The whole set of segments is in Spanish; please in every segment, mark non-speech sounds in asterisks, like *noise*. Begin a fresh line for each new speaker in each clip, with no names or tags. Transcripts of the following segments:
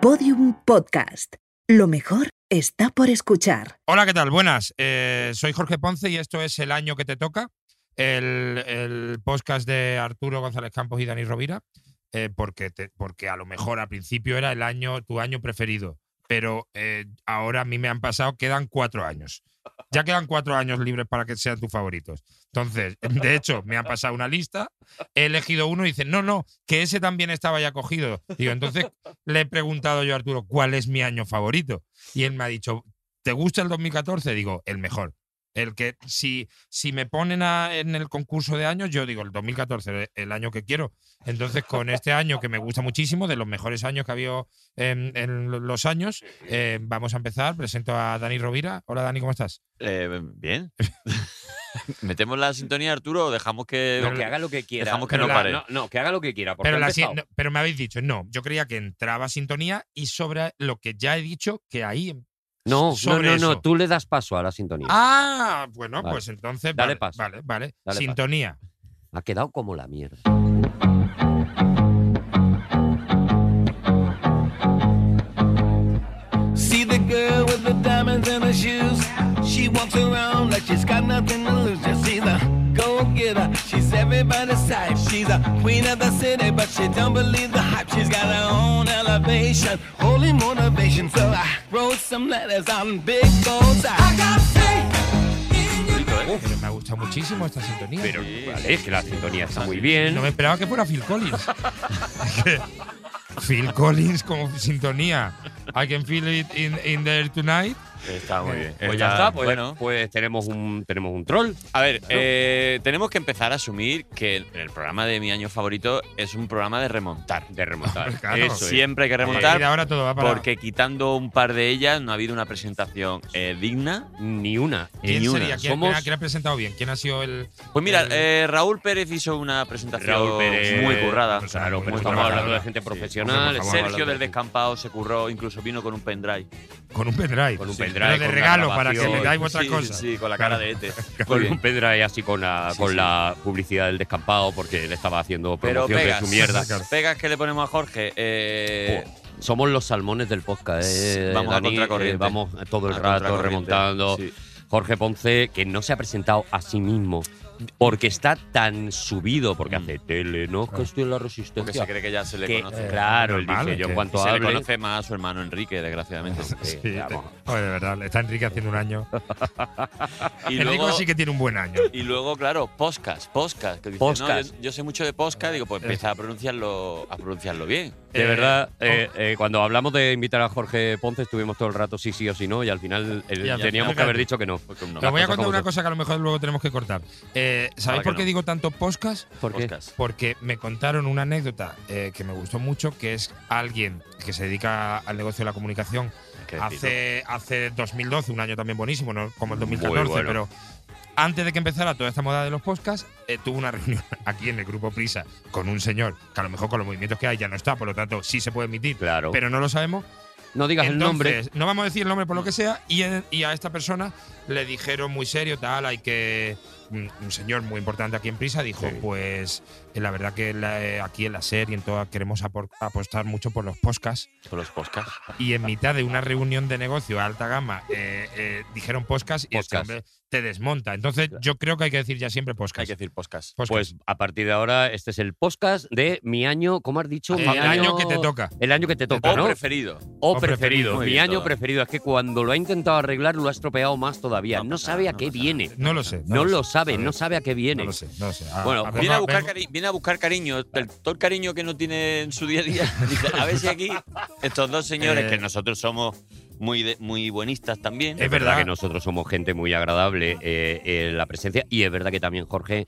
Podium Podcast. Lo mejor está por escuchar.
Hola, ¿qué tal? Buenas. Eh, soy Jorge Ponce y esto es El Año que te toca, el, el podcast de Arturo González Campos y Dani Rovira, eh, porque, te- porque a lo mejor al principio era el año, tu año preferido, pero eh, ahora a mí me han pasado, quedan cuatro años. Ya quedan cuatro años libres para que sean tus favoritos. Entonces, de hecho, me han pasado una lista, he elegido uno y dicen, no, no, que ese también estaba ya cogido. Digo, entonces le he preguntado yo a Arturo, ¿cuál es mi año favorito? Y él me ha dicho, ¿te gusta el 2014? Digo, el mejor. El que, si, si me ponen a- en el concurso de años, yo digo el 2014, eh, el- el año que quiero. Entonces, con
*laughs*
este año que me gusta muchísimo, de los mejores años que ha habido en, en los años, eh, vamos a empezar. Presento a Dani Rovira. Hola, Dani, ¿cómo estás?
Eh, bien. *laughs* ¿Metemos la sintonía, Arturo, o dejamos que.?
Pero
No, que haga lo que quiera.
Dejamos que
Pero
no
la-
pare.
No, no, que haga lo que quiera. porque
Pero,
ha
la si-
Pues empezado.
no, pero me habéis dicho, no, yo creía que entraba sintonía y sobre lo que ya he dicho, que ahí...
no, no,
sobre
no, no,
eso.
tú le das paso a la sintonía.
Ah, bueno,
Vale.
pues entonces...
Dale
vale,
paso.
Vale, vale.
Dale paso.
sintonía.
Ha quedado como la mierda.
See the girl with the diamonds in her shoes. She walks around like she's got nothing to lose. Just see the go getter. She's everybody's type. She's a queen of the city, but she don't believe the hype. She's got her own elevation, holy motivation. So I wrote some letters on big goals. I got
Pero me ha gustado muchísimo esta sintonía.
Pero, vale, es que la sintonía está muy bien.
No me esperaba que fuera Phil Collins. *laughs* Phil Collins como sintonía. I can feel it in, in the air tonight.
Está muy bien.
Pues ya está, pues,
bueno.
pues tenemos, un, tenemos un troll.
A ver, eh, tenemos que empezar a asumir que el, el programa de mi año favorito es un programa de remontar. De remontar.
*laughs* Claro.
Eso Siempre hay que
A partir de
remontar.
ahora todo va para.
Porque quitando un par de ellas no ha habido una presentación eh, digna.
Ni una.
¿Quién
ni una.
sería? ¿Quién,
Somos-
quién ha- quién ha presentado bien? ¿Quién ha sido el.?
Pues mira,
el-
eh, Raúl Pérez hizo una presentación
Raúl Pérez, pues,
muy currada.
pues claro,
Muy
pero
Estamos
currada.
hablando de
Sí.
gente
Hombre,
profesional.
por favor,
Sergio
hablando
del
de-
Descampado se curró, incluso vino con un pendrive.
Con un pendrive.
Con un
Sí,
pendrive,
Pero de
con una
regalo para que le
grabación.
dais vuestras
Sí,
cosas.
Sí, con la cara de Ete. Muy
con
bien.
un pendrive así con la,
Sí,
con
sí.
la publicidad del descampado porque le estaba haciendo
Pero
promoción de
pegas,
su mierda.
*laughs* pegas que le ponemos a Jorge. eh,
Oh, Somos los salmones del podcast. eh,
Vamos a
Dani,
contracorriente.
eh, vamos todo el
a
rato
contracorriente.
remontando.
Sí.
Jorge Ponce, que no se ha presentado a sí mismo porque está tan subido, porque
Mm.
hace tele, ¿no? Que estoy en la
Porque se
resistencia.
cree que ya se le
Que, eh,
conoce.
claro, él
normal,
dice,
que
yo en
Y
cuanto
se le
hable…
conoce más a su hermano Enrique,
*laughs*
desgraciadamente.
*laughs* Sí,
eh, vamos.
Joder, de verdad, está Enrique haciendo un año.
Y
Enrique
luego,
sí que tiene un buen
*laughs*
año.
y luego, claro, podcast, podcast. Que dice,
Podcast.
no, yo, yo sé mucho de podcast, digo,
Eh.
pues empieza a pronunciarlo, a pronunciarlo bien.
De
Eh,
verdad, eh, eh, cuando hablamos de invitar a Jorge Ponce, estuvimos todo el rato sí, sí o sí no, y al final eh,
Y al
teníamos
final
que haber
casi.
dicho que no.
Porque uno-
Te voy a contar
cosas como
una
son.
cosa que a lo mejor luego tenemos que cortar. Eh, ¿Sabéis
Ahora que
por qué
no.
digo tanto podcast?
¿Por qué?
podcast.
porque me contaron una anécdota eh, que me gustó mucho, que es alguien que se dedica al negocio de la comunicación
Hay que decirlo.
hace, hace 2012, un año también buenísimo, no como el 2014,
Muy bueno.
pero antes de que empezara toda esta moda de los podcasts, eh, tuve una *laughs* reunión aquí en el Grupo Prisa con un señor, que a lo mejor con los movimientos que hay ya no está, por lo tanto sí se puede emitir,
Claro.
pero no lo sabemos.
no digas el nombre.
Entonces, No vamos a decir el nombre por lo que sea. Y, en- y a esta persona le dijeron muy serio, tal, hay que. Un un señor muy importante aquí en Prisa dijo:
Sí.
Pues eh, la verdad que la- eh, aquí en la serie, en toda, queremos apor- apostar mucho por los podcasts.
Con los podcasts.
Y en mitad de una reunión de negocio a alta gama, eh, eh, dijeron podcast y este
Podcast.
hombre te desmonta. Entonces, yo creo que hay que decir ya siempre
Hay
podcast.
que decir podcast.
Podcast.
Pues a partir de ahora, este es el podcast de mi año, ¿cómo has dicho?
el
Mi
año que te toca.
El año que te toca,
o
¿no?
preferido.
O
o preferido.
preferido.
Muy
Mi
bien,
año
todo.
preferido. Es que cuando lo ha intentado arreglar, lo ha estropeado más todavía.
No
No,
pasa
sabe
nada,
a
no
qué
pasa
viene.
No lo sé.
No, lo sabe, no sabe a qué viene.
No lo sé, no lo sé. Ah,
Bueno,
ah,
Viene a,
vengo-
buscar
vengo-
cari- viene a buscar cariño, el- todo el cariño que no tiene en su día a
*laughs*
día. Dice, a ver si aquí estos dos señores,
Eh.
que nosotros somos muy, de- muy buenistas también,
Es
Es verdad
verdad.
que nosotros somos gente muy agradable eh, en la presencia y es verdad que también Jorge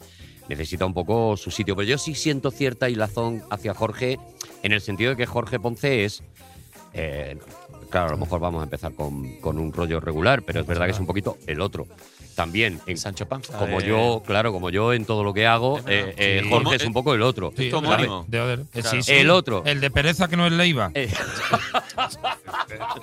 necesita un poco su sitio. Pero yo sí siento cierta hilazón hacia Jorge en el sentido de que Jorge Ponce es... eh, claro, a lo mejor vamos a empezar con, con un rollo regular, pero es verdad que es un poquito el otro. También, en-
Sancho Panza.
como
eh,
yo, claro, como yo en todo lo que hago,
Es verdad.
eh, eh,
Sí.
Jorge
Como-
es un poco el otro.
Sí,
Esto
¿sabes?
homónimo.
De Oder. Eh, sí,
Claro.
sí.
*laughs* El otro.
El de pereza que no es Leiva.
Eh,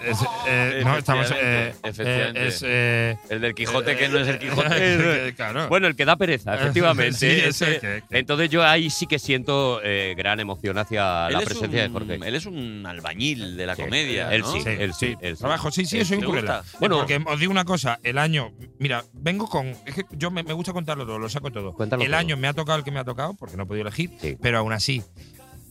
Es- eh, no, estamos. eh,
Efectivamente, efectivamente.
eh, es, eh,
El del Quijote que no es el
*laughs*
Quijote.
que- claro.
*laughs* Bueno, el que da pereza, efectivamente.
*laughs* Sí, ese
Ese-
que- que-
Entonces yo ahí sí que siento eh, gran emoción hacia
Él
la
es un-
presencia de Jorge.
Él es un albañil de la
Sí,
comedia.
él
¿no?
sí. él él sí.
Trabajo, sí, sí,
Eh,
soy un
¿te
currela.
gusta?
Bueno.
Bueno, porque os digo una cosa, el año, mira, vengo con, es que yo me, me gusta contarlo todo, lo saco todo.
Cuéntalo
el
todo.
año me ha tocado el que me ha tocado, porque no he podido elegir,
Sí.
pero aún así,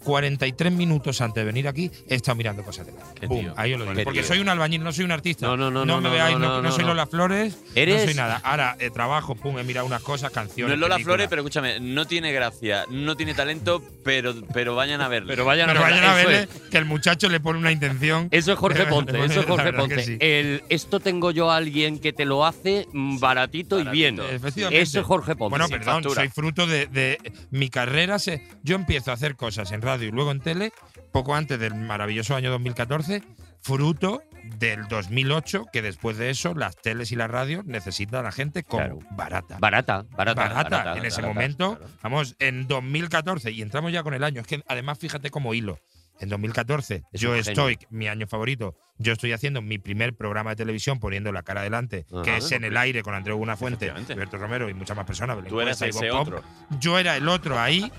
43 minutos antes de venir aquí, he estado mirando cosas de la
Qué
Boom,
tío.
ahí os lo digo.
Qué
Porque
tío.
soy un albañil, no soy un artista.
No, no, no, no,
me
no,
veáis,
no,
no,
no,
no soy
no.
Lola Flores, no
Eres-
soy nada. Ahora eh, trabajo, pum, he mirado unas cosas, canciones.
No es Lola
películas.
Flores, pero escúchame, no tiene gracia, no tiene talento, pero, pero vayan a verlo.
Pero vayan
Pero vayan a
eso
verle
es.
que el muchacho le pone una intención.
Eso
*laughs*
es Jorge Ponce, eso es
La
Jorge
verdad que
Ponce.
sí.
El, esto tengo yo a alguien que te lo hace mm, baratito,
baratito,
y bien.
efectivamente.
Eso es Jorge Ponce.
Bueno,
sin
perdón,
factura.
soy fruto de, de- mi carrera. Se, yo empiezo a hacer cosas en radio y luego en tele poco antes del maravilloso año 2014, fruto del 2008, que después de eso las teles y las radios necesitan a la gente como
Claro.
barata.
Barata, barata,
Barata,
barata,
en ese
barata,
momento,
claro.
vamos, en 2014, y entramos ya con el año, es que además fíjate como hilo, en 2014
Es
yo
un genio.
estoy, mi año favorito, yo estoy haciendo mi primer programa de televisión poniendo la cara adelante,
Ajá.
que es en el aire con Andreu Buenafuente,
Efectivamente.
Alberto Romero y muchas más personas. Belén
Tú eras
Cuesta y
ese
Bob Pop.
otro. *laughs*
Yo era el otro ahí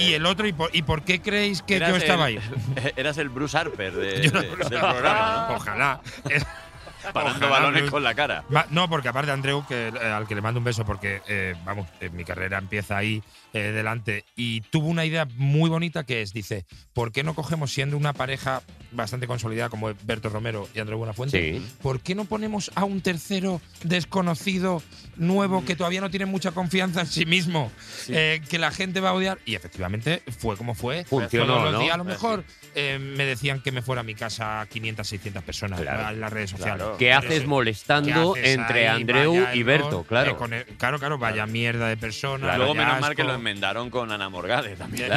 y el otro, ¿y por, y por qué creéis que
Eras
yo estaba ahí?
el- Eras el Bruce Harper de-
Yo no-
de- del programa, ¿no?
Ojalá.
Parando
Ojalá,
balones
Bruce.
con la cara.
Va- No, porque aparte Andreu, que, eh, al que le mando un beso, porque eh, vamos, eh, mi carrera empieza ahí eh, delante, y tuvo una idea muy bonita que es, dice, ¿por qué no cogemos siendo una pareja bastante consolidada como es Berto Romero y Andreu Buenafuente?
Sí.
¿Por qué no ponemos a un tercero desconocido, nuevo, que todavía no tiene mucha confianza en sí mismo, eh, que la gente va a odiar? Y efectivamente fue como fue.
Funcionó,
Todos los
¿no?
días, a lo mejor eh, me decían que me fuera a mi casa 500, 600 personas
Claro.
en las redes sociales.
Claro.
¿Qué haces
sí.
molestando
¿Qué haces
entre
ahí?
Andreu
Vaya
y
error.
Berto? Claro.
Eh, con el- claro, claro, vaya mierda de persona.
Luego,
vaya
menos mal que lo
asco.
enmendaron con Ana Morgade también.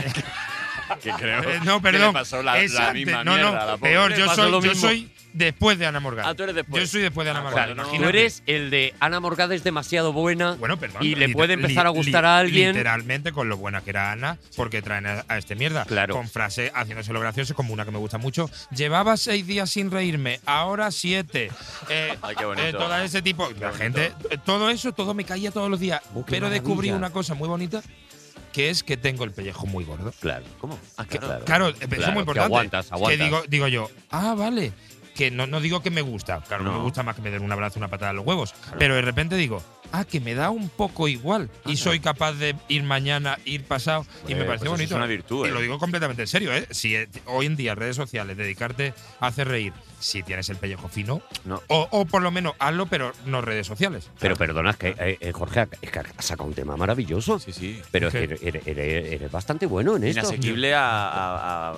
que creo
Eh, no,
que
perdón.
le pasó la,
es
la
antes.
misma
no,
mierda. a
no,
la pobre.
peor,
Le
yo
pasó
soy,
lo
yo
mismo.
soy después de Ana Morgana.
Ah, tú eres después.
Yo soy después de Ana
Ah,
Morgana.
cuando no-
Tú eres el de Ana Morgada es demasiado buena.
Bueno, perdón.
Y le
liter-
puede empezar a
li-
gustar
li-
a alguien.
Literalmente con lo buena que era Ana, porque traen a, a este mierda.
Claro.
Con frases haciéndose lo gracioso, como una que me gusta mucho. Llevaba seis días sin reírme, ahora siete. Eh,
Ay, qué bonito.
eh, todo ese tipo. La
bonito.
gente. eh, Todo eso, todo me caía todos los días.
Oh, qué
pero descubrí
maravilla.
una cosa muy bonita, que es que tengo el pellejo muy gordo.
Claro.
¿Cómo? Ah,
Que-
claro.
Claro, eh, eso es
Claro, que
muy importante.
aguantas, aguantas.
Que digo, digo yo, ah, vale. Que no, no digo que me gusta, claro, no.
No.
me gusta más que me den un abrazo, una patada en los huevos. Pero de repente digo, ah, que me da un poco igual. y soy capaz de ir mañana, ir pasado. y me
Pues
parece
eso
bonito.
Es una virtud.
y
¿eh?
lo digo completamente en serio, ¿eh? Si eh, hoy en día redes sociales, dedicarte a hacer reír, si tienes el pellejo fino,
No.
o, o por lo menos hazlo, pero no redes sociales.
Pero perdona, es que eh, eh, Jorge es que ha sacado un tema maravilloso.
Sí, sí.
Pero es
¿Qué?
que eres, eres- eres- eres bastante bueno en esto.
Inasequible a, a- a-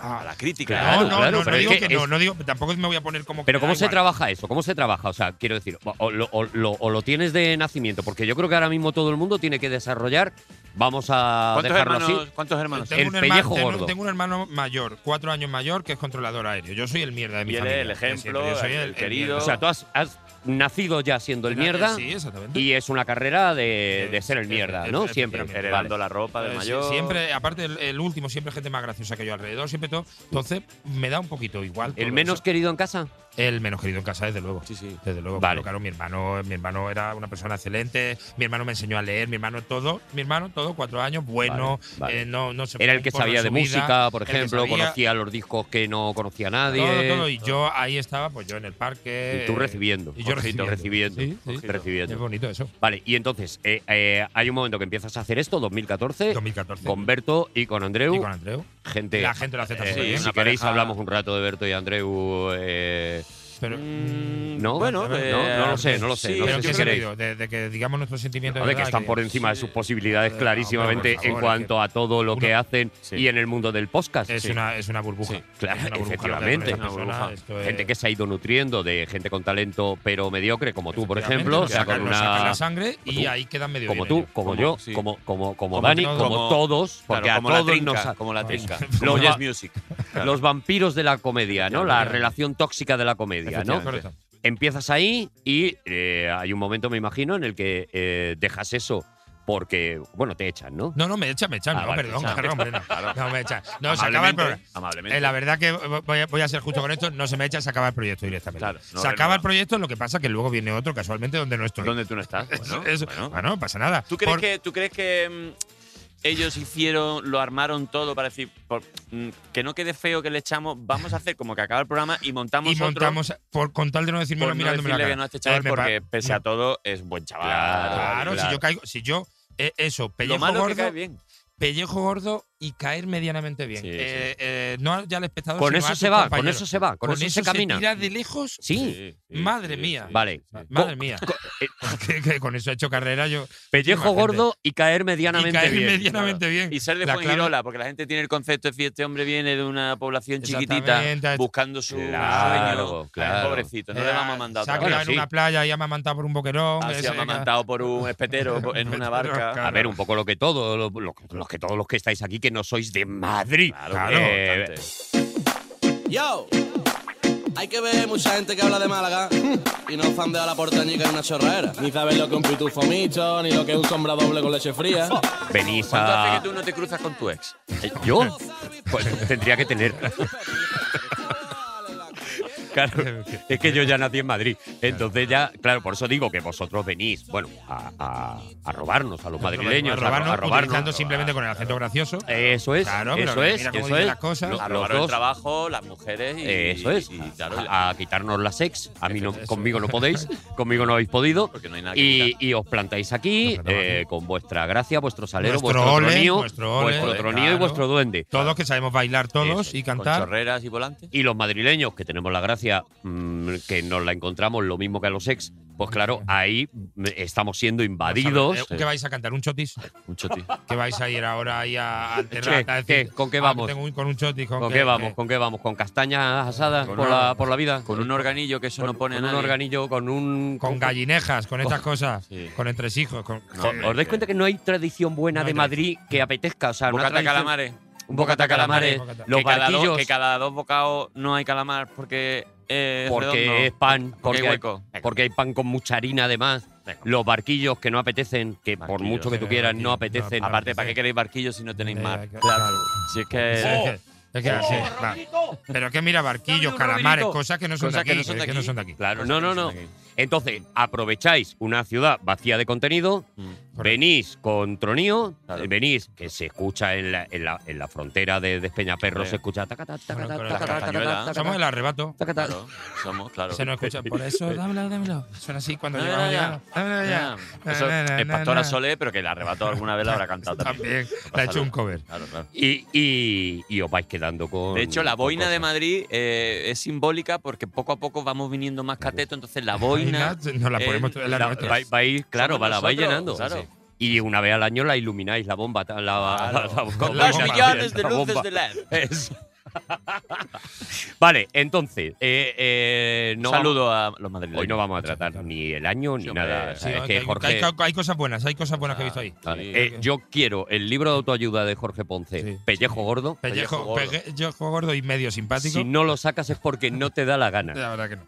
a- a la crítica.
Ah, Claro,
no, no,
claro,
no,
pero
no
es
digo
que
que, no,
es-
no digo, tampoco me voy a poner como. que
Pero
me
¿cómo
da
se
igual.
trabaja eso? ¿Cómo se trabaja? O sea, quiero decir, o lo, o lo- o lo tienes de nacimiento, porque yo creo que ahora mismo todo el mundo tiene que desarrollar, vamos a
¿Cuántos
dejarlo
hermanos,
así.
¿Cuántos hermanos?
El
Tengo un,
pellejo
hermano, tengo-
gordo.
tengo un hermano mayor, cuatro años mayor, que es controlador aéreo. Yo soy el mierda de mi
Y él es
familia.
el ejemplo,
Siempre yo soy
el querido.
O sea, tú has, has nacido ya siendo el mierda
Sí, exactamente.
y es una carrera de, de ser el
Eh,
mierda,
eh,
¿no?
eh,
Siempre.
efectivamente.
Vale.
Heredando la ropa
Eh,
del
sí,
mayor.
Siempre, aparte el, el último, siempre gente más graciosa que yo alrededor, siempre todo. Entonces, me da un poquito igual. todo
¿El menos
eso.
querido en casa?
el menos querido en casa, desde luego.
Sí, sí.
Desde luego,
Vale.
claro, claro, mi hermano, mi hermano era una persona excelente, mi hermano me enseñó a leer, mi hermano todo, mi hermano todo, cuatro años, bueno,
Vale, vale.
eh, no, no se
Era el que
por
sabía de
su vida,
música, por
el que
ejemplo,
sabía-
conocía los discos que no conocía nadie.
Todo, todo, y yo ahí estaba, pues yo en el parque.
Y tú
eh,
recibiendo.
Y yo
Ojito,
recibiendo.
recibiendo.
Sí, sí.
Ojito.
Es
Recibiendo.
bonito eso.
Vale, y entonces, eh, eh, hay un momento que empiezas a hacer esto, 2014,
2014.
con Berto y con Andreu.
y con Andreu.
gente.
La gente lo hace tan
eh,
sí,
bien.
si
una
queréis,
pareja-
hablamos un rato de Berto y Andreu. eh,
Pero,
Mm,
No,
bueno,
no,
eh,
no lo sé, no lo sé,
sí,
no sé
pero
yo
si
¿qué
creo
queréis.
sentido? De, de que digamos nuestros sentimientos.
Joder, que
¿verdad?
están por encima de
sí.
sus posibilidades
Eh,
clarísimamente
hombre, por
en
favor,
cuanto a todo lo que
una-
hacen
Sí.
y en el mundo del podcast.
Es,
Sí.
una, es una burbuja.
Sí,
claro,
Es una burbuja lo que
efectivamente.
hace con esta
Una burbuja.
persona, esto es-
Gente que se ha ido nutriendo de gente con talento pero mediocre, como tú, por
efectivamente,
ejemplo, o
lo
sea,
sacan-
con
lo sacan
una.
la sangre y
tú.
ahí quedan medio
Como
bien
tú,
ellos.
como
Como-
yo,
sí.
como, como, como
Como
Dani,
todos.
como
Como-
todos,
Claro,
porque
como
a
la
todos
trinca,
nos ha-
como la
*laughs*
trinca.
Lo
Como
ya-
Jazz Music. Claro.
los vampiros de la comedia, ¿no? La relación tóxica de la comedia, ¿no?
Efectivamente.
Correcto.
empiezas ahí y eh, hay un momento, me imagino, en el que eh, dejas eso porque, bueno, te echan, ¿no?
No, no, me echan, me echan.
Ah,
no,
vale,
perdón,
echan.
claro,
*laughs*
hombre, no. No, me echan. No, se acaba el
amablemente,
programa.
amablemente.
Eh, la verdad que voy a, voy a ser justo con esto, no se me echa, se acaba el proyecto directamente.
Claro, no
se acaba
renueva.
el proyecto, lo que pasa que luego viene otro casualmente donde no estoy.
¿Dónde tú no estás? Bueno,
Eso- eso-
bueno.
bueno, no pasa nada.
¿Tú crees
Por-
que, ¿tú crees que mm, ellos hicieron, lo armaron todo para decir, por- mm, que no quede feo que le echamos, vamos a hacer como que acaba el programa y montamos
y
otro
montamos por con tal de no decirme
por no
mirándome la
decirle
cara.
que no a este
Eh,
chaval
me pa-
porque pese a todo es un buen chaval.
Claro,
Claro, si yo caigo, si yo eh, eso, pellejo
Lo malo
gordo,
es que cae bien.
pellejo gordo y caer medianamente bien.
Sí,
Eh, eh, no ya al espectador,
Con
sino a
eso
tus
se va, con
compañeros.
eso se va, con, eso, se camina.
tira de lejos.
Sí,
Madre mía.
Vale.
Madre mía. eh, *laughs* que, que con eso he hecho carrera yo.
pellejo
Imagínate.
gordo y caer
Y
medianamente
caer
bien.
medianamente bien.
Y ser de
La clave-
Fuengirola, porque la gente tiene el concepto de que este hombre viene de una población chiquitita
Exactamente.
buscando su
Claro,
sueño.
claro.
Pobrecito, no
Eh,
le vamos a mandar
Se ha
otra
quedado
vez.
en
Bueno,
una
sí.
playa y ha amamantado por un boquerón.
Ah, Ha
ese-
sido amamantado por un espetero por- en
*laughs*
una barca.
A ver, un poco lo que todo, lo- lo- los que todos los que estáis aquí que no sois de Madrid.
claro.
Eh,
Yo, hay que ver mucha gente que habla de Málaga y no fandea la portañica en una chorraera. Ni sabes lo que es un pitufo mixto, ni lo que es un sombra doble con leche fría.
venís
¿Cuánto hace
Ah.
a.
que tú no te cruzas con tu ex?
¿Yo? Pues tendría que tener.
*laughs*
Claro, es que yo ya nací en Madrid. Entonces ya, claro, por eso digo que vosotros venís, bueno, a, a- a robarnos a los madrileños,
a
a
robarnos,
ro- a
utilizando
robarnos. Ah,
simplemente con el acento gracioso.
Eh,
Eso es,
Claro, pero
eso es,
mira cómo
eso
dice
es.
las cosas.
Lo-
A
los
robar el
dos,
trabajo, las mujeres y.
eso es,
y, claro,
a, a quitarnos las ex. A mí no,
Eso.
conmigo no podéis, conmigo no habéis podido.
porque no hay nada que
Y,
evitar.
y os plantáis aquí
Nos plantamos
eh, con vuestra gracia, vuestro salero,
Nuestro
vuestro,
ole,
tronío,
nuestro ole,
vuestro tronío y
claro.
vuestro duende.
Todos que sabemos bailar todos
Eso,
y
eh, Con
cantar.
chorreras y volantes.
Y los madrileños, que tenemos la gracia mm, que nos la encontramos lo mismo que a los ex, pues claro, ahí mm, estamos siendo invadidos.
Eh, ¿Qué vais a cantar? ¿Un chotis?
Un
*laughs*
choti.
¿Qué vais a ir ahora ahí
*laughs*
a, al
¿Qué?
terrat a
¿Qué? ¿Con qué
"Ah,
vamos?
tengo un- con un chotis. ¿Con,
¿Con
qué, eh,
qué vamos?
qué?".
¿Con qué vamos? ¿Con castañas asadas
Con
por,
una-
la, por la vida?
Con un organillo que eso
Con-
no pone
con
nada.
un organillo, con un...
Con gallinejas, con
*laughs*
estas cosas,
Sí.
con entresijos. Con,
No,
eh,
no.
¿Os dais cuenta que no hay tradición buena
No hay
de Madrid que apetezca? O sea, una
Bocata de
tradición-
calamares.
Un bocata de calamares.
Bocata de calamares.
Los
que, cada dos,
barquillos,
que cada dos bocados no hay calamar porque. eh, es redondo,
porque es pan,
porque hay
porque hay,
hueco.
porque hay pan con mucha harina además.
Venga.
Los barquillos que no apetecen, que por
Barquillos,
mucho que tú
eh,
quieras,
barquillos,
no
no
apetecen.
apetecen.
Aparte, ¿para qué queréis barquillos si no tenéis Eh,
eh,
mar?
que-
Si es que.
Sí, es
Oh.
que- es
Oh,
que así, claro. Pero es que mira, barquillos, calamares, cosas que no son de
Cosas que
aquí.
no son de
eh, que no
aquí.
son de aquí.
Pues
Claro, no, no, no. Entonces, aprovecháis una ciudad vacía de contenido,
Mm.
venís con tronío,
Claro.
eh, venís, que se escucha en la, en la, en la frontera de, de Peñaperro,
Sí.
se escucha tacata,
Bueno,
tacata,
con la
tacata, tacata,
castañuela.
tacata,
Somos el arrebato.
tacata.
Claro, somos, claro.
Se nos escucha. Por eso, dámelo, dámelo. Suena así cuando
No,
llegamos.
no, no.
llegamos. Dámelo ya.
Ya. Eso
Na, na,
es
na,
Pastora
na.
Solé, pero que la arrebató alguna vez la habrá
*laughs*
cantado también.
También.
No
Le ha
pasa
hecho un
nada.
cover.
Claro, claro.
Y, y- y os vais quedando con.
De hecho, la
con
boina de
cosas.
Madrid eh, es simbólica porque poco a poco vamos viniendo más cateto, entonces la
Ahí,
boina.
Nos la
eh,
ponemos toda la
La-
nuestra.
vais- vais, claro,
Somos
va- la vais
nosotros,
llenando.
claro.
Sí. Y una vez al año la ilumináis, la bomba. ta- La,
Claro.
la- la-
Con
la
Dos
bomba.
millones de
la
luces
bomba.
de LED.
Eso. vale, entonces, eh, eh, no
Un saludo a los madrileños.
vamos- hoy no vamos a tratar ni el año ni
Sí, hombre,
nada. O sea,
Sí,
es
hay-
que
hay-
Jorge.
hay, hay cosas buenas, hay cosas buenas que he visto ahí.
Vale.
Sí,
Eh,
creo que-
yo quiero el libro de autoayuda de Jorge Ponce,
Sí.
Pellejo Gordo.
Pellejo,
Pellejo gordo.
pellejo gordo y medio simpático.
Si no lo sacas es porque no te da la gana.
*laughs* la verdad que no.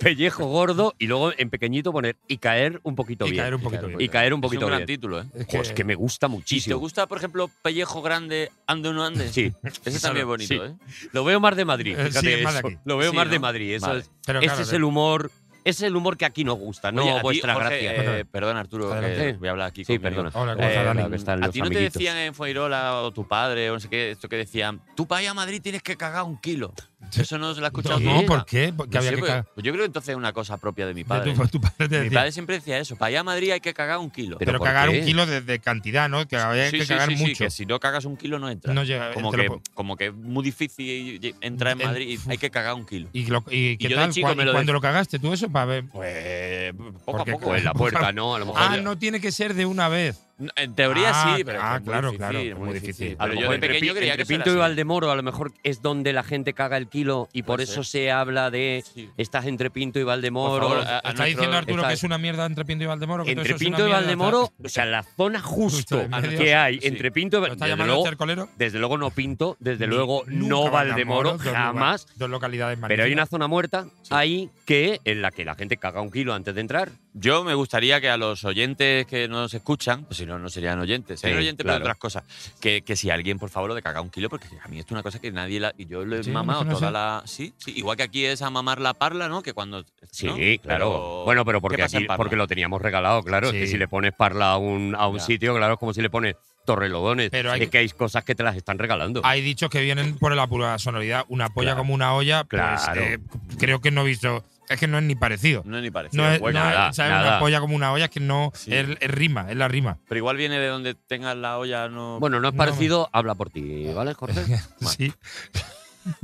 Pellejo Gordo y luego en pequeñito poner y caer un poquito
Y
bien.
caer un poquito
y
bien.
caer un
Es
poquito
un gran
bien.
título, ¿eh?
Es
Jo, es que me gusta
¿Y te
muchísimo.
gusta, por ejemplo, pellejo grande, ande o no ande?
Sí.
Ese también es bonito,
Sí.
¿eh?
Lo veo más de Madrid.
Eh, sí,
Fíjate
es más de
eso.
aquí.
Lo veo
Sí,
más de
¿no?
Madrid. Eso
Vale.
es-
Pero
ese
claro, ¿eh?
es el humor. ese Es el humor que aquí nos gusta, no
Oye, a ti,
vuestra
Jorge,
gracia.
eh, perdona, Arturo,
Adelante.
que voy a hablar aquí
sí,
conmigo.
perdona.
Hola, ¿cómo
Eh,
estás, Dani?
claro que están
¿A
los
ti no te
amiguitos.
decían en Fuengirola o tu padre o no sé qué, esto que decían, tú para ir a Madrid tienes que cagar un kilo? Eso no se lo has escuchado
No,
nunca.
¿por qué? Porque
No
había
sé,
que
pues,
cagar.
pues yo creo que entonces es una cosa propia de mi
De
padre.
tu, tu padre te
mi
decía.
padre siempre decía eso, para ir a Madrid hay que cagar un kilo.
Pero
Pero
¿por
cagar
qué?
un kilo de, de cantidad, ¿no? Que había
Sí,
que
sí,
cagar
sí, sí,
mucho.
que si no cagas un kilo no entras.
No llega.
como,
te
que,
lo po-
como que es muy difícil y- y entrar en
En-
Madrid y hay que cagar un kilo.
¿Y, lo- y qué
yo de
tal?
chico
¿Cuá-
me
y
lo
¿Cuándo lo cagaste tú eso? Para ver.
eh,
Pues poco a
Porque-
poco.
O en *laughs* la puerta, ¿no? A lo mejor.
Ah, no tiene que ser de una vez.
No, En teoría
Ah,
sí, pero es que
ah,
es muy
claro,
difícil,
claro,
es
es muy difícil.
A
Pero
lo
yo
mejor
de
entre
pequeño
Pi-
creía que eso
entre
era
Pinto y
así.
Valdemoro a lo mejor es donde la gente caga el kilo y por
Puede
eso
ser.
se habla de
Sí.
estás entre Pinto y
Por
Valdemoro.
favor, a- a
Está
nuestro-
diciendo Arturo
está-
que es una mierda entre Pinto y Valdemoro. que todo
ah, entre
eso es una
Pinto y
mierda,
Valdemoro, o sea, la zona
Justo
justo
en medio.
que hay
Sí.
entre Pinto y
¿Lo está
Valdemoro. Desde
llamando
luego,
el colero?
desde luego no Pinto, desde luego no Valdemoro, jamás.
Dos localidades
Pero hay una
magníficas.
zona muerta ahí que en la que la gente caga un kilo antes de entrar.
Yo me gustaría que a los oyentes que nos escuchan, pues si no, no serían oyentes.
Sí,
Serían oyentes
claro.
pero otras cosas. Que, que si alguien, por favor, lo de cagar un kilo, porque a mí esto es una cosa que nadie la. y Yo lo he
Sí,
mamado
eso no
toda
sé.
la. Sí, sí, igual que aquí es a mamar la parla, ¿no? Que cuando.
Sí,
¿no?
claro.
Pero-
bueno, pero
¿qué
porque,
pasa
aquí-
en Parla?
porque lo teníamos regalado, claro. Es que
Sí.
si le pones parla a un, a un
Ya.
sitio, claro, es como si le pones torrelodones.
Pero hay-
es que hay cosas que te las están regalando.
Hay dichos que vienen por la pura sonoridad. Una polla
Claro.
como una olla, pues,
Claro.
eh, creo que no he visto. Es que no es ni parecido.
No es ni parecido.
No es,
bueno,
no es-
pues, nada,
¿sabes?
nada.
Una polla como una olla es que no.
Sí.
Es, es rima, es la rima.
Pero igual viene de donde tengas la olla, no.
bueno, no es
no,
parecido, habla por ti, ¿vale, Jorge? Bueno,
Sí.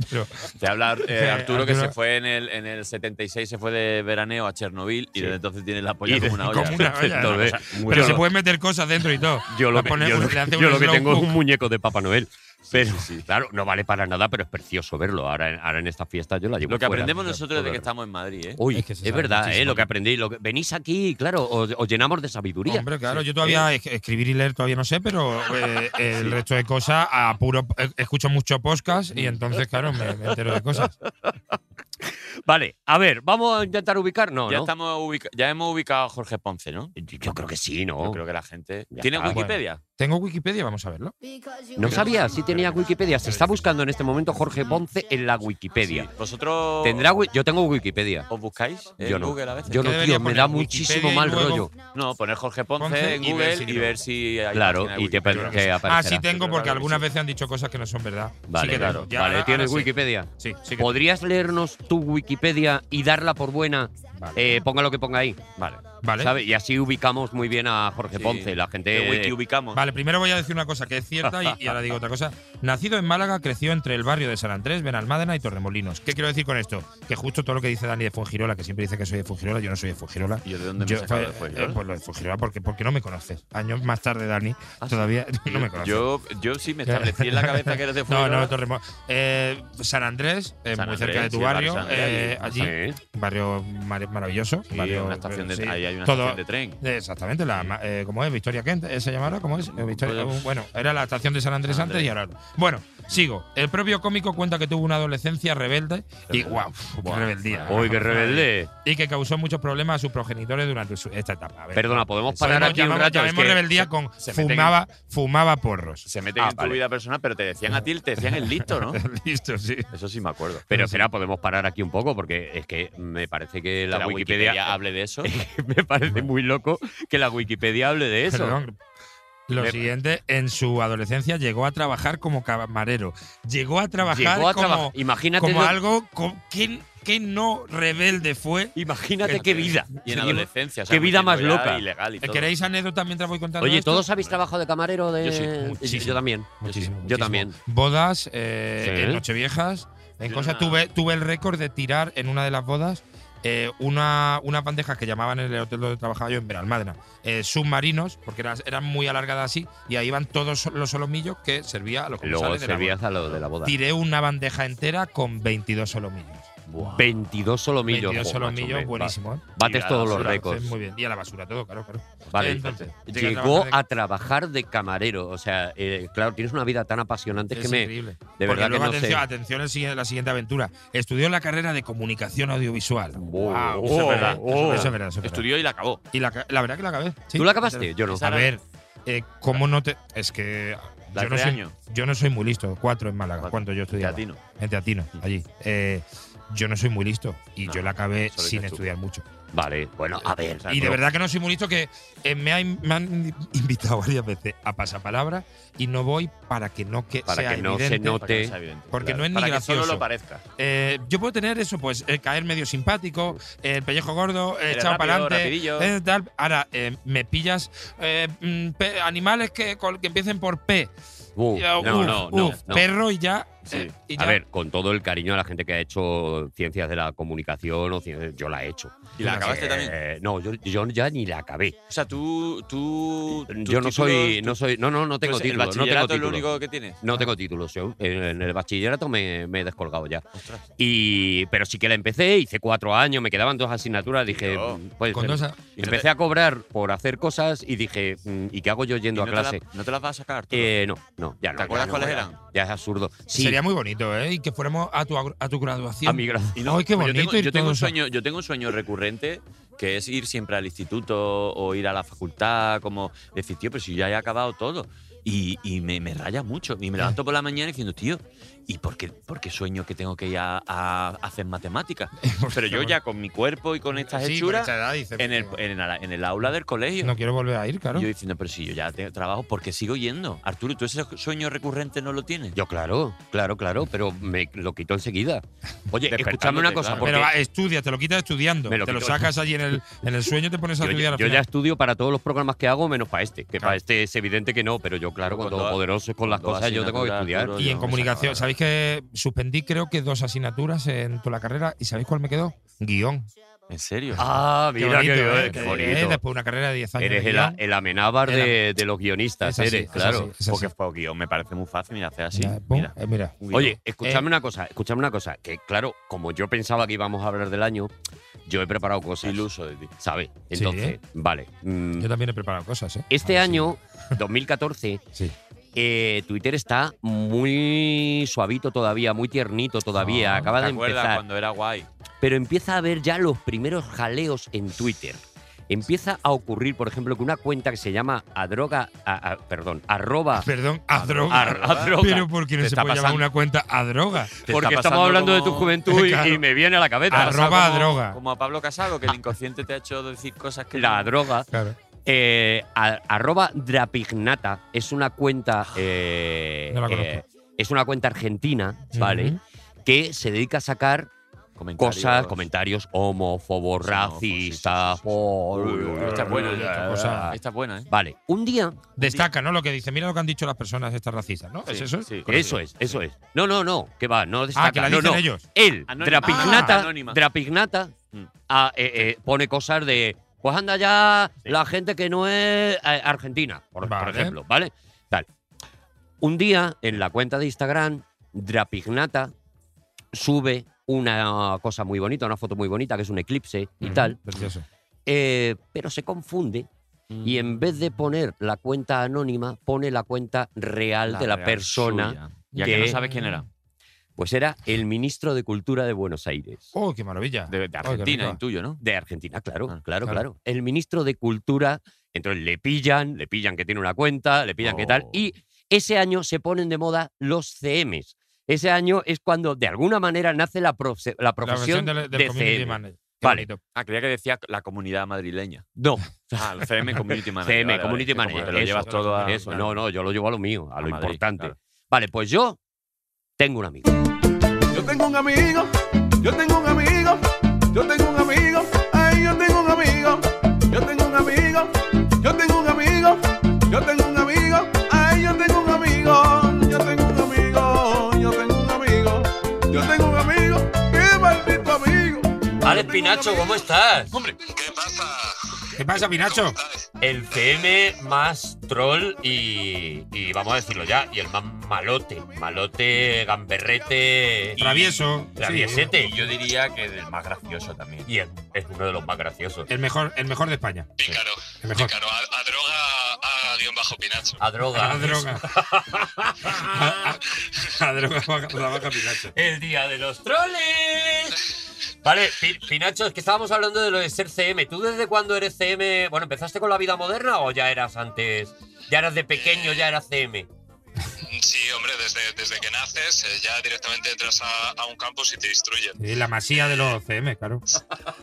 Pero,
Te habla eh,
Eh,
Arturo, que
Arturo.
se fue en el, en el 76, se fue de veraneo a Chernobyl y
Sí.
desde entonces tiene la polla
Y
como una olla.
como una olla, ¿no?
entonces,
pero
yo
se
lo-
pueden meter cosas dentro y todo.
Yo lo
La
que,
pone-
yo lo-
le hace
yo
un
lo que
slow
tengo es
cook.
un muñeco de Papá Noel. Pero,
sí, sí.
claro, no vale para nada, pero es precioso verlo. Ahora, en- ahora en esta fiesta yo la llevo
Lo que
fuera.
aprendemos nosotros desde que
Joder.
estamos en Madrid, ¿eh?
Uy, es,
Es que se sabe
verdad, ¿eh?
muchísimo.
Lo que aprendí. Lo que, venís aquí, claro, os, os llenamos de sabiduría. Eh,
Hombre, claro, yo todavía es- escribir y leer todavía no sé, pero eh,
*laughs*
el resto de cosas a puro eh, escucho mucho podcast
Mm.
y entonces, claro, me, me entero de cosas.
Vale, a ver, vamos a intentar ubicarnos,
ya,
¿no?
estamos ubica- ya hemos ubicado a Jorge Ponce, ¿no?
Yo yo creo que sí, ¿no?
Yo creo que la gente.
Oh. Ya
¿Tiene
está.
Wikipedia?
Tengo Wikipedia, vamos a verlo.
No sabía si tenía Wikipedia. Se está buscando en este momento Jorge Ponce en la Wikipedia.
¿Vosotros
Tendrá wi- Yo tengo Wikipedia.
os buscáis en
Yo no.
Google a veces?
Yo no,
debería
tío, me
poner
da
Wikipedia
muchísimo
y
mal
luego-
rollo.
No, poner Jorge Ponce,
Ponce
en
y ver
Google
si
y
no.
ver si hay.
Claro,
página de
y te,
Wikipedia.
te
Ah,
aparecerá.
sí tengo,
Yo creo
porque
que
algunas
sí.
veces han dicho cosas que no son verdad.
Vale,
sí que
claro.
tengo. Ya,
vale,
ahora-
tienes
ahora sí.
Wikipedia.
Sí, sí que
¿Podrías leernos tu Wikipedia y darla por buena? Eh, ponga lo que ponga ahí.
Vale.
Vale.
¿sabes? Y así ubicamos muy bien a Jorge
Sí.
Ponce. La
Te
gente.
wiki ubicamos.
Vale, primero voy a decir una cosa que es cierta y, y ahora digo otra cosa. Nacido en Málaga, creció entre el barrio de San Andrés, Benalmádena y Torremolinos. ¿Qué quiero decir con esto? Que justo todo lo que dice Dani de Fungirola, que siempre dice que soy de Fungirola, yo no soy de Fungirola.
¿Y yo de dónde me
Yo,
he sacado
eh,
después?
eh, pues lo de Fujirola, porque, porque no me conoces. Años más tarde, Dani,
Ah, sí.
todavía no me conoces. *laughs*
Yo, yo sí me establecí en la cabeza que eres de
no,
Fuengirola.
no, Torremo- eh, San Andrés, eh,
San
muy
Andrés,
cerca de tu
sí, el
barrio.
barrio San Andrés,
eh,
sí.
allí,
Sí.
un barrio mar- maravilloso.
Sí,
barrio,
una estación de,
sí,
ahí hay una
todo-
estación de tren.
eh, Exactamente, la, ma- eh, ¿cómo es? Victoria Kent, eh, se llamará, ¿cómo es? Eh, Victoria-
Pues-
eh, bueno, era la estación de San Andrés
San
antes y ahora. Bueno, sigo. El propio cómico cuenta que tuvo una adolescencia rebelde y guau,
Buah.
rebeldía.
¡Uy, qué rebelde!
Y que causó muchos problemas a sus progenitores durante su- esta etapa. A ver,
Perdona, podemos
Eso
parar
no,
aquí un
llamamos-
rato. Es
llamemos
que-
rebeldía con
se meten en-
fumaba, fumaba porros. *laughs*
Se meten
Ah,
en
vale.
tu vida personal, pero te decían a ti, te decían el listo, ¿no?
Listo, sí.
Eso sí me acuerdo.
Pero será, podemos parar aquí un poco porque es que me parece que la, Wikipedia, eh,
hable de eso.
me parece muy loco que la Wikipedia hable de eso.
Perdón. Lo
Me-
siguiente, en su adolescencia llegó a trabajar como camarero. Llegó a trabajar
Llegó a
como,
trabajar. Imagínate,
como
lo-
algo co- que, que no rebelde fue.
imagínate qué vida.
Y en
Sería-
adolescencia. o sea,
qué vida
metiendo
más
ya
loca.
Ilegal y todo.
¿Queréis anécdota mientras voy contando?
Oye,
esto?
¿todos habéis trabajado de camarero? De...
Yo sí,
muchísimo.
Yo también.
Muchísimo,
Yo
muchísimo.
también.
Bodas, eh,
Sí.
en Nocheviejas, en
Yo
cosas.
una-
Tuve, tuve el récord de tirar en una de las bodas eh, una, unas bandejas que llamaban en el hotel donde trabajaba yo en Benalmádena, eh, submarinos, porque eras- eran muy alargadas así, y ahí iban todos los solomillos que servía a los
Luego
comensales de la boda.
servías a lo de la boda.
Tiré una bandeja entera con 22 solomillos.
Buah.
22
22
solomillos. Joder, macho,
solomillos,
hombre,
buenísimo. ¿eh?
va- Bates
Tirada
todos los
basura,
récords.
pues, Muy bien. Y a la basura todo, claro, claro.
Vale.
Entonces, llegué
Llegó
trabajar de-
a trabajar de camarero. O sea, eh, claro, tienes una vida tan apasionante
Es
que me.
increíble.
de
Porque
verdad que
luego,
no sé.
atención, atención al siguiente- la siguiente aventura. Estudió la carrera de comunicación audiovisual.
Wow.
Wow, eso es verdad,
Oh.
eso es verdad, eso es verdad.
Estudió y la acabó.
Y la, la verdad que la acabé. sí.
¿Tú la acabaste? Yo no.
A ver, eh, ¿cómo no te.? Es que.
La
Yo no,
de
soy,
año.
yo no soy muy listo. Cuatro en Málaga.
Cuatro.
Cuando yo estudiaba.
Teatino.
En Teatino, allí. Eh, yo no soy muy listo. Y
No,
yo la acabé
eso lo
sin
dices tú.
estudiar mucho.
Vale, bueno, a ver.
Y de
pero-
verdad que no soy muy listo, que eh, me, ha- me han invitado *laughs* varias veces a pasapalabra y no voy para que no que
Para
sea
que no se
evidente.
note.
Para que no sea evidente,
Porque no es ni
Para Que solo
gracioso.
lo parezca.
Eh, yo puedo tener eso, pues eh, caer medio simpático, eh, el pellejo gordo, eh,
Eres
echado para
rápido,
adelante.
rapidillo.
eh, tal. Ahora, eh, me pillas eh, mm, pe- animales que, col- que empiecen por P.
Uh,
Y,
no,
uh, uf,
no, no,
uf,
no.
Perro y ya.
Sí.
eh, y
A
ya.
ver, con todo el cariño a la gente que ha hecho ciencias de la comunicación, o ciencias- yo la he hecho.
Y la acabaste
Eh,
también.
No, yo, yo ya ni la acabé.
O sea, tú. tú tus
Yo no soy,
títulos,
no soy, no, no, no
tú-
tengo
pues,
título,
El
no tengo
bachillerato es lo
título.
único que tienes.
No tengo títulos, yo en, en el bachillerato me, me he descolgado
Ah,
ya. Y, pero sí que la empecé, hice cuatro años, me quedaban dos asignaturas, dije,
Tío,
mm, puede
con
ser.
dos a-
Y no
Empecé
te-
a cobrar por hacer cosas y dije, mm, ¿y qué hago yo
y
yendo
no
a
te la-
clase?
No te las vas a sacar. Arturo.
Eh, no, no, ya no.
¿Te acuerdas
ya no,
cuáles
ya-
eran?
Ya es absurdo. Sí,
Sería Sería muy bonito, ¿eh? Y que fuéramos a tu, agru- a tu graduación.
A mi gra-
Y no, ay, qué
Yo
bonito
tengo-
ir
yo tengo, un
todos a-
sueño, yo tengo un sueño recurrente que es ir siempre al instituto o ir a la facultad, como decir, tío, pero si ya he acabado todo. Y, y me, me raya mucho. Y me levanto por la mañana diciendo, tío, ¿y por qué, por qué sueño que tengo que ir a, a hacer matemáticas? Pues, Pero yo ya con mi cuerpo y con estas
Sí, por
hechuras
esa edad, dice,
en el, en, el, en el aula del colegio.
No quiero volver a ir, claro.
Y yo diciendo, pero si yo ya te- trabajo, ¿por qué sigo yendo? Arturo, ¿tú ese sueño recurrente no lo tienes?
Yo, claro, claro, claro, pero me lo quito enseguida. Oye,
Despertándote,
escúchame una cosa,
claro.
porque
Pero va, estudia, te lo quitas estudiando.
Me lo
te lo
quito.
sacas allí en el, en el sueño, te pones a
yo,
estudiar. al
yo ya
final.
estudio para todos los programas que hago, menos para este. Que
Claro.
para este es evidente que no, pero yo,
Pero
claro, cuando,
cuando ha-
poderoso es con las
cuando
cosas, yo tengo que
asignatura,
estudiar.
Arturo,
Y en
me
comunicación,
sacaba-
¿sabéis que suspendí creo que dos asignaturas en toda la carrera? ¿Y sabéis cuál me quedó? Guión.
¿En serio?
Ah,
Qué
mira, qué
bonito, ¿eh?
bien, qué
Que,
bonito.
eh, después de una carrera de 10 años.
Eres
de
el,
guión,
el amenábar
El
de, de los guionistas,
Es así,
eres,
es
claro.
así, es así.
Porque fue guión, me parece muy fácil, mira, hace así.
ya, pum,
mira.
eh, mira.
un guión.
Oye,
Eh.
escúchame una cosa, escúchame una cosa, que claro, como yo pensaba que íbamos a hablar del año, yo he preparado cosas.
iluso de ti.
¿Sabes?
Sí,
Entonces,
¿eh?
vale. mm,
Yo también he preparado cosas, ¿eh?
Este
A ver si-
año, 2014,
Sí.
eh, Twitter está muy suavito todavía, muy tiernito todavía,
Ah,
acaba
¿Te
de
acuerdas
empezar.
cuando era guay?
Pero empieza a haber ya los primeros jaleos en Twitter. Empieza a ocurrir, por ejemplo, que una cuenta que se llama adroga, a- a- perdón, *laughs* arroba,
Perdón, a droga.
ar- adroga.
Pero ¿por qué no
Ah, Te
se
está
puede llamar
pasando-
una cuenta a droga?
Te
porque
está
estamos
pasando
hablando de tu
como-
juventud y,
Claro.
y me viene a la cabeza.
Arroba
Pasa como-
droga. Ah.
Como a Pablo Casado, que el inconsciente te ha hecho decir cosas que.
La
no-
droga.
Claro.
Eh, a- arroba drapignata es una cuenta. eh,
No la conozco.
eh, es una cuenta argentina, ¿vale?
Ujú.
Que se dedica a sacar
Comentarios.
cosas, comentarios homófobos,
Xenófobos,
racistas.
sí, sí, sí, sí. Uy, esta es buena,
esta cosa.
Esta es buena, ¿eh?
Vale, un día.
Destaca, ¿no? Lo que dice, mira lo que han dicho las personas estas racistas, ¿no? ¿Es
Sí,
eso?
sí.
Eso es, eso es. No, no, no, que va, no destaca.
Ah, que la
no,
dicen
no.
ellos.
Él,
Anónima.
Drapignata,
Ah, anónima.
Drapignata
Mm.
ah, eh, eh, pone cosas de. Pues anda ya la gente que no es eh, argentina, por, por
Vale.
ejemplo, ¿vale? Tal. Un día, en la cuenta de Instagram, Drapignata sube una cosa muy bonita, una foto muy bonita, que es un eclipse y
Ujú,
tal,
Precioso.
eh, pero se confunde
Mm.
y en vez de poner la cuenta anónima, pone la cuenta real de la
real
persona.
suya. Ya que
que-
no sabes quién era.
Pues era el ministro de Cultura de Buenos Aires.
¡Oh, qué maravilla!
De, de
Oh, qué
Argentina,
rico.
intuyo, ¿no?
De Argentina, claro,
Ah,
claro,
claro.
claro, El ministro de Cultura, entonces le pillan, le pillan que tiene una cuenta, le pillan que tal.
Oh.
Y ese año se ponen de moda los CMs. Ese año es cuando de alguna manera nace la, profe-
La
la
versión
profesión
del, del
de
community
CM.
manager. Qué
Vale.
bonito.
Ah, creía que decía la comunidad madrileña.
No,
Ah, el CM
*laughs*
Community Manager.
CM,
vale, vale,
Community
que como
Manager.
Te lo
eso,
llevas todo a.
Eso, no, no, yo lo llevo a lo mío, a,
Ah, A
lo
Madrid,
importante.
claro.
Vale, pues yo tengo un amigo.
Yo tengo un amigo, yo tengo un amigo, yo tengo un amigo, ay, yo tengo un amigo, yo tengo un amigo, yo tengo un amigo, yo tengo un amigo, ay, yo tengo un amigo, yo tengo un amigo, yo tengo un amigo, yo tengo un amigo, qué maldito amigo.
Alex Pinacho, ¿cómo estás?
¿Qué pasa?
¿Qué pasa, Pinacho?
El CM más troll y, y vamos a decirlo ya, y el más malote, malote, gamberrete, y
Travieso. sí.
traviesete. yo diría que el más gracioso también. Y es, es uno de los más graciosos.
El mejor, el mejor de España.
Pícaro.
El mejor.
Pícaro. A, a droga a guión bajo pinacho.
*laughs* A droga.
A droga. a, *laughs* a- a droga baja- la baja Pinacho.
El día de los troles. Vale, Pi- Pinacho, es que estábamos hablando de lo de ser CM. ¿Tú desde cuándo eres CM? Bueno, ¿empezaste con la vida moderna o ya eras antes? ¿Ya eras de pequeño, ya eras CM?
Sí, hombre, desde, desde que naces eh, ya directamente entras a, a un campus y te instruyen.
Sí, la masía de los CM, claro.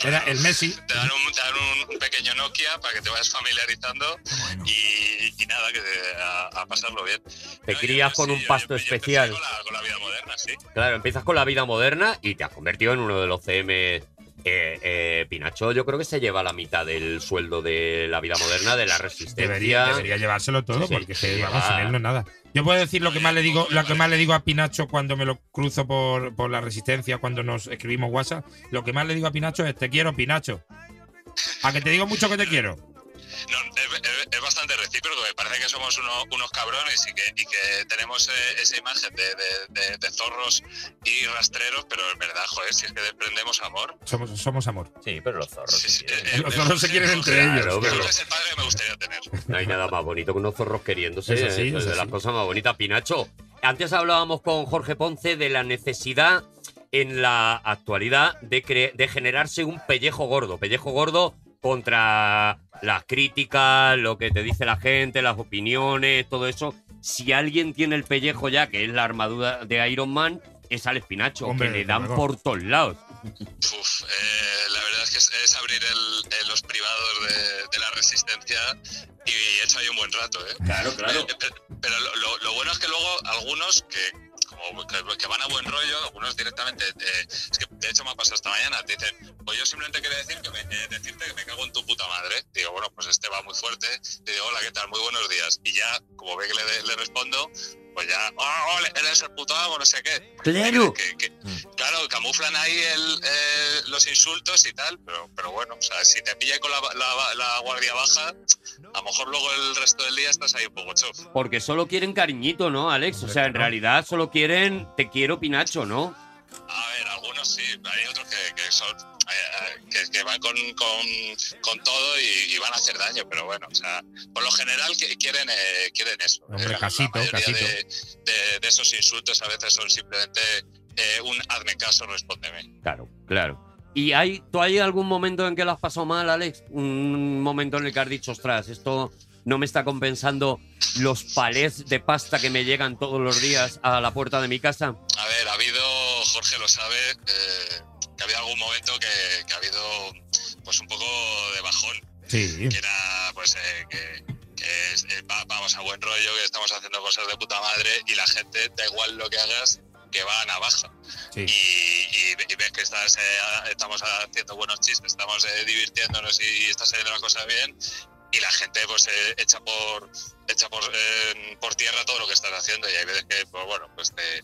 Era el Messi.
Te dan un, te dan un- un pequeño Nokia para que te vayas familiarizando y, y nada, que te- a, a pasarlo bien.
Te
No, yo-
crías
yo
con
sí,
un
yo-
pasto
yo empecé
especial.
Con la, con la vida moderna, sí.
Claro, empiezas con la vida moderna y te has convertido en uno de los CM. Eh, eh, Pinacho, yo creo que se lleva la mitad del sueldo de la vida moderna, de la resistencia.
Debería, debería llevárselo todo,
Sí,
porque se,
sí,
vamos,
va.
sin él no es nada. Yo puedo decir lo que más le digo, lo que más le digo a Pinacho cuando me lo cruzo por, por la resistencia, cuando nos escribimos WhatsApp. Lo que más le digo a Pinacho es te quiero, Pinacho. A que te digo mucho que te quiero.
No, es, es- es bastante recíproco. Me parece que somos uno- unos cabrones y que, y que tenemos eh, esa imagen de, de- de- de zorros y rastreros, pero es verdad, joder, si es que desprendemos amor.
Somos, somos amor.
Sí, pero los zorros. se
Sí, sí,
quieren.
eh,
Los zorros se quieren entre
Claro,
ellos.
Yo
pero-
creo que es el padre que me gustaría tener.
No hay nada más bonito que unos zorros queriéndose.
Es así,
¿eh?
es
de las
así.
cosas más bonitas, Pinacho. Antes hablábamos con Jorge Ponce de la necesidad en la actualidad de, cre- de generarse un pellejo gordo. Pellejo gordo contra las críticas, lo que te dice la gente, las opiniones, todo eso. Si alguien tiene el pellejo ya, que es la armadura de Iron Man, es al espinacho,
Hombre,
que le
desde
dan
luego.
por todos lados.
Uf, eh, la verdad es que es, es abrir el- eh, los privados de, de la resistencia y, he hecho ahí un buen rato, ¿eh?
Claro,
Eh, pe- pero lo, lo- lo bueno es que luego algunos que como que, que van a buen rollo, algunos directamente, eh, es que de hecho me ha pasado esta mañana, te dicen, pues yo simplemente quería decir que me, eh, decirte que me cago en tu puta madre. Digo, bueno, pues este va muy fuerte, le digo, hola, ¿qué tal? Muy buenos días. Y ya, como ve que le, le respondo, pues ya, oh, ole, eres el puto amo, no sé qué.
Claro.
Que- que- claro, camuflan ahí el, eh, los insultos y tal, pero, pero bueno, o sea, si te pilla con la, la- la guardia baja, a lo mejor luego el resto del día estás ahí un poco chof.
Porque solo quieren cariñito, ¿no, Alex? O sea, en realidad solo quieren te quiero, Pinacho, ¿no?
A ver, algunos sí, hay otros que, que son eh, eh, que, que van con, con, con todo y, y van a hacer daño, pero bueno, o sea, por lo general que- quieren, eh, quieren eso.
Hombre,
Eh, la- la
casito,
mayoría
casito.
De, de- de esos insultos a veces son simplemente eh, un hazme caso, respóndeme.
Claro, claro. ¿Y hay, tú hay algún momento en que lo has pasado mal, Alex? Un momento en el que has dicho, ostras, esto no me está compensando los palés de pasta que me llegan todos los días a la puerta de mi casa.
A ver, ha habido, Jorge lo sabe, eh, que ha habido algún momento que, que ha habido pues un poco de bajón.
Sí.
que era pues eh, que, que es, eh, va- vamos a buen rollo, que estamos haciendo cosas de puta madre y la gente, da igual lo que hagas, que va a navaja.
Sí.
Y, y ve- y ves que estás, eh, a- estamos haciendo buenos chistes, estamos eh, divirtiéndonos y, está saliendo la cosa bien y la gente pues eh, echa por echa por, eh, por tierra todo lo que estás haciendo y hay veces que pues bueno pues te,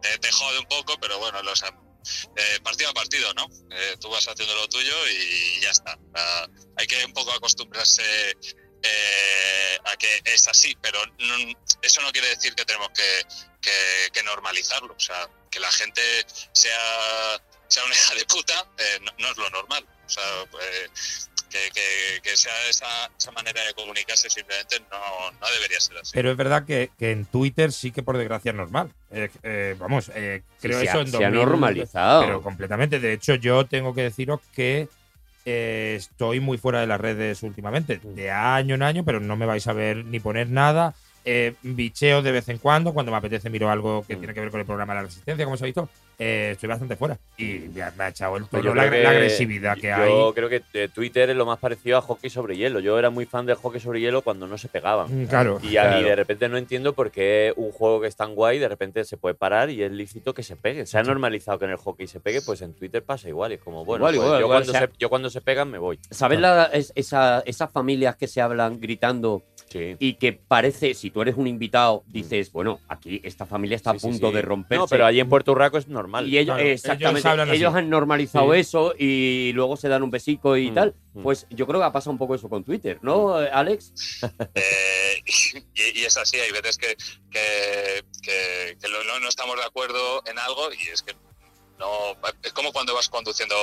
te, te jode un poco pero bueno los am- eh, partido a partido no Eh, tú vas haciendo lo tuyo y ya está Ah, hay que un poco acostumbrarse eh, a que es así, pero no- eso no quiere decir que tenemos que, que- que normalizarlo. O sea, que la gente sea, sea una *laughs* hija de puta eh, no, no es lo normal. O sea, eh, que, que- que sea esa, esa manera de comunicarse simplemente no, no debería ser así.
Pero es verdad que, que en Twitter sí que por desgracia es normal. Eh, eh, vamos, eh, creo
se
eso
ha,
en
se ha
2000,
normalizado.
Pero completamente. De hecho, yo tengo que deciros que eh, estoy muy fuera de las redes últimamente.
Mm.
De año en año, pero no me vais a ver ni poner nada. Eh, bicheo de vez en cuando, cuando me apetece miro algo que
Mm.
tiene que ver con el programa de la resistencia, como se ha visto. Eh, estoy bastante fuera. Y ya me ha echado el
Pues
tono,
yo
la,
creo
la
que-
agresividad que
yo
hay.
creo que eh, Twitter es lo más parecido a hockey sobre hielo. Yo era muy fan del hockey sobre hielo cuando no se pegaban.
Mm, Claro.
Y, a- y
Claro.
de repente no entiendo por qué un juego que es tan guay de repente se puede parar y es lícito que se pegue. Se ha normalizado que en el hockey se pegue, pues en Twitter pasa igual. Y es como, bueno,
Igual,
pues
igual,
yo,
igual,
cuando
o sea-
se, yo cuando se pegan me voy.
¿Sabes la- es- esa- esas familias que se hablan gritando
Sí.
y que parece, si tú eres un invitado, dices, bueno, aquí esta familia está
Sí,
a
sí,
punto
sí.
de romperse?
No, pero allí en Puerto Urraco Mm. es normal.
Y ellos,
Claro,
exactamente,
ellos
ellos,
hablan así.
han normalizado
Sí.
eso y luego se dan un besico y
Mm,
tal.
mm.
Pues yo creo que ha pasado un poco eso con Twitter, ¿no,
Mm.
eh, Alex?
Eh, *laughs* y, y es así, hay veces que, que, que- que lo- no, no estamos de acuerdo en algo y es que no es como cuando vas conduciendo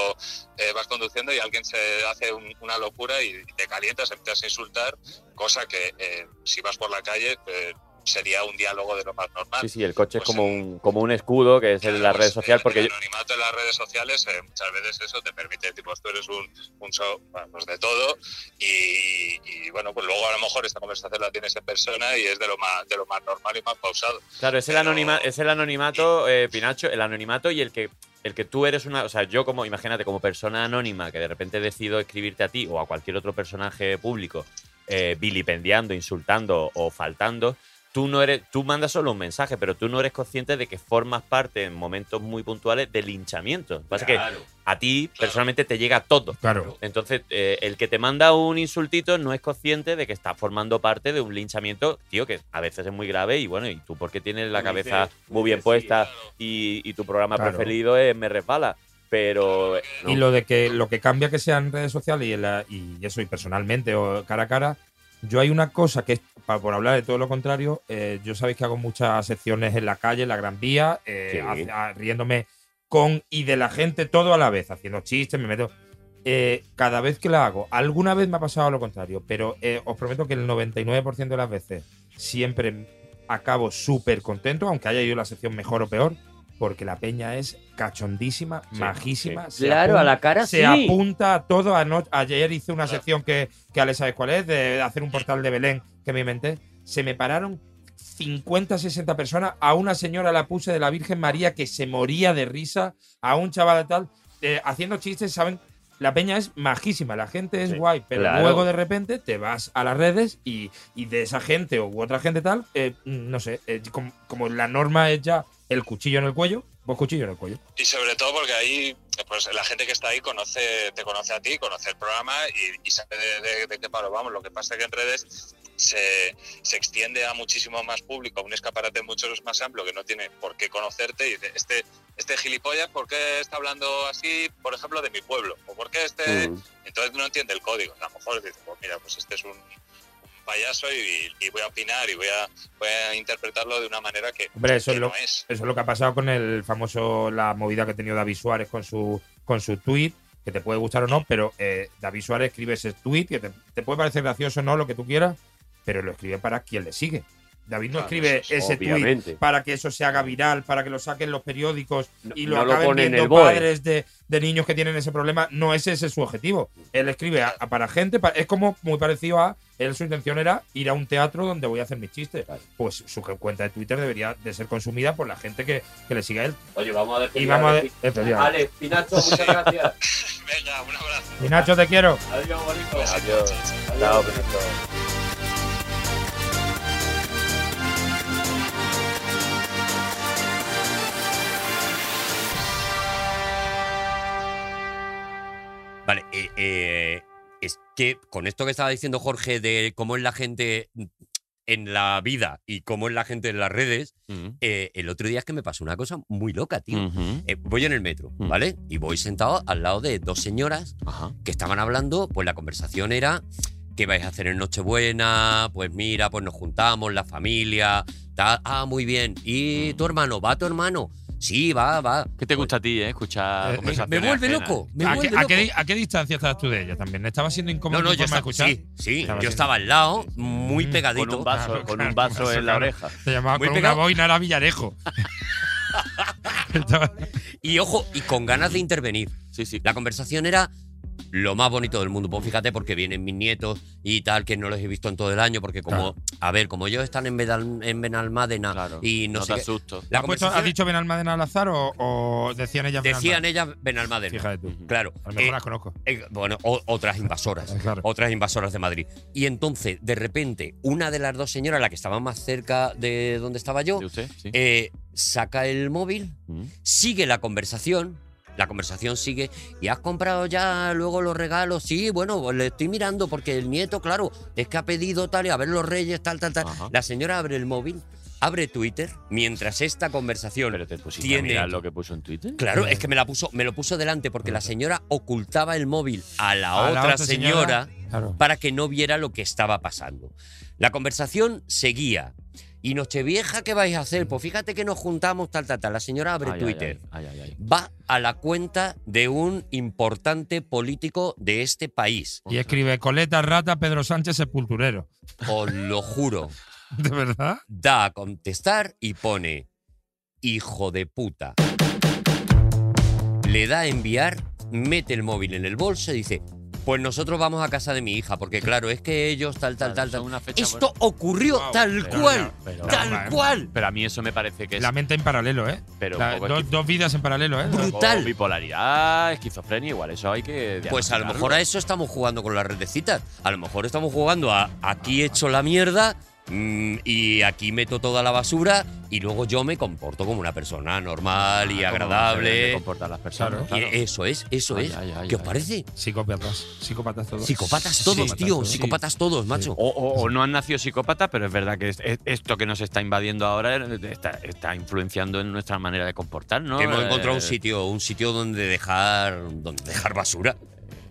eh, vas conduciendo y alguien se hace un- una locura y te calientas empiezas a insultar cosa que eh, si vas por la calle eh, sería un diálogo de lo más normal
Sí, sí, el coche es
Pues
como
en-
un, como un escudo que es en la red
pues,
social
el-
porque
el anonimato en las redes sociales eh, muchas veces eso te permite, tipo, tú eres un, un show bueno, pues de todo y, y, bueno, pues luego a lo mejor esta conversación la tienes en persona y es de lo más, de lo más normal y más pausado.
Claro, es el,
Pero-
anonima- es el anonimato, eh, Pinacho, el anonimato y el que, el que tú eres una. O sea, yo como, imagínate, como persona anónima que de repente decido escribirte a ti o a cualquier otro personaje público, eh, vilipendiando, insultando o faltando, tú no eres. Tú mandas solo un mensaje, pero tú no eres consciente de que formas parte en momentos muy puntuales del linchamiento. Lo que pasa es que a ti personalmente te llega todo.
Claro.
Entonces, eh, el que te manda un insultito no es consciente de que está formando parte de un linchamiento, tío, que a veces es muy grave y bueno, y tú porque tienes la
Lo dices,
cabeza muy bien
dices, sí,
puesta y, y tu programa
Claro.
preferido es Me Resbala, pero... eh,
Y lo de que lo que cambia que sean redes sociales y, en la- y eso, y personalmente o cara a cara, yo hay una cosa que, es, pa- por hablar de todo lo contrario, eh, yo sabéis que hago muchas secciones en la calle, en la Gran Vía, eh,
Sí.
ha- ha- riéndome con y de la gente todo a la vez, haciendo chistes, me meto. Eh, cada vez que la hago, alguna vez me ha pasado lo contrario, pero eh, os prometo que el 99% de las veces siempre acabo súper contento, aunque haya ido la sección mejor o peor, porque la peña es cachondísima, majísima. se
Claro,
apunta-
a la cara
se
sí.
apunta a todo. Ano- Ayer hice una sección que, que Ale sabes cuál es, de hacer un portal de Belén que me inventé. Se me pararon 50, 60 personas. A una señora la puse de la Virgen María que se moría de risa. A un chaval tal, eh, haciendo chistes, ¿saben? La peña es majísima, la gente es guay, pero
claro.
luego de repente te vas a las redes y, y de esa gente u otra gente tal, eh, no sé, eh, com- como, la norma es ya el cuchillo en el cuello, pues cuchillo en el cuello.
Y sobre todo porque ahí pues la gente que está ahí conoce, te conoce a ti, conoce el programa y, y sabe de, de- de qué paro vamos. Lo que pasa es que en redes se, se extiende a muchísimo más público, a un escaparate mucho más amplio que no tiene por qué conocerte y dice, este, este gilipollas, ¿por qué está hablando así, por ejemplo, de mi pueblo? ¿O por qué este...?
Mm.
Mm,
Entonces no entiende el código. A lo mejor dice, pues mira, pues este es un un payaso y, y voy a opinar y voy a, voy a interpretarlo de una manera que,
Hombre, eso
que
es lo,
no es. *laughs*
Eso es lo que ha pasado con el famoso, la movida que ha tenido David Suárez con su, con su tweet, que te puede gustar o no, pero eh, David Suárez escribe ese tweet, que te, te puede parecer gracioso o no, lo que tú quieras, pero lo escribe para quien le sigue. David no
Claro,
escribe
eso
ese tweet
Obviamente.
para que eso se haga viral, para que lo saquen los periódicos y lo
No- no lo
acaben
pone en
viendo
el BOE.
padres de, de niños que tienen ese problema. No ese, ese es su objetivo. Él escribe a- a para gente, pa- es como muy parecido a él su intención era ir a un teatro donde voy a hacer mis chistes. Pues su cuenta de Twitter debería de ser consumida por la gente que, que le sigue a él.
Oye, vamos a
Y
despedir.
vamos a...
a
de- Efectivamente.
Ale, Pinacho, muchas gracias.
Venga, un abrazo.
Y Nacho, te quiero.
Adiós, bonito.
Adiós.
Chao, Pinacho. Vale, eh, eh, es que con esto que estaba diciendo Jorge de cómo es la gente en la vida y cómo es la gente en las redes, eh, el otro día es que me pasó una cosa muy loca, tío.
Ujú.
Eh, voy en el metro,
Mm.
¿vale? Y voy sentado al lado de dos señoras
Ajá.
que estaban hablando, pues la conversación era, ¿qué vais a hacer en Nochebuena? Pues mira, pues nos juntamos, la familia, tal. Ah, muy bien. ¿Y tu hermano? ¿Va tu hermano? Sí, va, va.
¿Qué te gusta a ti, eh? Escuchar
Eh,
Me,
conversaciones.
me vuelve
ajenas?
loco, me
¿A
vuelve
qué,
loco.
a qué di- a qué distancia estabas tú de ella también? ¿Estaba siendo incómodo
no, no,
tu
yo
forma de
estaba,
escuchar?
sí, sí,
Estaba
yo
siendo-
estaba al lado, muy
Mm,
pegadito.
Con un vaso,
Claro,
con
claro,
un vaso
claro.
en la oreja.
Te llamaba
Muy
con
pegado.
una boina era
*laughs*
Villarejo. Estaba-
Y ojo, y con ganas de intervenir.
Sí, sí.
La conversación era lo más bonito del mundo. Pues fíjate, porque vienen mis nietos y tal, que no los he visto en todo el año, porque como, a ver, como ellos están en, Bedal- en Benalmádena
Claro.
y no,
No
sé
te
qué-
asusto.
La
¿Has puesto- ¿Has
conversación-
dicho Benalmádena al azar o, o decían ellas
decían
Benalmádena?
ellas Benalmádena.
Fíjate tú.
Claro.
A lo mejor
eh,
las conozco.
eh, bueno, o-
*laughs*
otras invasoras.
Claro.
Otras invasoras de Madrid. Y entonces, de repente, una de las dos señoras, la que estaba más cerca de donde estaba yo,
¿De usted? Sí.
eh, saca el móvil,
Mm.
sigue la conversación. La conversación sigue. ¿Y has comprado ya luego los regalos? Sí, bueno, pues le estoy mirando porque el nieto, claro, es que ha pedido tal y a ver los reyes, tal, tal, tal.
Ajá.
La señora abre el móvil, abre Twitter, mientras esta conversación.
Pero te pusiste
tiene-
a mirar lo que puso en Twitter.
Claro, es que me, la puso, me lo puso delante porque la señora ocultaba el móvil a la,
A
otra,
la otra
señora,
señora. Claro.
para que no viera lo que estaba pasando. La conversación seguía. Y Nochevieja, ¿qué vais a hacer? Pues fíjate que nos juntamos, tal, tal, tal. La señora abre
Ay, ay,
Twitter.
ay, ay, ay.
Va a la cuenta de un importante político de este país.
Y escribe Coleta Rata Pedro Sánchez Sepulturero. *laughs*
Os lo juro.
¿De verdad?
Da a contestar y pone, hijo de puta. Le da a enviar, mete el móvil en el bolso y dice, pues nosotros vamos a casa de mi hija, porque claro, es que ellos tal, tal,
Claro,
tal,
son
tal.
una fecha
Esto
buena.
ocurrió
Guau,
tal
pero
cual,
ya, pero-
tal
Vale.
cual.
Pero a mí eso me parece que es.
La mente en paralelo, ¿eh?
pero
La-
un poco
dos,
esquizo-
dos vidas en paralelo, ¿eh?
un
Brutal.
poco Bipolaridad, esquizofrenia, igual. Eso hay que.
Pues a lo
diagnosticarlo.
mejor a eso estamos jugando con las redecitas. A lo mejor estamos jugando a aquí he hecho la mierda mm, y aquí meto toda la basura y luego yo me comporto como una persona normal y
Ah, cómo se deben de
agradable.
comportar las personas.
Y
claro.
Eso es, eso
Ay,
es.
ay, ay,
¿Qué os
ay.
parece?
Psicópatas. Psicópatas todos.
Psicópatas todos,
Sí.
tío. Psicópatas todos, macho.
O, o- o no han nacido psicópatas, pero es verdad que es- es- esto que nos está invadiendo ahora eh, está, está influenciando en nuestra manera de comportarnos.
Hemos encontrado un
Eh,
sitio, un sitio donde dejar, donde dejar basura.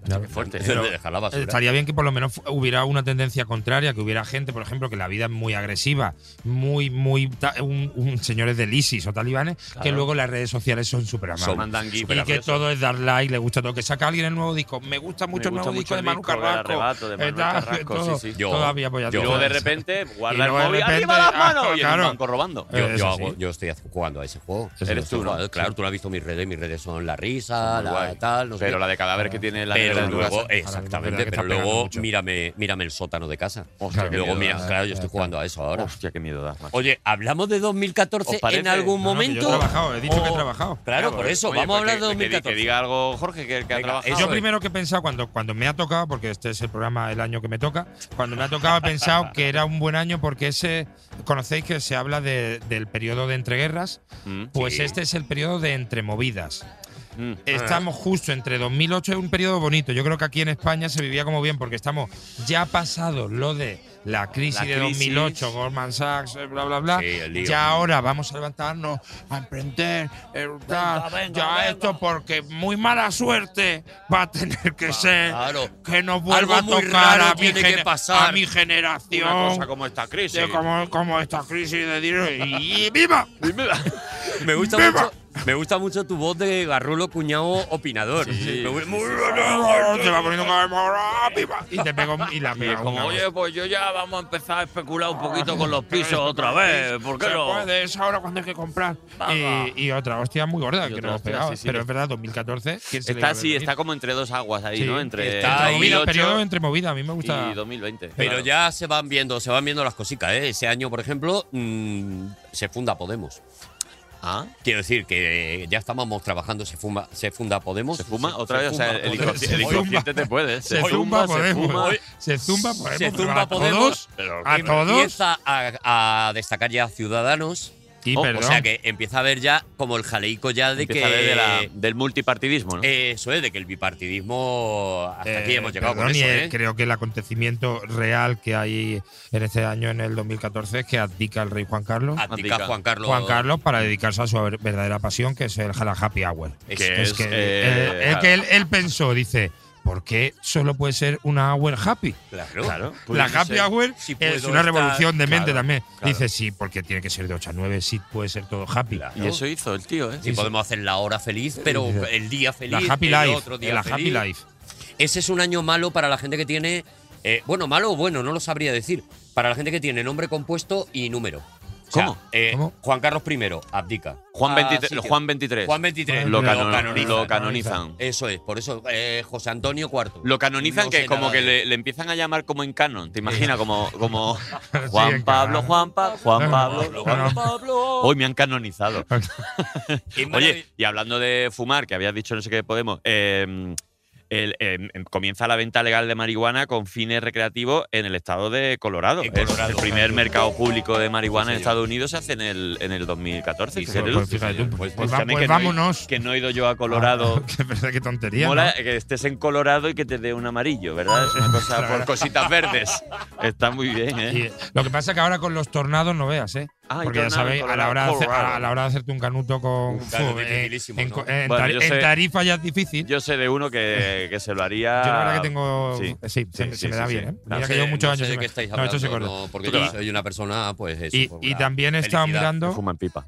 Qué fuerte.
Pero dejar la basura.
Eh, Estaría bien que por lo menos fu- hubiera una tendencia contraria, que hubiera gente, por ejemplo, que la vida es muy agresiva, muy, muy. ta- un- un- señores del ISIS o talibanes, que
Claro.
luego las redes sociales son súper amables.
Son
mandan gifs,
Y que todo es dar like, le gusta todo. Que saca alguien el nuevo disco. Me gusta mucho el
gusta
nuevo disco
mucho
de
el
Manu
disco del
Carrasco.
arrebato de Manu
Eh, tal,
Carrasco,
todo-
sí, sí.
Yo-
todavía pues, voy a
yo-
Y luego de
*laughs*
repente guarda
Y
el
luego de
móvil
repente,
¡arriba las manos!
ah,
y en
claro.
un banco robando.
Eh,
Yo,
eso
yo
sí.
hago- yo estoy hace- jugando a ese juego.
Eres
Yo estoy
tú, ¿no?
jugando, Claro, tú lo has visto en mis redes, mis redes son la risa,
Muy
la
guay.
tal, no sé
Pero
qué.
la de cadáver que tiene la negra
Pero
en tu
luego,
casa.
Ahora mismo es verdad
exactamente,
que está
pero
pegando
luego
mucho.
mírame, mírame el sótano de casa.
Hostia, qué
luego,
miedo eh,
mira,
da.
claro, yo estoy jugando a eso ahora.
Hostia, qué miedo da. macho.
Oye, ¿hablamos de 2014
¿Os parece?
en algún
No, no, que
momento?
Yo he trabajado, he dicho
Oh.
que he
O-
trabajado.
Claro, por eso,
Oye,
vamos a
pues
hablar de
que- que di-
2014.
Que diga algo Jorge, que, que ha
Venga,
trabajado.
eso
Yo
es.
primero que he pensado cuando, cuando me ha tocado, porque este es el programa el año que me toca, cuando me ha tocado he pensado que era un buen año porque ese, conocéis que se habla de- del periodo de entreguerras,
Mm,
pues
Sí.
este es el periodo de entremovidas.
mm.
Ah.
Estamos justo entre 2008, es un periodo bonito. Yo creo que aquí en España se vivía como bien porque estamos ya pasado lo de la crisis
La
de
crisis.
2008, Goldman Sachs, eh, bla, bla, bla.
Sí, el lío.
ya ahora vamos a levantarnos, a emprender, eh, tal, ya esto porque muy mala suerte va a tener que ser
claro.
que nos vuelva a
Algo muy
tocar
raro
a mi,
tiene que
gene-
pasar.
a mi generación.
Una cosa como esta crisis.
de como, como esta crisis de dinero y, y viva
*laughs* Me gusta,
¡Viva!
mucho, me gusta mucho tu voz de garrulo cuñado opinador. Me gu- muy-
te va poniendo cada vez más brava, viva. y te pego y la
Y
pego
es como, oye, pues yo ya vamos a empezar a especular un poquito con los pisos
Pero
otra vez. ¿Por qué
se
no?
puede, es ahora cuando hay que comprar.
Venga.
Y, y otra hostia muy gorda
Y
que
otra
no
hostia,
pegaba.
sí, sí.
Pero es verdad, 2014. ¿quién se le iba
Está
a
así,
venir?
está como entre dos aguas ahí,
Sí.
¿no? Entre
Está ahí,
movida,
2008
periodo entre movida, a mí me gusta.
y 2020.
Pero
claro.
ya se van viendo, se van viendo las cositas, ¿eh? Ese año, por ejemplo, mm, se funda Podemos.
¿Ah?
Quiero decir que ya estábamos trabajando, se fuma, se funda Podemos.
¿Se fuma? Otra vez, o sea, el,
Podemos.
inconsci- el
Se
inconsciente te puede.
se, zumba, Podemos. ¿eh?
fuma.
se zumba Podemos.
se
pero
zumba
a
Podemos.
todos.
Pero
A
qué-
todos.
Empieza a, a destacar ya Ciudadanos.
Y
Oh,
perdón.
O sea que empieza a ver ya como el jaleico ya de
Empieza a
que. eh,
ver de la- del multipartidismo, ¿no?
Eso es, de que el bipartidismo. Hasta aquí
Eh,
hemos llegado
perdón,
con
y
eso.
el-
¿eh?
Creo que el acontecimiento real que hay en este año, en el 2014, es que abdica el rey Juan Carlos.
Abdica
Abdica.
Juan Carlos.
Juan Carlos para dedicarse a su ver- verdadera pasión, que es el Jala Happy Hour.
Que ah.
Es
es,
que,
eh,
eh, es
claro.
que él, él pensó, dice, ¿por qué solo puede ser una hour happy?
Claro.
Claro.
La
pudiese
happy
ser.
hour
si puedo
es una
estar-
revolución de mente
claro,
también.
claro.
Dice, sí, porque tiene que ser de 8 a 9, sí puede ser todo happy.
Claro.
Y eso hizo el tío, ¿eh?
Si podemos hacer la hora feliz, pero el día
La
feliz.
happy
el
life.
otro día
la happy
feliz.
life. *laughs*
Ese es un año malo para la gente que tiene. eh, bueno, malo o bueno, no lo sabría decir. Para la gente que tiene nombre compuesto y número. O sea,
¿Cómo?
eh,
¿Cómo?
Juan Carlos I, abdica.
Juan,
Ah,
23,
sitio.
Juan 23.
Juan 23.
Lo,
Lo
cano-
canonizan.
lo canonizan.
Eso es, por eso eh, José Antonio IV.
Lo canonizan
No eh.
que
sé
es como
nada
que
de-
le, le empiezan a llamar como en canon. ¿Te imaginas? Como,
*laughs*
como Juan
en
Pablo,
canon.
Juan Pablo, Juan
Pablo,
Pablo.
Juan
Juan Pablo.
Hoy me han canonizado.
Es marav-
Oye, y hablando de fumar, que habías dicho no sé qué de Podemos, eh, el- eh, comienza la venta legal de marihuana con fines recreativos en el estado de Colorado.
En
Es
Colorado.
el primer mercado público de marihuana
Sí,
en
señor.
Estados Unidos se hace en el, en el 2014.
Sí,
fíjate
Pues,
tú.
pues, fíjate tú, pues, pues va-
también
pues
que no he-
vámonos. Ah,
que no he ido yo a Colorado.
*laughs* Qué verdad, qué tontería.
Mola
¿no?
que estés en Colorado y que te dé un amarillo, ¿verdad? Es
*laughs*
una cosa por cositas verdes. Está muy bien, ¿eh?
Y, eh, lo que pasa es que ahora con los tornados no veas, ¿eh?
Ah, hay
Porque ya
tornado
sabéis,
en
a la, hora de hacer-
Colorado.
a la hora de hacerte un canuto con.
Un canuto
Fu, eh,
dificilísimo,
en,
¿no?
co- en
Bueno,
tar-
yo
en
sé-
tarifa ya es difícil.
Yo sé de
*laughs*
uno que, que se lo haría.
Yo la verdad que tengo.
Sí.
Sí, sí, se,
Sí,
me-
sí,
se me
sí,
da
sí.
bien, ¿eh?
No
Mira
sé-
que llevo muchos
no
años.
sé de
sin-
qué estáis
no,
hablando.
esto se corta.
no, porque
Tú qué
yo
vas.
soy una persona, pues eso.
Y,
con
y
una
también he estado
felicidad.
mirando.
Fuman pipa.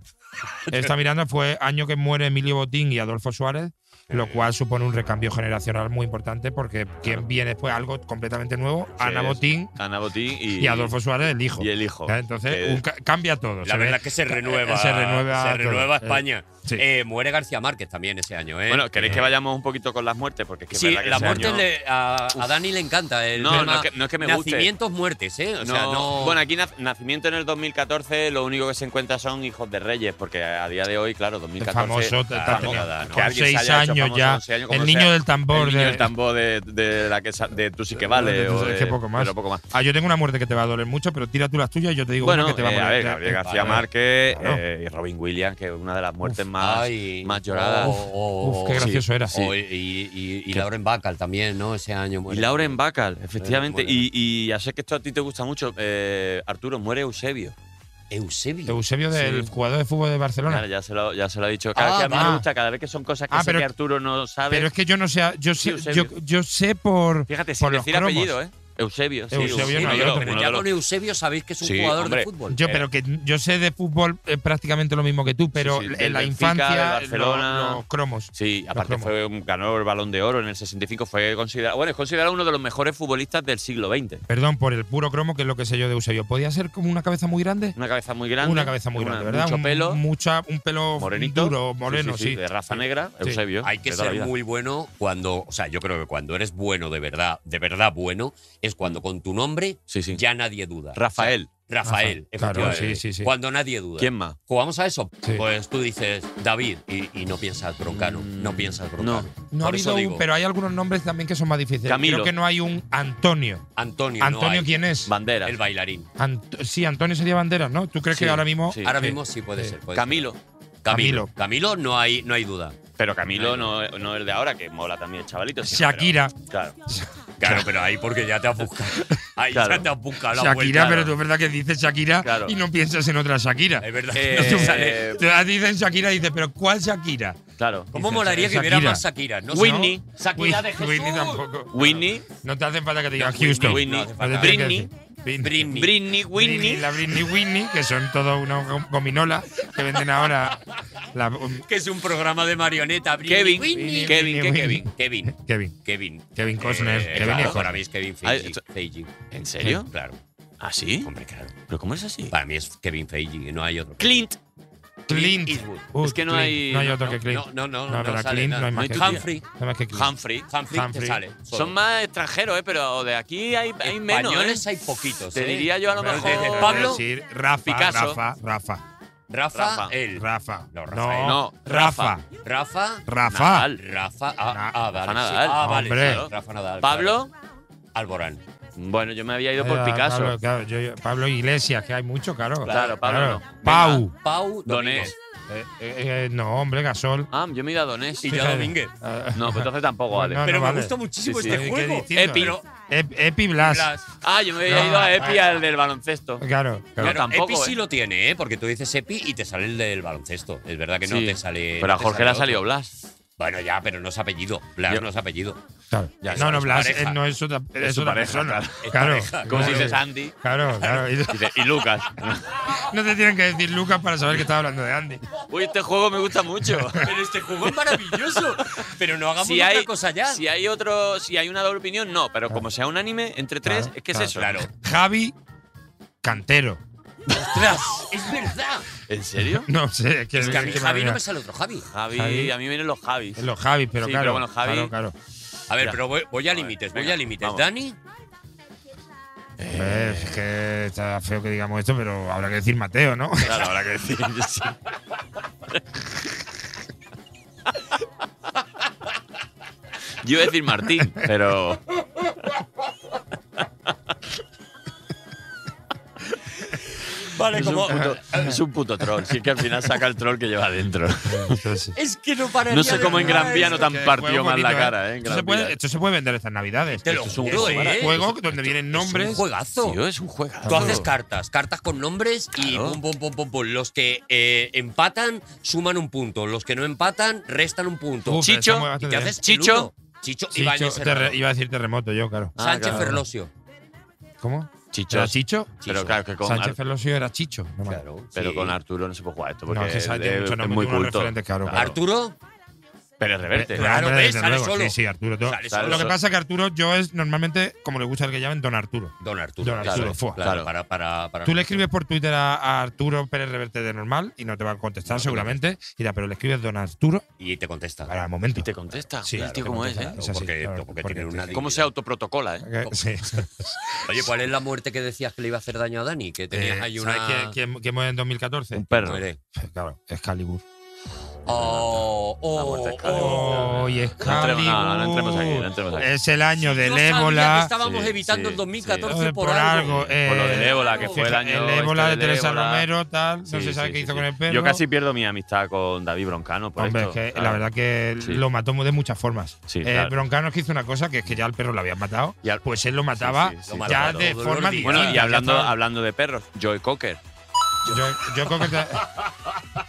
he estado mirando, fue año que muere Emilio Botín y Adolfo Suárez, lo cual supone un recambio generacional muy importante porque quien viene después algo completamente nuevo, Ana
es-
Botín
Ana Botín y,
y Adolfo Suárez, el hijo.
y el hijo.
¿Eh? Entonces,
Que-
un ca- cambia todo.
Pues
La
se ve.
verdad es que se renueva.
se renueva
se
todo.
renueva
Eh,
España.
sí.
Eh, muere García Márquez también ese año, ¿eh?
Bueno, ¿queréis que
Eh,
vayamos un poquito con las muertes? Porque es que es
Sí,
verdad que
la
ese
muerte
año-
le- a, a Dani le encanta. El
No,
tema
no es que- no es que me guste.
Nacimientos, muertes,
*laughs*
¿eh? O sea,
no-
no-
Bueno, aquí nac- nacimiento en el 2014, lo único que se encuentra son hijos de reyes, porque a día de hoy, claro, 2014.
famoso, te-
claro,
te-
nada,
te-
¿no?
con
alguien se
seis
haya hecho
años
famoso
ya,
con seis años, como
el
sea,
niño del tambor.
El niño
de-
del tambor de, de la que sa- de tú sí que
de
vale.
tú
o
sí
de-
que poco más.
Pero poco más.
Ah, yo tengo una muerte que te va a doler mucho, pero tira tú las tuyas y yo te digo
Bueno,
una que te va a
eh, a
doler.
ver,
Ya-
Gabriel
ya-
García
vale.
Márquez
Claro.
eh, y Robin Williams, que es una de las muertes más,
Ay,
más lloradas.
oh, oh,
Uf, qué
oh, sí.
gracioso era.
Oh, y, y, y, y Lauren Bacall también, ¿no? Ese año muere.
Y Lauren Bacall, efectivamente.
muere.
Y, y ya sé que esto a ti te gusta mucho. eh, Arturo, muere Eusebio.
Eusebio.
Eusebio del
Sí.
jugador de fútbol de Barcelona.
Claro, ya se lo, ya se lo ha dicho. Cada
Ah,
vez que a mí
va.
me gusta, cada vez que son cosas que
Ah,
sé
pero-
que Arturo no sabe.
Pero es que yo no sé, yo sé, yo,
Eusebio.
yo sé por
Fíjate, sin
por los
decir
cromos.
apellido, ¿eh? Eusebio, sí,
Eusebio, no, yo
uno
creo que
Pero
de
ya
los-
con Eusebio sabéis que es un
Sí,
jugador de
hombre.
fútbol.
Yo, pero que yo sé de fútbol eh, prácticamente lo mismo que tú, pero
sí,
en
del
la
Benfica, del
infancia,
Barcelona.
lo- los cromos.
Sí, aparte
cromos.
fue un, ganó el balón de oro en el 65. Fue considerado, bueno, es considerado uno de los mejores futbolistas del siglo XX.
Perdón por el puro cromo, que es lo que sé yo de Eusebio. ¿Podía ser como una cabeza muy grande?
Una cabeza muy grande.
una cabeza muy
una-
grande, ¿verdad?
Mucho
un,
pelo,
mucha- un pelo
morenito.
duro, moreno, sí.
De raza negra,
Sí.
Eusebio.
Hay
de
que
toda la
ser
vida.
muy bueno cuando, o sea, yo creo que cuando eres bueno de verdad, de verdad bueno, es cuando con tu nombre
Sí, Mm. sí.
ya nadie duda.
Rafael.
O sea, Rafael,
Rafa, claro,
efectivamente.
sí, sí, sí.
Cuando nadie duda.
¿Quién más?
¿Jugamos a eso?
Sí.
Pues tú dices David y, y no piensas Broncano, no piensas Broncano.
Mm, No ha
Por eso
habido un-
digo,
pero hay algunos nombres también que son más difíciles.
Camilo.
Creo que no hay un Antonio.
Antonio, no
¿Antonio
hay.
quién es?
Banderas.
El bailarín.
Ant- sí, Antonio sería Banderas, ¿no? ¿Tú crees
Sí,
que ahora mismo
sí.
Ahora
sí.
mismo sí puede
Sí.
ser. puede ser.
Camilo.
Camilo.
Camilo. Camilo no hay, no hay duda.
Pero Camilo no, no el de ahora, que mola también el chavalito. sino-
Shakira.
pero-
*laughs*
claro.
Claro, pero ahí porque ya te has buscado. Ahí
Claro.
ya te has buscado la
Shakira,
vuelta.
pero tú es verdad que dices Shakira
Claro.
y no piensas en otra Shakira.
Es verdad.
Eh,
no te sale.
eh,
Te la dicen Shakira y dices, pero ¿cuál Shakira?
Claro.
¿Cómo
dices,
molaría que
Shakira.
hubiera más Shakira? No sé,
Whitney.
¿no? Shakira de Jesús.
Whitney tampoco.
Whitney,
No te hacen falta que te digan
Whitney,
Houston.
Whitney,
No te falta que
Britney,
digas Britney.
Britney.
Britney, Whitney.
La Britney Whitney, que son todos unos gom- gominolas que venden ahora. la- um,
Que es un programa de marioneta.
Kevin.
Britney.
Kevin, ¿qué
Whitney.
Kevin?
Kevin.
Kevin.
Kevin.
Kevin Costner.
Eh,
Kevin
claro,
es
para
Costner.
mí es Kevin
Ah,
Feige.
esto-
Feige.
¿En serio?
Claro.
¿Ah, sí?
Hombre, claro.
¿Pero cómo es así?
Para mí es Kevin Feige, no hay otro.
Clint.
Clint.
Eastwood.
Uh,
Es que no
Clint.
hay-
No hay otro
No,
que Clint.
No, no, no.
No,
No,
pero
sale
Clint no
nada.
hay más que
Humphrey.
Nada más que Clint.
Humphrey.
Humphrey,
Humphrey.
te sale. solo.
Son más extranjeros, ¿eh? Pero de aquí hay, hay menos.
Españoles
¿eh?
hay poquitos.
Te
¿eh?
diría yo a lo
Pero
mejor.
desde Pablo,
Sí, Rafa,
Picasso.
Rafa, Rafa,
Rafa,
Rafa.
él.
Rafa.
No, Rafael.
No,
Rafa.
Rafa.
Rafa.
Nadal.
Rafa. Ah,
Na-
ah, vale.
Rafa
sí.
Nadal.
Ah, vale.
Hombre.
claro. Rafa Nadal.
Pablo.
claro. Alborán.
Bueno, yo me había ido
Eh,
por Picasso.
Pablo, claro, yo- yo- Pablo Iglesias, que hay mucho, claro.
Claro, Pablo no.
Pau.
Pau.
Donés.
Domínguez.
Eh, eh, eh, no, hombre, Gasol.
Ah, yo me he ido a Donés.
Y ya Domínguez.
Ah,
No, pues entonces tampoco vale.
No,
Pero me
vale.
gusta muchísimo
Sí, sí.
este
Eh, Qué
juego.
distinto,
Epi.
eh.
Pero-
Ep- Epi Blas.
Blas.
Ah, yo me había
No,
ido a Epi
vale.
al del baloncesto.
Claro, claro.
Claro,
tampoco,
Epi
eh.
sí lo tiene, ¿eh? Porque tú dices Epi y te sale el del baloncesto. Es verdad que no
Sí.
te sale.
Pero
no
a
te
Jorge
sale
le ha
otro.
salido Blas.
Bueno, ya, pero no es apellido. Blas
Yo-
no es apellido.
claro.
Ya,
no,
eso
no,
es
Blas
pareja.
eh, no es otra, es
su
otra
pareja,
persona.
claro.
Claro,
Como si
claro,
dices Andy
Claro, claro. Y-
*laughs*
Eh,
Dice, y Lucas.
No te tienen que decir Lucas para saber que estás hablando de Andy.
Uy, este juego me gusta mucho.
*laughs* Pero este juego es maravilloso. Pero no hagamos
si
otra
hay,
cosa ya.
Si hay otro, si hay una doble opinión, no. Pero como sea un anime, entre tres,
Claro,
es que
claro,
es eso.
Claro.
Javi Cantero.
¡Ostras! ¡Es verdad!
¿En serio?
No sé, es que,
Es que a mí
es que
Javi
me-
no me sale otro Javi.
Javi,
Javi.
a mí vienen los Javis.
Los Javis, pero
Sí,
claro.
pero bueno, Javi-
Claro, claro.
A ver,
Ya.
pero voy, voy a límites, voy
venga,
a límites.
vamos.
Dani,
Eh, es que está feo que digamos esto, pero habrá que decir Mateo, ¿no?
Claro, habrá
*laughs*
que decir. sí. Yo iba a decir Martín, pero.
Vale,
es,
como-
un puto, es un puto troll. Si es que al final saca el troll que lleva adentro.
Entonces-
es que no pararía
No sé
de
cómo en
jugar
Gran
a
Vía
eso.
no tan
Que
partió
juego
más la
bonito, ¿eh?
cara, ¿eh? En
Esto
Gran
se, puede,
Vía.
esto se puede vender estas navidades.
Te lo
Esto es un
juro,
juego,
¿eh?
juego donde vienen
Es un
nombres.
juegazo.
Tío, es un
Pues,
juego.
Tú haces cartas, cartas con nombres y
Claro.
pum, pum, pum, pum, pum. Los que eh, empatan suman un punto, los que no empatan restan un punto.
Uf, está muy
y
bastante
te haces el
Chicho.
uno. Chicho,
bien. Chicho,
Ibáñez Serrano,
terre- iba a decir terremoto yo, claro.
Ah,
Sánchez
claro.
Ferlosio.
¿Cómo?
Chicho.
¿Era Chicho?
Pero claro, que con, Ar-
Sánchez Ferlosio era Chicho. No, me-
Claro,
pero
sí.
con Arturo no se puede jugar esto porque
No, es que Sánchez
es,
mucho
es
nombre,
muy
tiene unos
culto.
referentes, claro, claro.
Arturo,
Pero es reverte.
Claro,
Hombre,
ves,
desde
sale
luego.
solo.
Sí, sí, Arturo. todo.
Sale
solo.
Lo que pasa es que Arturo, yo es normalmente, como le gusta el que llamen, Don Arturo.
Don Arturo.
Don Arturo, fue.
claro, para, para, para.
Tú le escribes por Twitter a, a Arturo Pérez Reverte de normal y no te va a contestar seguramente. Y dirá, pero le escribes Don Arturo
Y te contesta.
para el momento.
Y te contesta.
Sí,
Sí, el
claro,
tío
te
cómo es,
contesta.
¿eh?
Claro,
Es así,
porque,
claro,
porque
porque
tiene
sí.
*laughs*
una
¿Cómo se autoprotocola, eh?
Que- Sí.
Oye, ¿cuál es la muerte que decías que le iba a hacer daño a Dani? Que tenías
Eh,
ahí
¿sabes
una.
quién- quién, quién muere en 2014?
Un perro.
Muere.
Claro, Excalibur.
Oh,
La muerte
oh,
es claro.
oh.
Oh, y
No entremos-
Excalibur.
no, no, no entremos aquí, no entremos aquí.
Es el año del
No sabía que
ébola.
estábamos
Sí,
evitando el
sí,
2014
eh,
por, algo.
eh,
Por lo del ébola, que
claro.
fue el año.
El ébola de
este del
Teresa
ébola.
Romero, tal.
Sí,
no se sabe
sí,
qué
sí,
hizo
sí.
con el perro.
Yo casi pierdo mi amistad con David Broncano por
Hombre,
esto.
es que
claro.
la verdad que
Sí.
lo mató de muchas formas.
Sí,
Eh,
claro.
Broncano es que hizo una cosa que es que ya el perro lo habían matado.
Y al-
Pues él lo mataba
sí, sí,
lo
ya
mataba
de
todos los
forma
días.
distinta.
Bueno, y
Ya
hablando,
estaba-
hablando de perros, Joe Cocker.
Yo, yo creo que te- *laughs*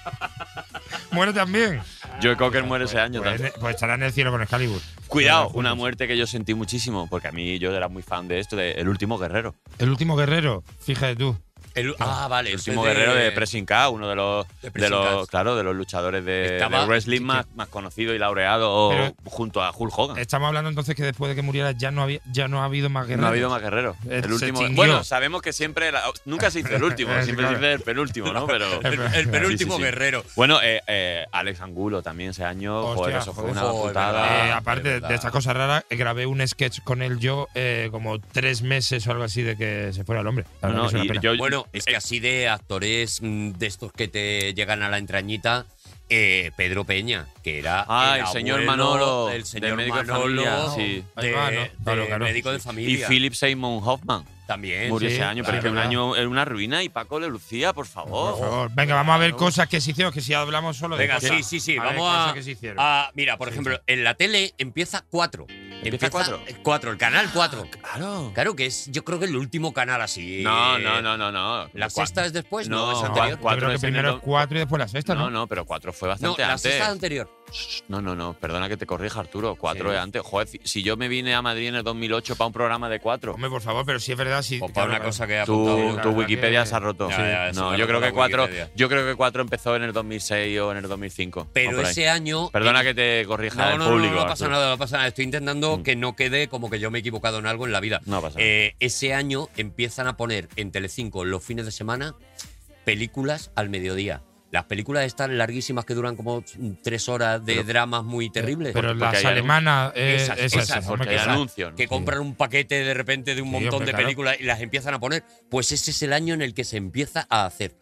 Muere también.
Joe Cocker muere ese año
Pues,
también.
pues estará en el cielo con Excalibur.
Cuidado,
Bueno,
una muerte que yo sentí muchísimo, porque a mí yo era muy fan de esto, de El último guerrero.
El último guerrero, fíjate tú.
El-
Ah, vale, el
ese
último guerrero de Pressing K, uno de los,
De
de
Pressing
los
K.
claro, de los luchadores de,
Estaba-
del wrestling más, más conocido y laureado
Pero-
junto a Hulk Hogan.
Estamos hablando entonces que después de que muriera ya no, había, ya no ha habido más guerreros.
Ah. No ha habido más guerreros.
Eh,
El
se
último.
extinguió.
Bueno, sabemos que siempre la- nunca se dice el último,
Eh,
siempre se
claro.
dice el penúltimo, ¿no? Pero
El, el
Sí, sí,
penúltimo
sí.
guerrero.
bueno, eh, eh, Alex Angulo también ese año,
Hostia,
joder, eso fue
joder.
una
Joder,
putada.
Eh,
Ah,
aparte
es
de,
verdad.
estas cosas raras, eh, grabé un sketch con él yo eh, como tres meses o algo así de que se fuera el hombre. La
No,
verdad
no,
que es una
y
pena.
yo-
Bueno, es que así de actores mm, de estos que te llegan a la entraña, eh, Pedro Peña, que era.
Ah, el
abuelo
señor Manolo,
El
de
señor
médico de
Manolo, de,
familia, sí.
Ahí va, ¿no? Claro,
de
claro.
médico de
y
familia.
Philip Seymour Hoffman
también.
murió
sí,
ese año, pero
Ah,
claro,
es que un
verdad.
año era una ruina y Paco le lucía, por favor.
Por favor, venga, vamos a ver cosas que se hicieron, que si hablamos solo de
Venga,
cosas.
sí, sí, sí.
A ver,
vamos
cosas
a,
que se hicieron.
a- Ah, Mira, por
Sí,
ejemplo,
sí.
en la tele empieza 4.
¿Empieza cuatro? Ah.
4, el canal 4.
Claro.
Claro que es, yo creo que el último canal así.
No, no, no, no, no.
La
Cua-
sexta es después, no,
No,
es
cua-
anterior.
Yo creo
cuatro
que
es en el
primero
do-
es cuatro y después la sexta,
No,
¿no?
no, pero cuatro fue
No,
bastante
la
antes.
sexta es anterior.
No, no, no, perdona que te corrija, Arturo. Cuatro es antes. Joder, si- si yo me vine a Madrid en el 2008 para un programa de cuatro,
Hombre, por favor, pero si es verdad, si.
O para una cosa que ha
tu,
apuntado.
la
tu
verdad
Wikipedia
que-
se ha roto.
Ya, ya, se me
no,
ha
yo creo
roto
que
la
cuatro,
Wikipedia.
yo creo que cuatro empezó en el 2006 o en el 2005. o
Pero
por ahí.
ese año.
Perdona que te corrija
No,
el
no, no,
público.
no, no pasa
Arturo.
nada, no pasa nada. Estoy intentando
Mm.
que no quede como que yo me he equivocado en algo en la vida.
No pasa nada.
Eh, ese año empiezan a poner en Telecinco los fines de semana películas al mediodía. Las películas están larguísimas que duran como tres horas de
Pero-
dramas muy terribles.
Pero
Porque
las
hay algún-
alemanas. eh,
Esas,
esas,
esas,
esas,
porque
hombre,
hay
que esas.
anuncios.
que compran un paquete de repente de un
Sí,
montón
hombre,
de
claro.
películas y las empiezan a poner. Pues ese es el año en el que se empieza a hacer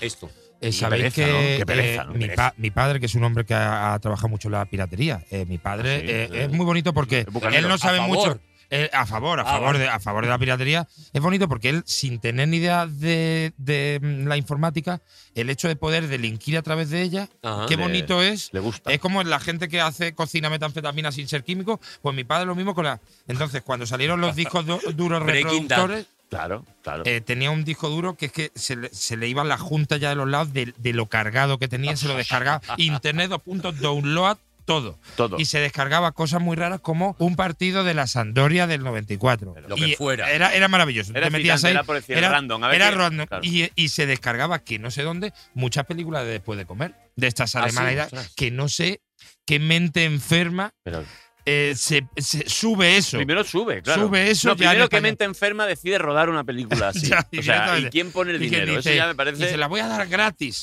esto.
Eh, Sabéis
pereza, ¿no?
que
Qué pereza,
eh,
¿no?
mi,
Pereza.
pa- mi padre, que es un hombre que ha, ha trabajado mucho la piratería, eh, mi padre
Ah, Sí,
eh,
sí.
es muy bonito porque
bucanero.
él no
A
sabe
favor.
mucho. Eh, a favor, a
Ah,
favor
vale.
de, a favor de la piratería. Es bonito porque él, sin tener ni idea de, de, mm, la informática, el hecho de poder delinquir a través de ella,
Ajá.
qué
Ah, Le-
bonito es.
Le gusta.
Es como la gente que hace cocina metanfetamina sin ser químico. Pues mi padre lo mismo con la. Entonces, cuando salieron los discos
*laughs*
du- duros
Breaking Bad.
reproductores,
Claro, claro.
eh, tenía un disco duro que es que se le, se le iban las juntas ya de los lados de, de lo cargado que tenía, se lo
*laughs*
descargaba. Internet dos puntos, download, todo.
Todo.
Y se descargaba cosas muy raras como un partido de la Sandoria del 94.
Lo que
Y
fuera.
Era, era maravilloso.
Era
Te metías
excitante,
ahí,
era por decir random, a ver
era
qué-
random.
claro.
Y, y se descargaba, que no sé dónde, muchas películas de después de comer, de estas
Ah, sí,
alemanas,
ostras.
que no sé qué mente enferma
Pero-
eh, se, se sube eso.
Primero sube, claro.
Sube eso, ya
No,
en
primero que
España.
mente enferma decide rodar una
*laughs*
película así.
Ya,
o sea, ¿y
directamente.
quién pone el
Y que
dinero?
dice-
Eso ya me
dice,
parece.
la voy a dar gratis.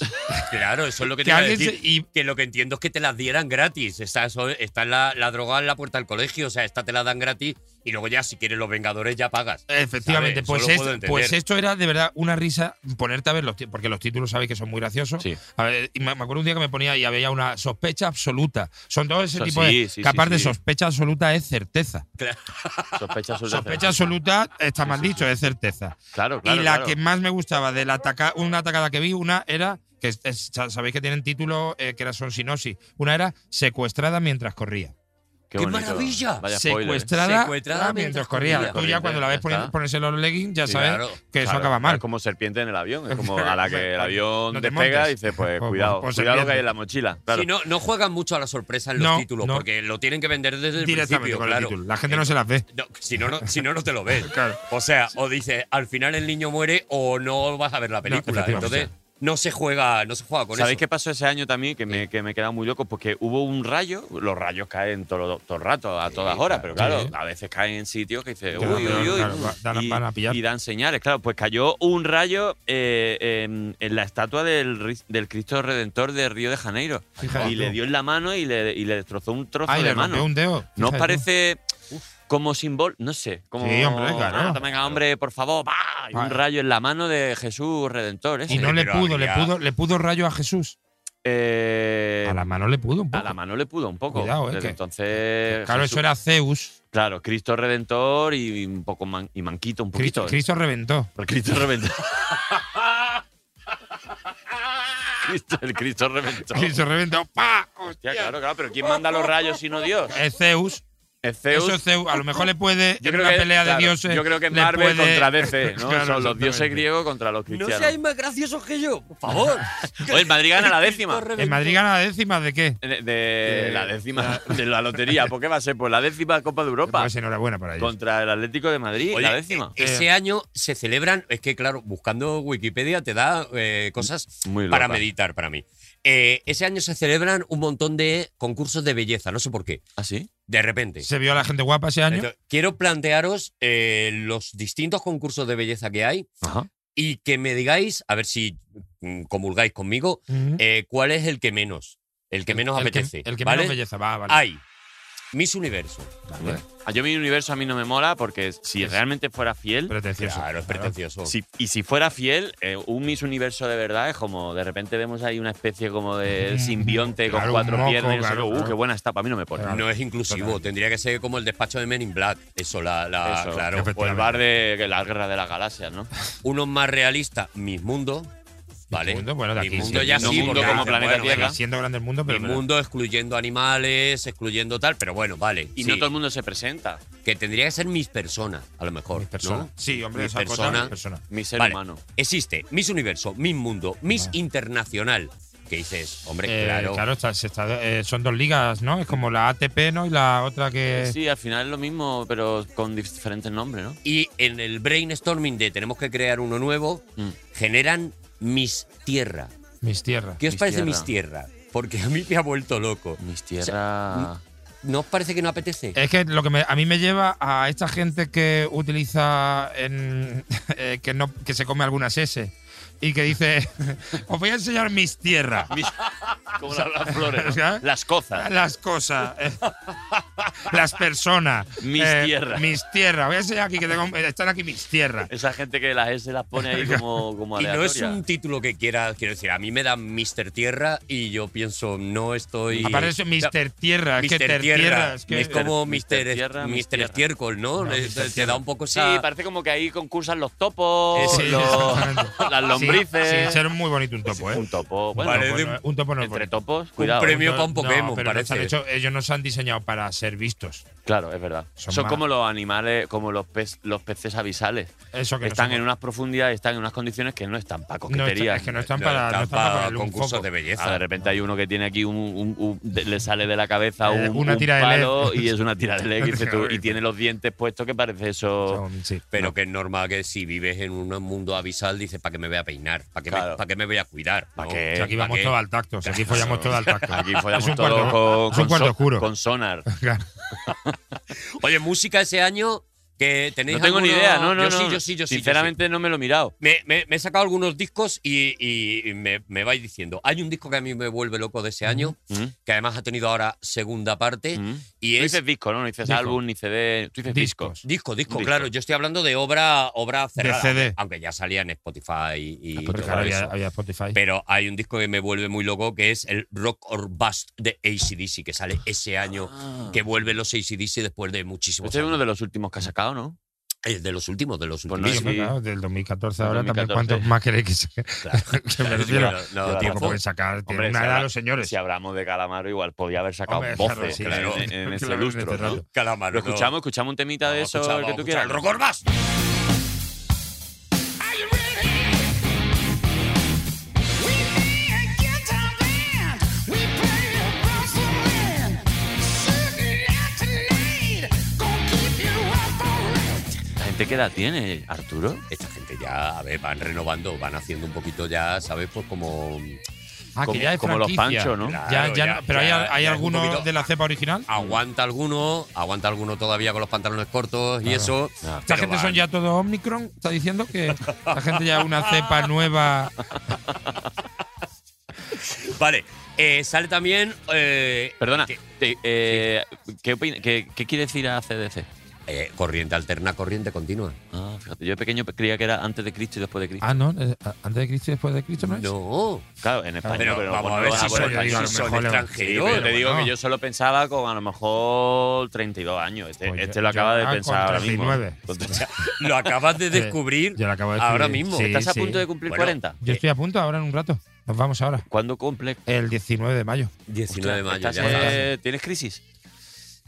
Claro, eso es lo que te
que
iba a
alguien
decir.
se- y
Que lo que entiendo es que te las dieran gratis. Está, eso- está la, la droga en la puerta del colegio, o sea, esta te la dan gratis y luego ya si quieres los Vengadores ya pagas.
Efectivamente,
¿Sabes? Eso
pues,
lo
es-
puedo entender.
pues esto era de verdad una risa ponerte a ver los ti- porque los títulos sabéis que son muy graciosos.
*laughs* Sí.
A ver, y me me acuerdo un día que me ponía y había una sospecha absoluta. Son todo ese
Eso
tipo
sí,
de.
sí,
que
sí,
aparte,
sí.
sospecha absoluta es certeza.
Sospecha absoluta.
Sospecha absoluta, está mal dicho, es certeza.
Claro, claro.
y la
claro.
que más me gustaba de la ataca- una atacada que vi, una era. que es- es- sa- sabéis que tienen títulos eh, que era- son sinosis. Una era secuestrada mientras corría.
¡Qué
bonito.
maravilla!
Vaya spoiler. ¿eh?
Secuestrada,
Secuestrada
mientras,
mientras
corría.
corría.
Tú ya cuando la ves
Ya
poni-
está.
ponerse los leggings, ya
Sí,
sabes
claro.
que eso
¿eh? Claro,
acaba mal.
Es como serpiente en el avión.
*laughs*
Es como a la que el avión
No te
despega
montes.
y dice, pues
Pues,
cuidado,
pues,
cuidado lo que
serpiente.
hay en la mochila. Claro.
Sí, no, no juegan mucho a la sorpresa en los
No,
títulos,
no.
porque lo tienen que vender desde el
directamente
principio,
con
claro.
el título. La gente no se las ve.
No, si, no, no, si no, no te
*laughs*
lo ves. O sea, o dices, al final el niño muere o no vas a ver la película.
efectivamente.
Entonces, no se juega, no se juega con
¿Sabéis
eso.
qué pasó ese año también? Que me, que me he quedado muy loco, porque hubo un rayo, los rayos caen todo, todo el rato, a todas horas, pero claro,
Sí.
a veces caen en sitios que dices, uy,
Claro, claro,
uy, uy,
claro, va- dan-
y,
van a pillar.
y dan señales, claro, pues cayó un rayo eh, en, en la estatua del, ri- del Cristo Redentor de Río de Janeiro,
Fíjate
y
tú.
le dio en la mano y le, y le destrozó un trozo
Ay,
de
le rompió
mano.
un dedo.
¿No
Fíjate
os
tú.
parece como símbolo? No sé. Como,
Sí, hombre, claro.
Ah, venga, hombre, por favor, va, y un
Vale.
rayo en la mano de Jesús Redentor. Ese.
Y no le
pero
pudo, le
habría-
pudo, le pudo rayo a Jesús.
Eh,
A la mano le pudo un
a
poco.
la mano le pudo un poco.
Cuidado, eh,
Desde
que-
entonces.
Claro,
Jesús-
eso era Zeus.
Claro, Cristo Redentor y un poco man- y manquito, un poquito. eh.
Cristo, Cristo reventó.
El Cristo *laughs* Redentor. Cristo- el Cristo Redentor.
Cristo reventó. ¡Pa!
Ya,
¡Hostia!
claro, claro, pero ¿quién manda los rayos si no Dios?
Es Zeus.
Es Eh, Zeus.
Eso es Zeus. A lo mejor le puede.
yo
en
creo
una
que,
pelea
claro,
de dioses.
Yo creo que es
le
Marvel
puede- *laughs*
contra DC, ¿no?
Claro,
Son los dioses
exactamente.
griegos contra los
No
cristianos.
seáis más graciosos que yo, por
*laughs*
favor.
Oye, el Madrid gana la décima.
¿En Madrid gana la décima de qué?
De,
Eh,
de la décima de la lotería. ¿Por qué va a ser? Pues la décima Copa de Europa
Pues eh, enhorabuena para ellos.
contra el Atlético de Madrid.
Oye,
la décima.
e- Ese año se celebran, es que claro, buscando Wikipedia te da eh, cosas
Muy
para
loca.
meditar para mí. Eh, ese año se celebran un montón de concursos de belleza, no sé por qué,
¿Ah, sí?
de repente.
¿Se vio a la gente guapa ese año?
Entonces, quiero plantearos eh, los distintos concursos de belleza que hay
Ajá.
y que me digáis, a ver si mm, comulgáis conmigo,
Ujú.
eh, cuál es el que menos, el que menos
El que-
apetece.
El que,
¿vale?
menos belleza va, vale.
Hay Miss Universo.
Vale. A yo mi universo a mí no me mola porque si realmente fuera fiel.
Pretencioso.
Claro, es pretencioso.
si- y si fuera fiel, eh, un Miss Universo de verdad es como de repente vemos ahí una especie como de
Mm,
simbionte
claro,
con
un
cuatro
moco,
piernas. y no sé
claro,
qué. uh,
claro.
qué buena está, para mí no me pone.
Claro.
No es inclusivo,
Totalmente.
tendría que ser como el despacho de Men in Black. Eso, la, la-
Eso,
claro.
perfecto.
O el bar de de la guerra de las galaxias, ¿no?
Uno más realista, Mis Mundo, ¿vale?
este Mundo, bueno, de
Mis
aquí
Mundo
sí,
ya
Mis
sí,
Mundo
porque
como
dice,
planeta
bueno,
Tierra.
venga,
Siendo grande el mundo, pero.
Mis Mundo excluyendo animales, excluyendo tal, pero bueno, vale.
Y
sí,
no todo el mundo se presenta.
Que tendría que ser Mis Personas, a lo mejor,
Mis personas.
¿no?
Sí, hombre,
Mis
esa
persona.
cosa. mis persona.
Mi ser
Vale.
humano.
Existe Miss Universo, Miss Mundo, Miss Internacional, que dices, hombre,
Eh,
claro.
claro, está- se está- eh, son dos ligas, ¿no? Es como la ATP, ¿no? Y la otra
Eh,
que.
Sí, al final es lo mismo, pero con diferentes nombres, ¿no?
Y en el brainstorming de tenemos que crear uno nuevo,
Mm.
generan Miss Tierra.
Mis tierras.
¿Qué os
Mis
parece
Tierra.
Mis Tierra? Porque a mí me ha vuelto loco.
Mis tierras.
¿No os parece que no apetece?
Es que lo que me- a mí me lleva a esta gente que utiliza en, *laughs* eh, que no que se come algunas S y que dice *laughs* os voy a enseñar mis tierras,
Como la- las flores. ¿no?
O sea,
Las cozas.
las cosas, eh, *laughs* las personas, eh,
Mis tierras.
mis tierras. Voy a enseñar aquí que tengo- están aquí mis tierras.
Esa gente que las S las pone ahí como, como
Y no es
aleatoria.
un título que quiera, quiero decir, a mí me da Mr. Tierra y yo pienso, no estoy...
Aparte eso, Mister Tierra, es Ah, que
Mister
ter
Tierra,
tierra, es que
es como
Mr.
Mister,
Tierra, Miss
Mister
Tierra.
Estiércol, ¿no?
No,
Eh,
Mister
te, te
Tierra.
da un poco
Sí,
esa-
parece como que ahí concursan los topos,
Sí,
los-
exactamente.
*laughs* las lombrices.
Sí, sí, ser muy bonito un topo, ¿eh?
Pues, Un topo. Bueno,
Parece
topo no es- un topo no es
entre
bonito.
topos, cuidado. ¿eh?
premio.
No,
para un Pokémon,
pero no están
parece.
hechos- ellos no se han diseñado para ser vistos.
Claro, es verdad. Son,
Son más-
como los animales, como los, pez- los peces abisales.
Eso que no
están
son-
en unas profundidades, están en unas condiciones que no están para
no está-
coquetería.
es que no están
No,
para, no
están
están para
para
ponerle un
eh, concursos
foco.
de belleza.
Ah, de repente hay uno que tiene aquí un, un- un- de- le sale de la cabeza
Eh,
un,
una
un
tira de
palo
LED.
y es una tira
*laughs*
de LED que dices tú, y tiene los dientes puestos que parece eso.
Son- sí.
Pero que es normal que si vives en un mundo abisal, dices, ¿para qué me voy a peinar? ¿Para qué,
Claro.
me, ¿Para qué me voy a cuidar?
¿Pa'
¿no?
qué?
O
Si
sea,
aquí
¿pa'
vamos
qué?
todo al tacto, si aquí follamos todo al tacto.
*laughs* Aquí
Es
follamos
un
todo
cuarto-
con,
es un
con
cuarto
so-
oscuro.
con sonar.
*laughs* Claro.
Oye, música ese año que tenéis
No tengo ni
alguna-
idea, no, no,
yo
no.
sí, yo sí, yo sí, yo sí.
Sinceramente no me lo he mirado.
Me, me- me he sacado algunos discos y, y- y me, me vais diciendo. Hay un disco que a mí me vuelve loco de ese año,
Mm,
que además ha tenido ahora segunda parte,
mm.
y
Tú
es
dices disco, ¿no? No dices
Disco.
álbum ni CD. Tú dices disco.
Discos.
disco, disco,
disco.
claro. Yo estoy hablando de obra, obra cerrada, ¿eh?
CD.
aunque ya salía en Spotify
Ah,
y, y
Porque
todo
ahora había,
eso.
había Spotify.
Pero hay un disco que me vuelve muy loco, que es el Rock or Bust de ACDC, que sale ese año,
Ah.
que vuelven los ACDC después de muchísimos
Este es uno
años.
de los últimos que ha sacado, ¿no?
Eh, de los últimos, de los
Pues no,
Sí,
últimos.
sí.
*laughs*
hombre, claro, del 2014
Del
ahora también.
2014.
¿Cuántos más queréis que se,
*laughs*
que me refiero?
no,
Claro,
Tío,
razón.
pueden sacar. Tienen
Hombre,
una
si
edad
habla-
los señores.
Si hablamos de Calamaro, igual podía haber sacado
Hombre, claro,
voces
sí,
en-
claro.
en,
*laughs*
en ese
Claro,
lustro.
en ese
¿no?
rato.
Calamaro,
Lo
no.
escuchamos, escuchamos un temita de
Vamos a
eso,
escuchar,
el que tú
vamos a
quieras.
escuchar Rock or Bust.
¿La gente qué edad tiene, Arturo?
Esta gente ya, a ver, van renovando, van haciendo un poquito ya, ¿sabes? Pues como.
Ah, que
como,
ya hay
como los
franquicia.
Pancho, ¿no?
Claro,
Ya, ya,
ya-
no- pero
ya-
hay, hay
ya es un
alguno
poquito-
de la cepa original.
Aguanta alguno, aguanta alguno todavía con los pantalones cortos y
Claro.
eso.
Mm. Claro.
Esta
pero
gente
van.
son ya todos Omnicron. Está diciendo que la gente ya es una cepa nueva.
Vale, eh, sale también. eh,
Perdona,
que-
te- eh, ¿qué, opina- qué- qué quiere decir a CDC?
eh, corriente alterna, corriente continua.
Ah, fíjate, yo de pequeño creía que era antes de Cristo y después de Cristo.
Ah, no. eh, Antes de Cristo y después de Cristo no es.
No,
claro, en español,
pero,
pero,
vamos
bueno,
a ver
bueno,
si
bueno,
son,
yo
español.
digo, a
si
lo
son
mejor le-
Sí,
extranjeros.
pero te digo
bueno.
que yo solo pensaba con a lo mejor 32 años. Este,
Pues yo-
este lo
yo
acaba de
ahora con
pensar ahora mismo.
39. *laughs*
Entonces,
Lo acabas de descubrir.
Yo la acabo de
Ahora
descubrir.
mismo.
Sí,
¿Estás a
sí.
punto de cumplir
Bueno.
40?
Yo estoy a punto ahora en un rato. Nos vamos ahora.
¿Cuándo cumple?
El 19 de mayo.
19 de mayo.
Estás,
ya está.
eh, ¿Tienes crisis?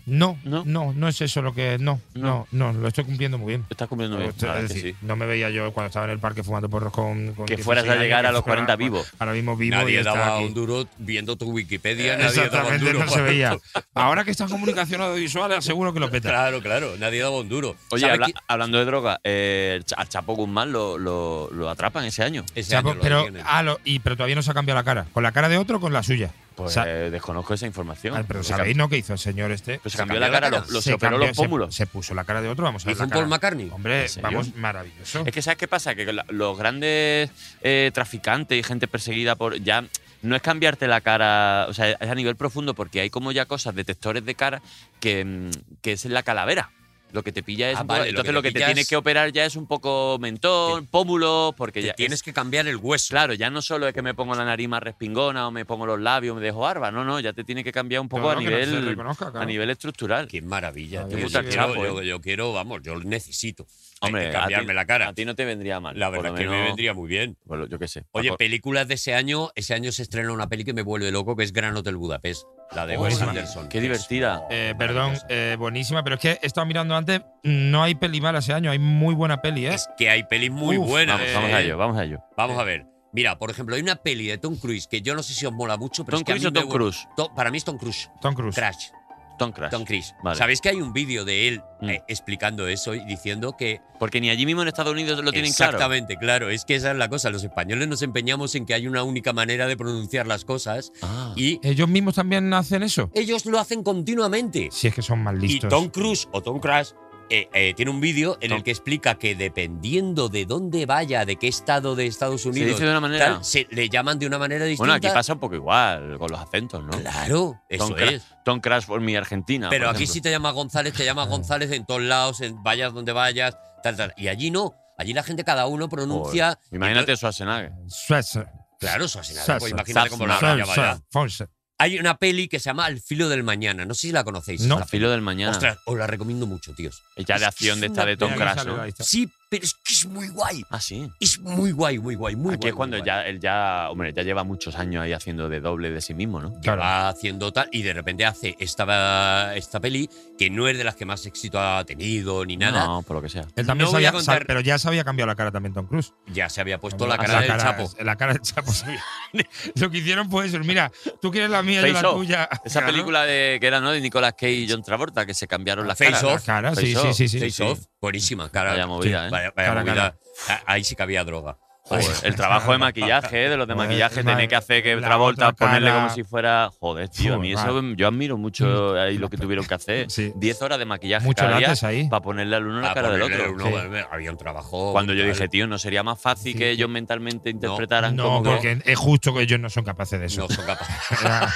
No,
¿No?
no, no, es eso lo que. No, no, no, lo estoy cumpliendo muy bien.
Estás cumpliendo bien.
Esto-
Vale,
es
que
decir,
sí.
No me veía yo cuando estaba en el parque fumando porros con. con
Que fueras
16
a llegar
años,
a los
que fuera-
40 vivo.
Ahora mismo vivo. y
nadie
está
daba
aquí.
un duro viendo tu Wikipedia, nadie daba un
Eh, Exactamente,
duro.
no se
*laughs*
veía. Ahora que está en comunicación audiovisual, seguro que lo peta.
*laughs* Claro, claro, nadie daba un duro.
Oye,
¿Sabes
habla-
quién-
hablando de droga, eh, el Cha- al Chapo Guzmán lo, lo- lo atrapan ese año.
Ese
Chapo,
año lo
pero,
detienen.
ah, lo- y, pero todavía no se ha cambiado la cara. ¿Con la cara de otro o con la suya?
Pues
O sea,
eh, desconozco esa información.
ah, pero
Se cam-
sabéis, ¿no? ¿Qué hizo el señor este?
pues se
¿Se
cambió,
cambió
la
la
cara,
cara?
lo- lo- se, operó
cambió-
los pómulos.
Se, puso la cara de otro, vamos a ver.
¿Hizo
la
un
cara.
Paul McCartney?
Hombre,
¿En serio?
vamos, maravilloso.
Es que sabes qué pasa, que la- los grandes eh, traficantes y gente perseguida por ya no es cambiarte la cara, o sea, es a nivel profundo porque hay como ya cosas detectores de cara que, mm, que es la calavera. Lo que te pilla es
Ah,
un poco-
vale, lo
entonces
que te
lo que te
pilla
tienes
es-
que operar ya es un poco mentón, pómulo, porque
Te
ya
tienes
es-
que cambiar el hueso.
claro, ya no solo es que me pongo la nariz más respingona o me pongo los labios, me dejo barba, no, no, ya te tiene que cambiar un poco
No,
a
no, que no se
nivel
reconozca,
a
claro.
nivel estructural.
Qué maravilla.
Qué
tío.
puta
yo,
chapo,
quiero, yo,
eh.
yo quiero, vamos, yo lo necesito. Hay
Hombre,
que
a ti-
cambiarme la cara.
A ti no te vendría mal.
la
por
verdad
lo
es que me
menos-
vendría muy bien.
bueno, yo qué sé.
Oye,
Paco-
películas de ese año, ese año se estrena una peli que me vuelve loco, que es Gran Hotel Budapest, la de Wes
Buenísima.
Anderson.
Oh, qué
Es-
divertida.
Eh, perdón, eh, buenísima, pero es que he estado mirando antes, no hay peli mala ese año, hay muy buena peli, ¿eh?
Es que hay pelis muy
Uf,
buenas.
Vamos, vamos a
eh.
ello, vamos a ello.
Vamos a ver. Mira, por ejemplo, hay una peli de Tom Cruise que yo no sé si os mola mucho, pero
¿Tom
es que a
Cruise
mí
o
me
Tom
vuelve-
Cruise?
To- para mí es Tom Cruise.
Tom Cruise.
Crash.
Tom Cruise.
Tom Cruise.
Vale.
¿Sabéis que hay un vídeo de él
Mm.
eh, explicando eso y diciendo que
Porque ni allí mismo en Estados Unidos lo tienen claro.
Exactamente, claro. Es que esa es la cosa. Los españoles nos empeñamos en que hay una única manera de pronunciar las cosas
Ah.
y
¿Ellos mismos también hacen eso?
ellos lo hacen continuamente.
Si es que son más
Y
listos.
Tom Cruise o Tom Cruise eh, eh, tiene un vídeo en
Tom-
el que explica que dependiendo de dónde vaya, de qué estado de Estados
Se
Unidos,
dice de una manera.
tal, se le llaman de una manera distinta.
bueno, aquí pasa un poco igual, con los acentos, ¿no?
Claro, eso
Cruise.
es.
Tom Cruise por mi Argentina.
Pero
por
aquí si
ejemplo.
te llamas González, te llamas González en todos lados, en vayas donde vayas, tal, tal. Y allí no. Allí la gente cada uno pronuncia.
Joder. Imagínate Schwarzenegger.
Schwarzer,
Claro, eso así nada. Pues
Salsa.
imagínate cómo lo
Salsa.
habrá
Schwarzer,
llamado. ya.
Schwarzer.
Hay una peli que se llama El filo del mañana. No sé si la conocéis.
No.
La
Al filo del mañana.
Ostras, os la recomiendo mucho, tíos.
Ya de
es-
acción de
es
esta
una
de Tom
Mira, aquí
Cruise,
sale
¿no?
la lista.
Sí, pero es que es muy guay.
Ah, sí.
Es muy guay, muy guay, muy guay.
Aquí es cuando
muy guay.
ya, él ya, hombre, ya lleva muchos años ahí haciendo de doble de sí mismo, ¿no?
Que
Claro.
va haciendo tal y de repente hace esta, esta peli que no es de las que más éxito ha tenido ni nada.
No, por lo que sea.
Él también
No voy a
sabía,
contar-
sab- pero ya se había cambiado la cara también Tom Cruise.
Ya se había puesto la
Ah,
cara del chapo.
La cara del Chapo. se había- *laughs* Lo que hicieron fue eso. Mira, tú quieres la mía, yo la
Face Off.
tuya.
Esa
Claro.
película de, que era, ¿no? De Nicolas Cage y John Travolta, que se cambiaron las
Face
caras.
La
Off.
cara, sí,
Face
sí,
Off.
sí, sí.
Face Off, buenísima. Cara,
Vaya movida, ¿eh?
Vaya, vaya
Cara,
movida. A- Ahí sí que había droga.
Joder,
Ahí-
Pues el trabajo de maquillaje, ¿eh? de los de
Joder,
maquillaje,
madre,
tener que hacer que
la
Travolta,
otra cara.
ponerle como si fuera. Joder, tío, a mí
Joder,
eso yo admiro mucho ahí lo que tuvieron que hacer.
Sí.
10 horas de maquillaje
Mucho
cada día
látex ahí.
para ponerle al uno
a
la cara del
ponerle
otro.
uno,
Sí.
bueno, Había un trabajo.
Cuando yo
brutal.
dije, tío, ¿no sería más fácil que ellos mentalmente interpretaran
No,
como que-
porque es justo que ellos no son capaces de eso. *laughs*
No son capaces.
Ya,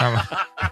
vamos.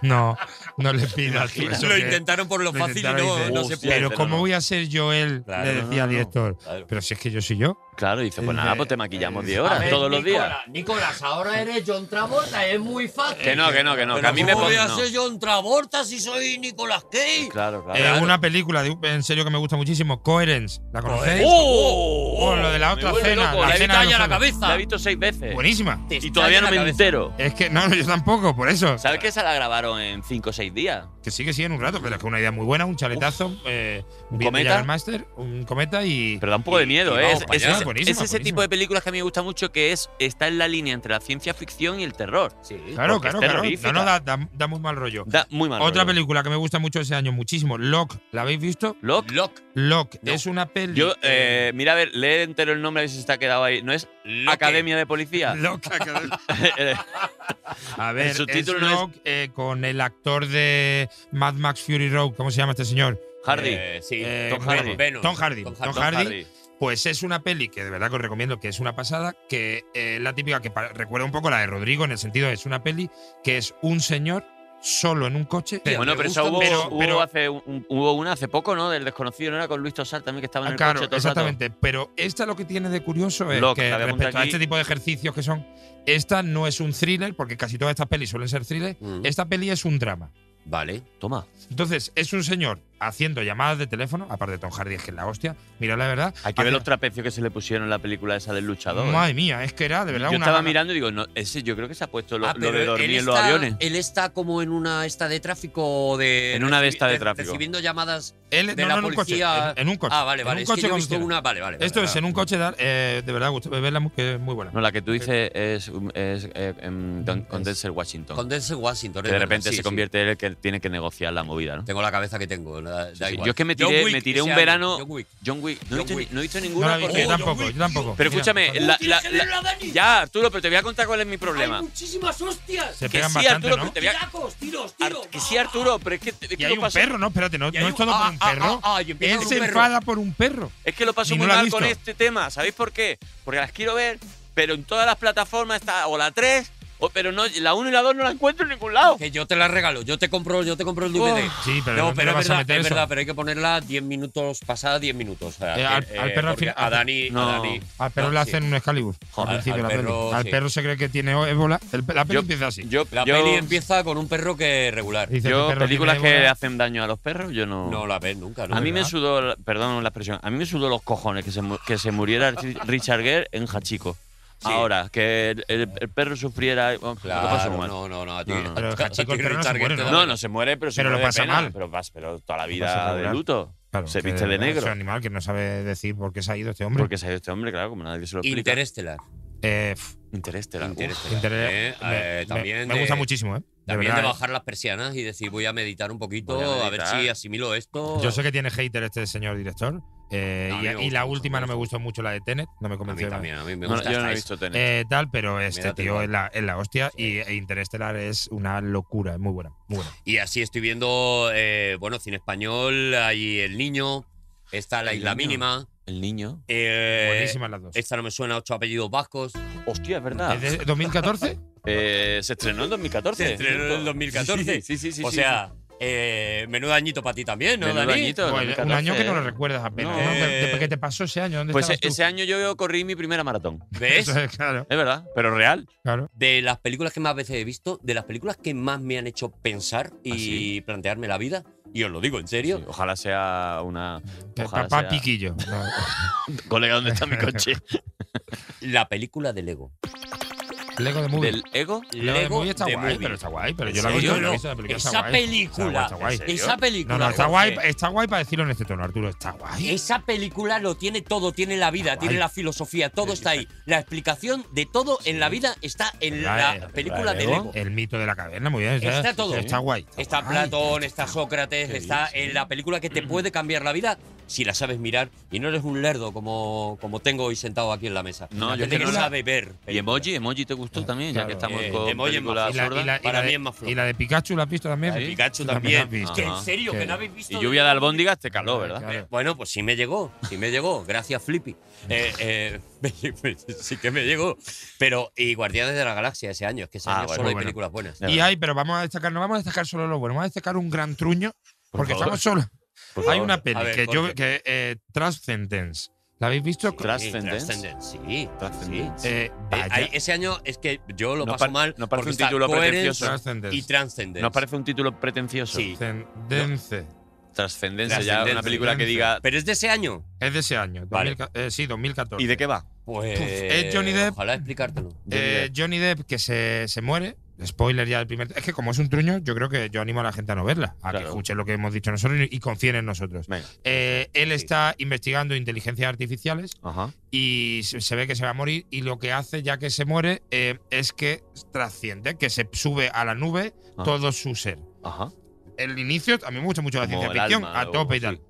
No, no le pidas. tú eso
lo
que-
intentaron por lo,
lo
fácil y
intentaron y
no,
dice,
no
"Uf,
se
sí,
pudo.
Pero
pero
¿cómo
no".
voy a ser yo él?
Claro,
le
no,
decía al director. Pero si es que yo soy yo.
Claro, dice, pues
Dice,
nada, pues te maquillamos 10
a
horas
ver,
todos los días.
Nicolás, ahora eres John Travolta, es muy fácil.
Que no, que no, que no. Que
eh, Pero
a mí me
¿cómo voy
ponen.
a
no.
ser John Travolta si soy Nicolás Cage?
Claro, claro.
Eh, Una película de, en serio que me gusta muchísimo, Coherence. ¿La conocéis?
¡Oh!
Oh, lo de la
Me
otra
vuelve
cena,
loco,
la
la he
cena
visto-
de los
Talla la
otros.
la he
cabeza.
visto seis veces.
Buenísima.
Te
Y todavía no
estalla
me
la cabeza.
entero.
Es que no, yo tampoco, por eso.
¿Sabes que esa la grabaron en 5 o 6 días?
Que sí, que sí, en un rato, pero es que una idea muy buena, un chaletazo, eh, un
cometa.
Master, un cometa y.
Pero da un poco de miedo,
y
¿eh?
vamos
Es,
pa'
es-
allá.
es-
Buenísima,
es ese
buenísima.
tipo de películas que a mí me gusta mucho que es está en la línea entre la ciencia ficción y el terror.
Claro,
porque es
claro, claro.
terrorífica.
No, no, da, da- da muy mal rollo.
este Da muy mal.
Otra
rollo.
película que me gusta mucho ese año, muchísimo, Lock. ¿La habéis visto?
Lock.
Lock.
Lock
No.
es una peli.
Yo, eh, mira, a ver, lee entero el nombre a ver si se te ha quedado ahí. ¿No es Academia de
*laughs*
Policía?
Lock, academia.
*laughs* Eh,
A ver,
El subtítulo
es
no es-
Locke, eh, con el actor de Mad Max Fury Road, ¿cómo se llama este señor?
Hardy.
Eh, sí,
Eh,
Tom Hardy.
Venom.
Tom Hardy.
Tom
Tom
Tom
Hardy. Pues es una peli que de verdad que os recomiendo, que es una pasada, que eh, la típica que pa- recuerda un poco la de Rodrigo, en el sentido de es una peli que es un señor solo en un coche.
Pero
Bueno,
me
pero eso
gusta
hubo,
mucho.
hubo
Pero-
hace un- hubo una hace poco, ¿no? Del desconocido, ¿no? Era con Luis Tosar también, que estaba en
Ah,
el
claro,
coche todo el rato.
exactamente. Pero esta lo que tiene de curioso es
Locke,
que
la había
respecto
apuntado
a
aquí.
este tipo de ejercicios que son, esta no es un thriller, porque casi todas estas pelis suelen ser thrillers,
Mm,
esta peli es un drama.
Vale.
Toma.
Entonces, es un señor haciendo llamadas de teléfono, aparte de Tom Hardy, es que es la hostia, mira la verdad.
Hay que ver
haciendo-
los trapecios que se le pusieron en la película esa del luchador. ¿eh?
Madre mía, es que era de verdad
yo
una.
estaba
gana.
mirando y digo, no, ese yo creo que se ha puesto lo,
Ah,
lo
pero
de dormir
él
en los
está-
aviones.
Él está como en una esta de tráfico o de.
En una de
recibi-
esta de tráfico.
Recibiendo llamadas.
Él-
de
no,
la
no, en un coche.
policía-
En, en un coche.
Ah, vale, vale.
Pues, En un
es que
coche
yo he
con
visto
usted.
una. Vale, vale.
Esto
vale,
es en un coche, dar, eh, de verdad, usted verla mu- que es muy buena.
No, la que tú dices es, es, eh, em, Don- con Denzel Washington.
Con Denzel Washington.
que
es
de
verdad,
repente
sí,
se
sí.
convierte en el que tiene que negociar la movida, ¿no?
Tengo la cabeza que tengo. da- da
sí.
igual.
Yo es que me
John
tiré-
Wick,
me tiré un
ese
verano-
año, John Wick.
John Wick. No, he
John
visto, ni-
Wick.
no he visto
No
ninguna.
la vi,
porque-
yo tampoco, yo tampoco.
pero
Mira,
escúchame,
se-
la- la- la-
Oh.
ya, Arturo, pero te voy a contar cuál es mi problema.
muchísimas hostias!
se
que
pegan
sí,
bastante,
Arturo,
¿no?
pero te voy a-
¡Tacos, tiros,
Ar- que sí, Arturo, pero es que, es
Y
que
hay
lo
un
paso,
perro, ¿no? Espérate, no,
Y hay
no es
un-
todo por
ah,
un
ah,
perro.
ah, ah, y empieza
Él
con
se
un perro.
enfada por un perro.
es que lo paso
Ni
muy
no la he
mal con
visto.
este tema. ¿Sabéis por qué? Porque las quiero ver, pero en todas las plataformas está o la 3, o, pero no, la 1 y la 2 no la encuentro en ningún lado.
Que yo te la regalo. Yo te compro, yo te compro
Oh.
el DVD.
Sí, pero
no,
¿dónde
pero
vas
es
a
verdad,
meter
es
eso?
verdad, pero hay que ponerla 10 minutos, pasada 10 minutos. O sea,
Eh, al-
que,
al perro al
porque
final-
A Dani.
No.
a Dani-
Al perro
no,
le
sí.
hacen un Excalibur.
Joder,
al principio
al
la peli.
perro,
Al
sí.
perro se cree que tiene ébola. El- la peli
Yo-
empieza así.
Yo,
La
yo-
peli empieza con un perro que es regular.
Dice,
yo
"Este perro
películas
tiene
que
ébola".
hacen daño a los perros, yo no.
No la ves nunca, ¿no?
a mí me
¿Verdad?
sudó, la- perdón la expresión, a mí me sudó los cojones que se, mu- que se muriera Rich- Richard Gere en Hachico. Ahora, que el, el- el perro sufriera. bueno, lo pasó
Claro,
mal.
no, no, no. a ti-
No, no.
Pero,
a ti
chico, el
Richard
perro no se
Gere
muere,
te
¿no?
da
No, no se muere, pero se
Pero lo
muere de
pasa
pena,
mal.
Pero, vas- pero toda la
pasa
vida de
regular.
luto.
Claro,
se
que
viste de
Es un
negro.
animal que no sabe decir por qué se ha ido este hombre.
Porque se ha ido este hombre, claro, como nadie se lo explica.
Interestelar.
Eh, pf,
Interestelar. uf.
Interestelar.
Internet,
Eh,
me-
eh,
me-
también
me, gusta
de-
muchísimo, ¿eh? De
También de
verdad, ¿eh?
bajar las persianas y decir, voy a meditar un poquito,
Voy a
a,
meditar.
ver si asimilo esto.
Yo sé que tiene hater este señor director. eh,
No, a
y,
mí me
y
gusta
la
mucho,
última
me
no me
gusta.
gustó mucho la de Tenet, no me
a mí
convenció.
también, a mí me
No,
gusta.
yo no
hasta
he
eso.
visto tener.
Eh, tal, pero este
da
tío
igual.
es la, es la hostia y e Interestelar es una locura, es muy buena, muy buena.
Y así estoy viendo, eh, bueno, cine español, hay El Niño, está La
El
Isla
Niño.
Mínima.
El niño.
eh,
Buenísimas las dos.
esta no me suena, ocho apellidos vascos.
Hostia, es verdad.
¿Es de
*laughs*
2014?
Eh, se estrenó en 2014.
Se estrenó en
¿cierto?
2014.
Sí, sí, sí.
o
sí,
sea, eh, menudo añito para ti también, ¿no,
Menudo
Dani?
añito.
Bueno, pues, un
2014,
año que no lo
eh.
recuerdas apenas.
No.
¿no? ¿Qué,
Eh,
qué te pasó ese año? ¿Dónde
Pues
estabas tú?
*laughs*
ese año yo corrí mi primera maratón.
¿Ves?
*laughs* Eso es, claro,
Es verdad, pero real.
claro.
De las películas que más veces he visto, de las películas que más me han hecho pensar y
¿Ah, sí?
plantearme la vida, y os lo digo en serio,
Sí, ojalá sea una. Ojalá
Papá
sea-
Piquillo.
*laughs*
No.
Colega, ¿dónde está mi coche?
la película de Lego.
Lego de Movie.
¿Del ego?
Lego de
Lego
Movie está
de
guay,
Movie.
pero está guay. Pero
¿En
yo la he
serio?
visto, la he visto, la
No,
película
esa
está guay.
película,
Está guay, está guay.
Esa película.
No, no, está
Jorge,
guay, está guay para decirlo en este tono, Arturo. Está guay.
Esa película lo tiene todo, tiene la vida,
Guay.
tiene la filosofía, todo está ahí. La explicación de todo en la vida está en
¿Verdad, eh?
la película
¿Verdad,
de Lego.
El mito de la caverna, muy bien. o sea,
Está todo. ¿eh?
Está guay.
Está
guay.
Platón, está Sócrates,
Qué Mm.
está
bien, sí.
en la película que te puede cambiar la vida si la sabes mirar y no eres un lerdo como, como tengo hoy sentado aquí en la mesa.
No,
La
yo
gente
es que no la-
sabe ver.
¿Y emoji? ¿Emoji te gustó también? Ya que
claro.
estamos
Eh,
con.
emoji es
películas
más-
Y la, y la- y
sordas.
la
Para
de,
mí es más flojo.
y la de Pikachu la has visto también.
Sí.
Pikachu
Tú
también. Ah,
la has visto.
Que en
Ajá.
serio,
Sí.
que no habéis visto.
Y lluvia de albóndigas te caló, ¿verdad?
Claro.
Bueno, pues sí me llegó, sí me llegó, gracias Flippy.
Mm.
Eh, eh, *laughs* sí que me llegó. Pero, y Guardianes de la Galaxia ese año, es que ese
Ah,
año
bueno,
solo hay
bueno.
películas buenas.
Ya
Y
verás.
hay, pero vamos a destacar, no vamos a destacar solo lo bueno, vamos a destacar un gran truño,
Por
porque
favor.
estamos solos.
Por
Hay
favor.
una peli
A ver,
que yo
Jorge.
que eh, Transcendence. ¿La habéis visto?
Sí,
Transcendence.
Transcendence, sí.
Transcendence.
sí. Eh,
Eh, vaya,
hay- ese año es que yo lo
No
paso
par-
mal.
no parece
porque
un
está
título
Coherence
pretencioso.
Transcendence.
Y Transcendence.
¿Nos parece un título pretencioso?
Sí.
Transcendence.
Trascendencia, ya una
Trascendencia.
película que diga.
Pero es de ese año.
Es de ese año.
Vale.
2000 eh, sí, 2014.
¿Y de qué va?
Pues.
es eh, Johnny Depp.
Ojalá explicártelo.
Eh, Johnny Depp que se, se muere. Spoiler ya del primer. Es que como es un truño, yo creo que yo animo a la gente a no verla, a que
Claro.
escuche lo que hemos dicho nosotros y, y confíen en nosotros.
Venga.
Eh, él
Sí.
está investigando inteligencias artificiales
Ajá.
y se, se ve que se va a morir. Y lo que hace, ya que se muere, eh, es que trasciende, que se sube a la nube
Ah.
todo su ser.
Ajá.
El inicio, a mí me gusta mucho la
Como
ciencia
el
ficción,
alma
a
o
tope y
sí.
tal.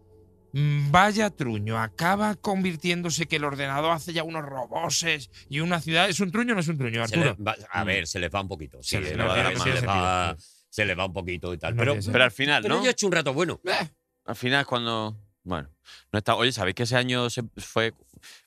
Mm, Vaya truño, acaba convirtiéndose que el ordenador hace ya unos roboses y una ciudad. ¿Es un truño o no es un truño,
Se le
Arturo? Mm.
va- a ver, se les va un poquito. Sí, eh,
Se les
es
va,
verdad
tiene
que
que
se,
ser
les va, se les va un poquito y tal.
No
pero,
tiene Eh.
Pero al final,
pero
¿no?
yo he hecho un rato bueno.
Al final es cuando. Bueno. No está, oye, ¿sabéis que ese año se fue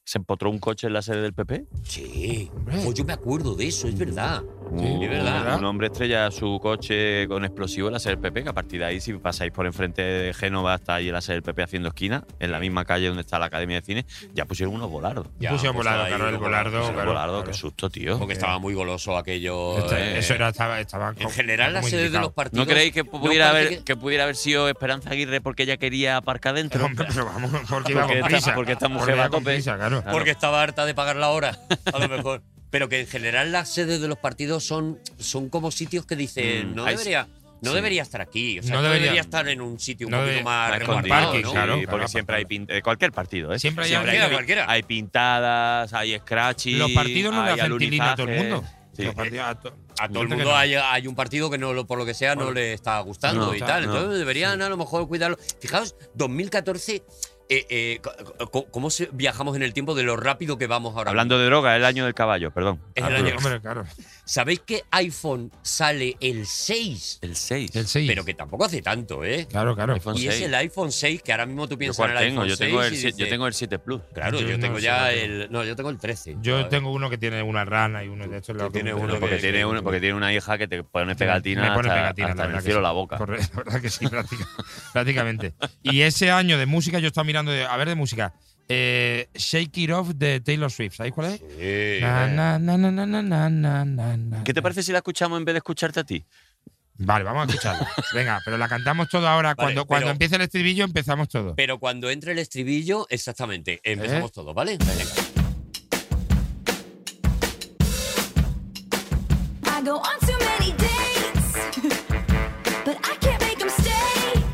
se empotró un coche en la sede del PP.
Sí. Pues yo me acuerdo de eso, es verdad.
Un-
es verdad.
Un hombre estrella su coche con explosivo en la sede del PP, que a partir de ahí, si pasáis por enfrente de Génova, está ahí en la sede del PP haciendo esquina, en la misma calle donde está la Academia de Cine, ya pusieron unos volardos.
Ya,
Pusieron
pues
volardo,
estaba ahí,
claro, el
como-
volardo.
Pusieron
claro,
volardo,
claro.
qué susto, tío.
Porque estaba muy goloso aquello.
Esta-
eh.
Eso era, estaba, estaban
En
co-
general, las
muy
sedes de
indicados.
los partidos.
¿No creéis que pudiera,
parece
haber, que... pudiera haber sido Esperanza Aguirre porque ella quería aparcar dentro?
Hombre, pero vamos, porque iba
Porque
con
esta-
prisa.
porque esta mujer
iba
va a
con
tope.
prisa, claro.
Claro.
Porque estaba harta de pagar la hora, a
*laughs*
lo mejor. Pero que en general las sedes de los partidos son, son como sitios que dicen,
Mm,
no
hay-
debería, no
sí.
debería estar aquí. O sea,
No
no
debería.
debería, estar en un sitio un
No
poquito
debería-
más
Más
escondido,
remontado,
parking,
¿no?
claro,
sí,
claro,
porque siempre hay pin- eh, cualquier partido, ¿eh?
Siempre hay
Pues, Siempre
alguien
hay-
que-
cualquiera.
Hay pintadas, hay scratches.
Los partidos no le
hay
hacen tilín a todo el
alunizajes.
mundo.
Sí.
Los partidos a to-
A todo el
gente que
mundo
no.
hay, hay un partido que no lo- por lo que sea no
Bueno,
le está gustando
no,
y
está-
tal.
no.
Entonces deberían a lo mejor cuidarlo. Fijaos, 2014, eh, eh, co- co- ¿cómo se- viajamos en el tiempo de lo rápido que vamos ahora?
Hablando de droga, es el año del caballo, perdón.
Es el
Arturo.
año-
Hombre, claro.
mismo? ¿Sabéis que iPhone sale el 6?
El 6.
El 6.
Pero que tampoco hace tanto, ¿eh?
Claro, claro.
iPhone
Y es
6.
el iPhone 6 que ahora mismo tú
¿Yo
piensas en
cuál
el
tengo?
iPhone
Yo tengo
6
el,
y
siete- yo
dices,
tengo el 7 Plus.
Claro,
Yo
yo,
no
tengo
sé,
ya
no tengo.
el. No, yo tengo el 13.
Yo
Joder.
tengo uno que tiene una rana y uno de estos. lo
tiene
que-
uno
lo
Porque
que-
tiene, una, porque tiene una hija que te pone
Me
pegatina
pone
hasta,
pegatina,
hasta
la
en
verdad
el
que
cielo
sí.
la boca.
Correcto, *laughs* la verdad que sí,
*laughs*
práctica- prácticamente. Y ese año de música, yo estaba mirando, de- a ver, de música. eh, Shake It Off de Taylor Swift, ¿sabéis cuál es?
Sí.
Na, na, na, na, na, na, na, na, na, na.
¿Qué te parece si la escuchamos en vez de escucharte a ti?
Vale, vamos a
*laughs*
escucharla. Venga, pero la cantamos todo ahora. cuando,
pero-
cuando empiece el estribillo, empezamos todo.
Pero cuando entre el estribillo, exactamente. Empezamos
¿Eh?
todo, ¿vale? Venga.
I go on too many dates, *laughs* but I can't make them stay.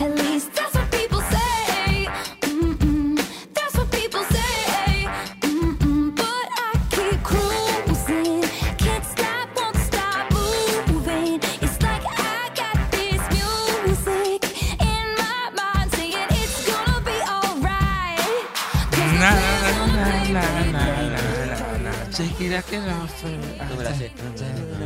At least that's what people say. Mm-mm, that's what people say. Mm-mm, but I keep cruising, can't stop, won't stop moving. It's like I got this music in my mind saying it's gonna be alright. 'Cause the
Na,
play's
na,
gonna
na,
play,
na,
play,
na,
play,
na,
play,
na,
play.
na. Shake it off,
No me la sé.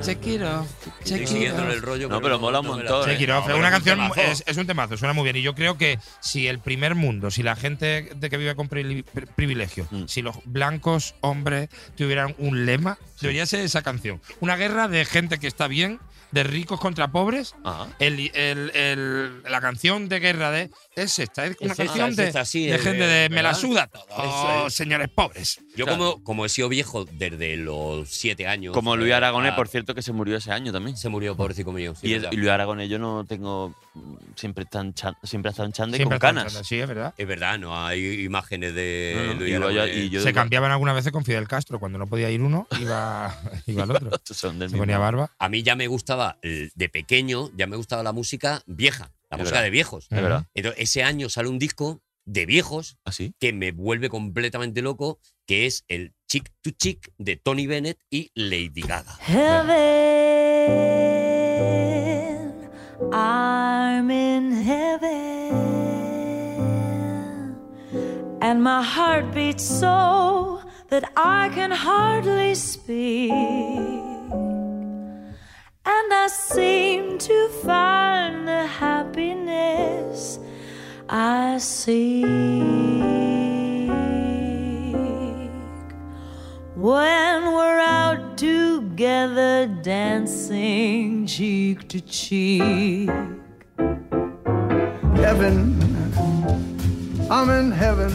shake it off, shake
Estoy
it
siguiéndole
off.
el rollo.
No, pero mola un
me la
montón,
sé.
¿eh?
Shake It Off.
No,
Es
pero
una
un
canción,
temazo.
es, es un temazo, suena muy bien. Y yo creo que si el primer mundo, si la gente de que vive con pri- pri- privilegio,
Mm.
si los blancos hombres tuvieran un lema, debería ser esa canción. Una guerra de gente que está bien, de ricos contra pobres.
Ah.
El- el- el- la canción de guerra de es esta, es una
Es esta,
canción
es
de,
esta, sí,
de
es de-
gente de me la
¿verdad?
suda todo,
Eso es.
señores pobres.
Yo,
Claro.
como, como he sido viejo desde los 7 años.
Como Luis
eh,
Aragonés,
ah,
por cierto, que se murió ese año también.
Se murió, pobrecito mío. sí,
Y, es-
verdad.
y Luis Aragonés, yo no tengo. mm, Siempre están chan- siempre ha estado en Chande
Siempre
con
están
canas.
echando, Sí, es verdad.
Es verdad, no hay imágenes de
No, no,
Eh, Luis
y yo-
Aragonés.
y yo-
Se cambiaban algunas veces con Fidel Castro. Cuando no podía ir uno, iba, *laughs* iba el
*laughs*
otro.
Son del
Se ponía
mismo.
barba.
A mí ya me gustaba, eh, de pequeño, ya me gustaba la música vieja, la
Es
música
verdad.
de viejos.
Es verdad. ¿Ah,
Entonces, ese año sale un disco de viejos
¿Así?
que me vuelve completamente loco, que es el Chick to Chick de Tony Bennett y Lady Gaga.
Heaven, I'm in heaven, and my heart beats so that I can hardly speak, and I seem to find the happiness I seek. When we're out together dancing cheek to cheek.
heaven. I'm in heaven.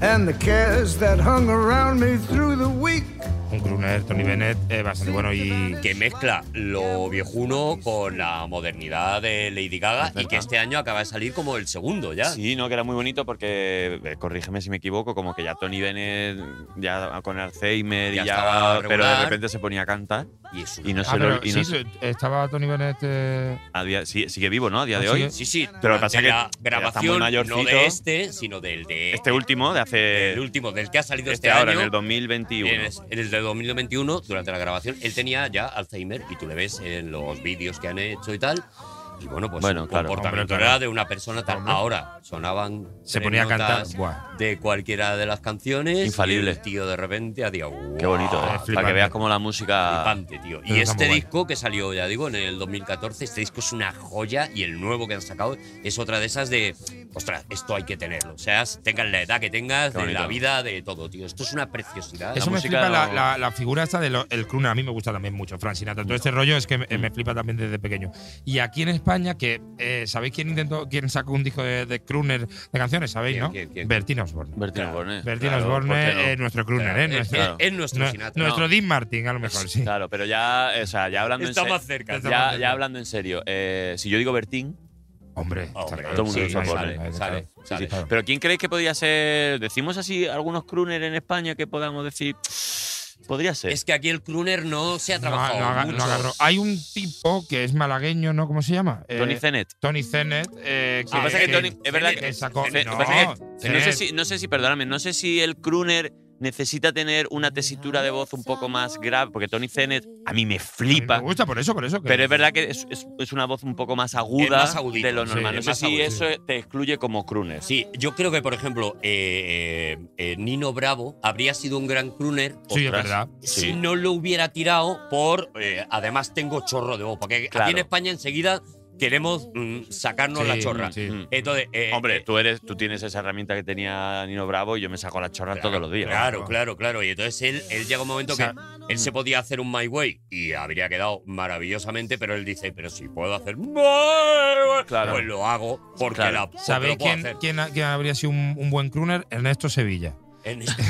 And the cares that hung around me through the week.
Un crooner, Tony Bennett, eh, bastante bueno y.
Que mezcla lo viejuno con la modernidad de Lady Gaga y que este año acaba de salir como el segundo ya.
Sí, no, que era muy bonito porque, eh, corrígeme si me equivoco, como que ya Tony Bennett, ya con Alzheimer,
Ya
y ya,
estaba
pero de
regular. repente
repente se ponía a cantar
Y es un-
y no
Ah,
se lo.
pero
y
sí,
no se-
estaba Tony Bennett. eh,
a día- sí, sigue vivo, ¿no? A día
Ah,
de hoy.
sigue.
Sí, sí.
Pero lo que pasa
durante
es que
la
ya está muy
grabación no
mayorcito.
de este, sino del de
Este último, de hace.
del último, del que ha salido este,
este ahora,
año. este
en el 2021.
en es- en el de 2021, durante la grabación, él tenía ya Alzheimer y tú le ves en los vídeos que han hecho y tal. Y bueno, pues
Bueno,
un
claro.
comportamiento
Hombre, claro.
era de una persona tal.
Hombre.
Ahora sonaban.
Se
tres
ponía a cantar.
notas
Buah.
De cualquiera de las canciones.
Infalible.
Y el tío de repente hacía.
Qué bonito,
"Guau".
¿eh? Para
flipante.
que veas cómo la música.
Ah, Flipante, tío.
Pero
Y
está
este
muy guay.
disco que salió, ya digo, en el 2014, este disco es una joya y el nuevo que han sacado es otra de esas de, ostras, esto hay que tenerlo. O sea, tengas la edad que tengas,
Qué
de la
bonito.
vida, de todo, tío. Esto es una preciosidad.
Eso me
música
flipa la,
no-
la- la figura esta del el crooner. A mí me gusta también mucho, Frank Sinatra. Todo este rollo es que me, me flipa también desde pequeño. Y aquí en España, que eh, ¿sabéis quién intentó, quién sacó un disco de, de crooner de canciones? ¿Sabéis,
¿Quién,
no?
quién, quién?
Bertín Osborne.
Bertín Osborne, ¿eh?
Bertín
claro, ¿por
Osborne
qué no?
es nuestro crooner,
Claro,
¿eh?
es-
Nuestro,
es- es nuestro
nue-
Sinatra.
nuestro
No.
Dean Martin, a lo mejor, sí.
Claro, pero ya, o sea, ya hablando
Está
en serio.
más cerca.
está más
Ya,
cerca.
ya hablando en serio, eh, si yo digo Bertín,
Hombre,
Hombre,
está claro.
todo el mundo
sí,
lo sabe,
sale,
claro,
sale,
claro. Sí,
sale.
sí. Pero ¿quién creéis que podría ser? Decimos así algunos crooners en España que podamos decir. *sniffs* Podría ser.
Es que aquí el crooner no se ha
No,
trabajado
no aga- no
mucho.
agarró. Hay un tipo que es malagueño, ¿no? ¿Cómo se llama? Eh,
Tony Zenet.
Tony Zenet. eh,
Lo que pasa es que Tony- es verdad que-
sacó-
Zenet,
no,
lo que pasa No sé,
Zenet.
si, no sé si, perdóname, no sé si el crooner necesita tener una tesitura de voz un poco más grave, porque Tony Zenet a mí me
A mí
flipa.
Me gusta por eso, por eso. que-
Pero es verdad que es, es- es una voz un poco más aguda
Es más agudito,
de lo
sí,
normal.
es
no sé
más
si
agudito.
eso te excluye como crooner.
Sí, yo creo que, por ejemplo, eh, eh, eh, Nino Bravo habría sido un gran crooner
Sí, es
Ostras.
verdad.
si no lo hubiera tirado por. eh, además, tengo chorro de voz. Porque
Claro.
aquí en España enseguida queremos mm, sacarnos la
Sí,
chorra.
sí.
Mm.
Entonces, eh,
Hombre,
eh,
tú eres, tú tienes esa herramienta que tenía Nino Bravo y yo me saco las chorras todos los días.
Claro, claro, claro. Y entonces él, él llega un momento
O sea,
que él se podía hacer un My Way y habría quedado maravillosamente, pero él dice, pero si puedo hacer My Way,
Claro.
pues lo hago porque
Claro.
la porque
¿Sabéis
lo puedo
quién,
hacer.
quién, ha- quién habría sido un, un buen crooner? Ernesto Sevilla. *laughs*
En- este,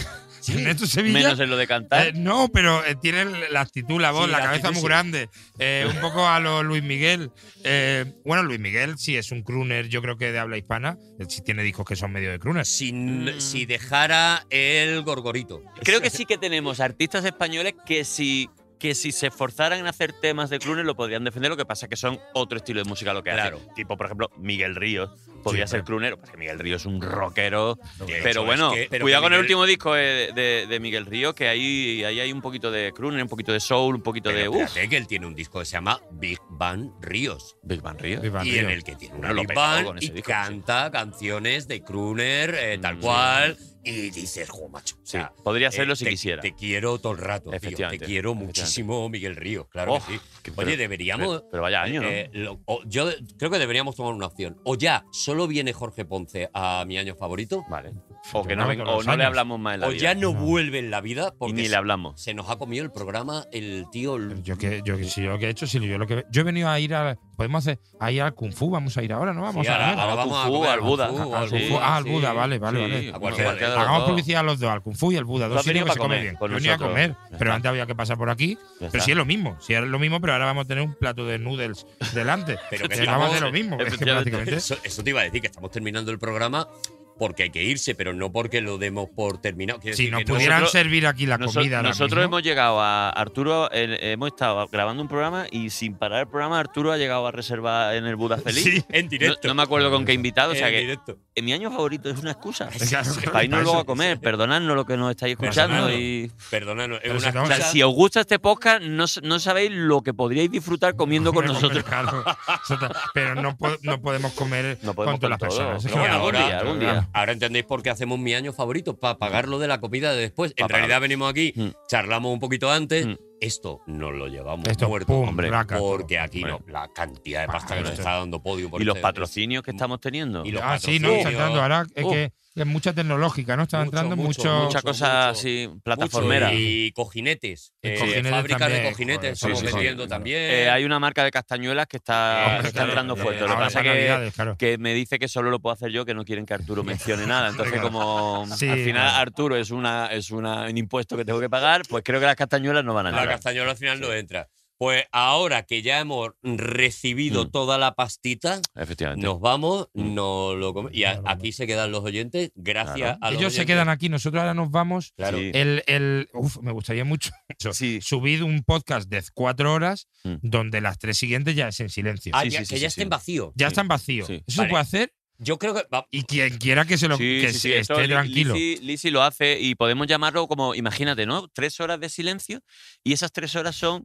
Ernesto Sevilla.
Menos en lo de
eh,
cantar.
no, pero eh, tiene la actitud, la voz,
Sí,
la,
la
cabeza
actitud,
muy
sí.
grande. Eh, un poco a lo Luis Miguel. Eh, bueno, Luis Miguel sí es un crooner, yo creo que de habla hispana. Él sí tiene discos que son medio de crooner.
si, si dejara el gorgorito.
Creo que sí que tenemos artistas españoles que si, que si se esforzaran en hacer temas de crooner lo podrían defender. Lo que pasa es que son otro estilo de música lo que
Claro.
hacen. Tipo, por ejemplo, Miguel Ríos. Podría
Sí,
ser
pero-
crooner, porque Miguel Ríos es un rockero.
De hecho,
Pero
es
bueno,
que- pero
cuidado
que
con el
Miguel-
último disco eh, de, de- de Miguel Ríos, que ahí, ahí hay un poquito de crooner, un poquito de soul, un poquito
Pero
de. ¡Uf!
espérate que él tiene un disco que se llama Big Bang Ríos.
Big Bang Ríos.
Big Bang
y
Ríos.
en el que tiene una
Bueno, lo
Big
petó
Bang
con
y
ese disco, sí.
canta canciones de crooner eh, tal
Mm, sí.
cual y dices, jo, macho, o
Sí,
sea,
podría
eh,
hacerlo si
te-
quisiera.
Te quiero todo el rato, tío, Te
Efectivamente,
quiero
efectivamente.
muchísimo, Miguel Ríos, claro
Oh,
que sí.
que-
Oye,
pero-
deberíamos.
pero, pero vaya año, ¿no?
eh, lo- o- yo creo que deberíamos tomar una opción. O ya, solo viene Jorge Ponce a mi año favorito.
Vale. O que
Yo
no,
creo
ven-
que
o
los
no le
años.
hablamos más en la
O
vida.
ya
No.
no vuelve en la vida
y
porque
ni le
se,
hablamos.
se nos ha comido el programa el tío. Lu-
Yo que, yo que sí, lo que he hecho, sí, yo lo que yo he venido a ir a podemos hacer a ir al kung fu, vamos a ir ahora, no vamos
Sí,
a
ahora-
ver.
ahora
Al
vamos a
Kung Fu,
comer
al Buda.
Kung Fu,
Ah,
al Kung
sí,
Fu. Ah, al
sí.
Buda, vale, vale,
Sí,
vale.
a
cualquiera
cualquiera de los
Hagamos
dos.
publicidad a los dos, al Kung Fu y al Buda,
Tú
dos
has venido
sitios que se
para
come
comer
bien.
con
Yo venía a
nosotros.
comer,
Ya
pero
está.
antes había que pasar por aquí.
Ya
Pero
está.
sí es lo mismo, si es lo mismo, pero ahora vamos a tener un plato de noodles
*laughs*
delante.
Pero que
que vamos a hacer
estamos-
lo mismo, es que
Efectivamente.
prácticamente.
Eso, eso te iba a decir, que estamos terminando el programa porque hay que irse, pero no porque lo demos por terminado. Quiero
Si
decir
nos
que no-
pudieran
nosotros-
servir aquí la
Noso-
comida ahora
nosotros
mismo,
hemos llegado a Arturo, el- hemos estado grabando un programa y sin parar el programa Arturo ha llegado a reservar en
*laughs*
el Buda Feliz.
Sí.
en
No,
directo.
no me acuerdo con qué invitado, o sea
en
que
directo.
eh, mi año favorito es una excusa.
*laughs* Claro,
Para irnos
para
luego a
eso.
comer, perdonadnos lo que nos estáis escuchando
Perdonadnos.
y
Perdónanos, es
Pero
una
si no-
O sea,
excusa-
si os gusta este podcast, no, s- no sabéis lo que podríais disfrutar comiendo con nosotros.
Claro, eso está- pero no, po- no podemos comer
No
con
podemos
todas las
con todo,
personas.
pero
Es que
bueno, algún
ahora-
día,
algún día.
Ahora entendéis por qué hacemos mi año favorito, para pagar lo de la comida de después. En
Pa' pagar.
realidad venimos aquí,
Mm.
charlamos un poquito antes.
Mm.
Esto nos lo llevamos
Esto,
muerto.
pum,
hombre,
raca, todo.
porque aquí no, la cantidad de pasta que nos
esto-
está dando podio. Por
Y los
este-
patrocinios que estamos teniendo.
Y los
ah, sí, no,
patrocinios.
está entrando. Ahora es
Uh.
que es mucha tecnológica, ¿no? Está
Mucho,
entrando
mucho,
mucho. *laughs*
Muchas
mucho,
cosas
mucho,
así,
Mucho,
plataformeras.
Y cojinetes.
Y
eh,
cojinetes
fábricas de
también,
cojinetes
joder,
estamos
sí, sí, sí.
vendiendo también.
Eh, hay una marca de castañuelas que está,
Hombre,
que está
claro,
entrando
eh,
fuerte. Lo que
Ahora
pasa
para
que,
Navidades, claro.
que me dice que solo lo puedo hacer yo, que no quieren que Arturo mencione nada. Entonces,
Claro.
como mm,
Sí,
al final
claro.
Arturo es, una, es una, un impuesto que tengo que pagar, pues creo que las castañuelas
Ah,
no van a
La
entrar.
castañola al final no entra. Pues ahora que ya hemos recibido
Mm.
toda la pastita,
Efectivamente.
nos vamos,
Mm.
nos lo come- Y a-
Nos vamos.
aquí se quedan los oyentes. Gracias
Claro.
a los
Ellos se
oyentes.
quedan aquí, nosotros ahora nos vamos.
Claro.
Sí.
El, el, uf, me gustaría mucho *laughs*
Sí.
subir un podcast de cuatro horas
Mm.
donde las tres siguientes ya es en silencio.
Ah,
Sí,
ya-
sí, sí,
que ya
sí,
estén
sí.
vacíos.
ya
sí,
están vacíos.
sí.
Eso
Vale.
se puede hacer
Yo creo que. va-
y quien quiera que se lo
Sí,
que
sí,
se
sí, esto
esté
Li-
tranquilo.
Lisi, Lisi lo hace y podemos llamarlo como, imagínate, ¿no? Tres horas de silencio y esas tres horas son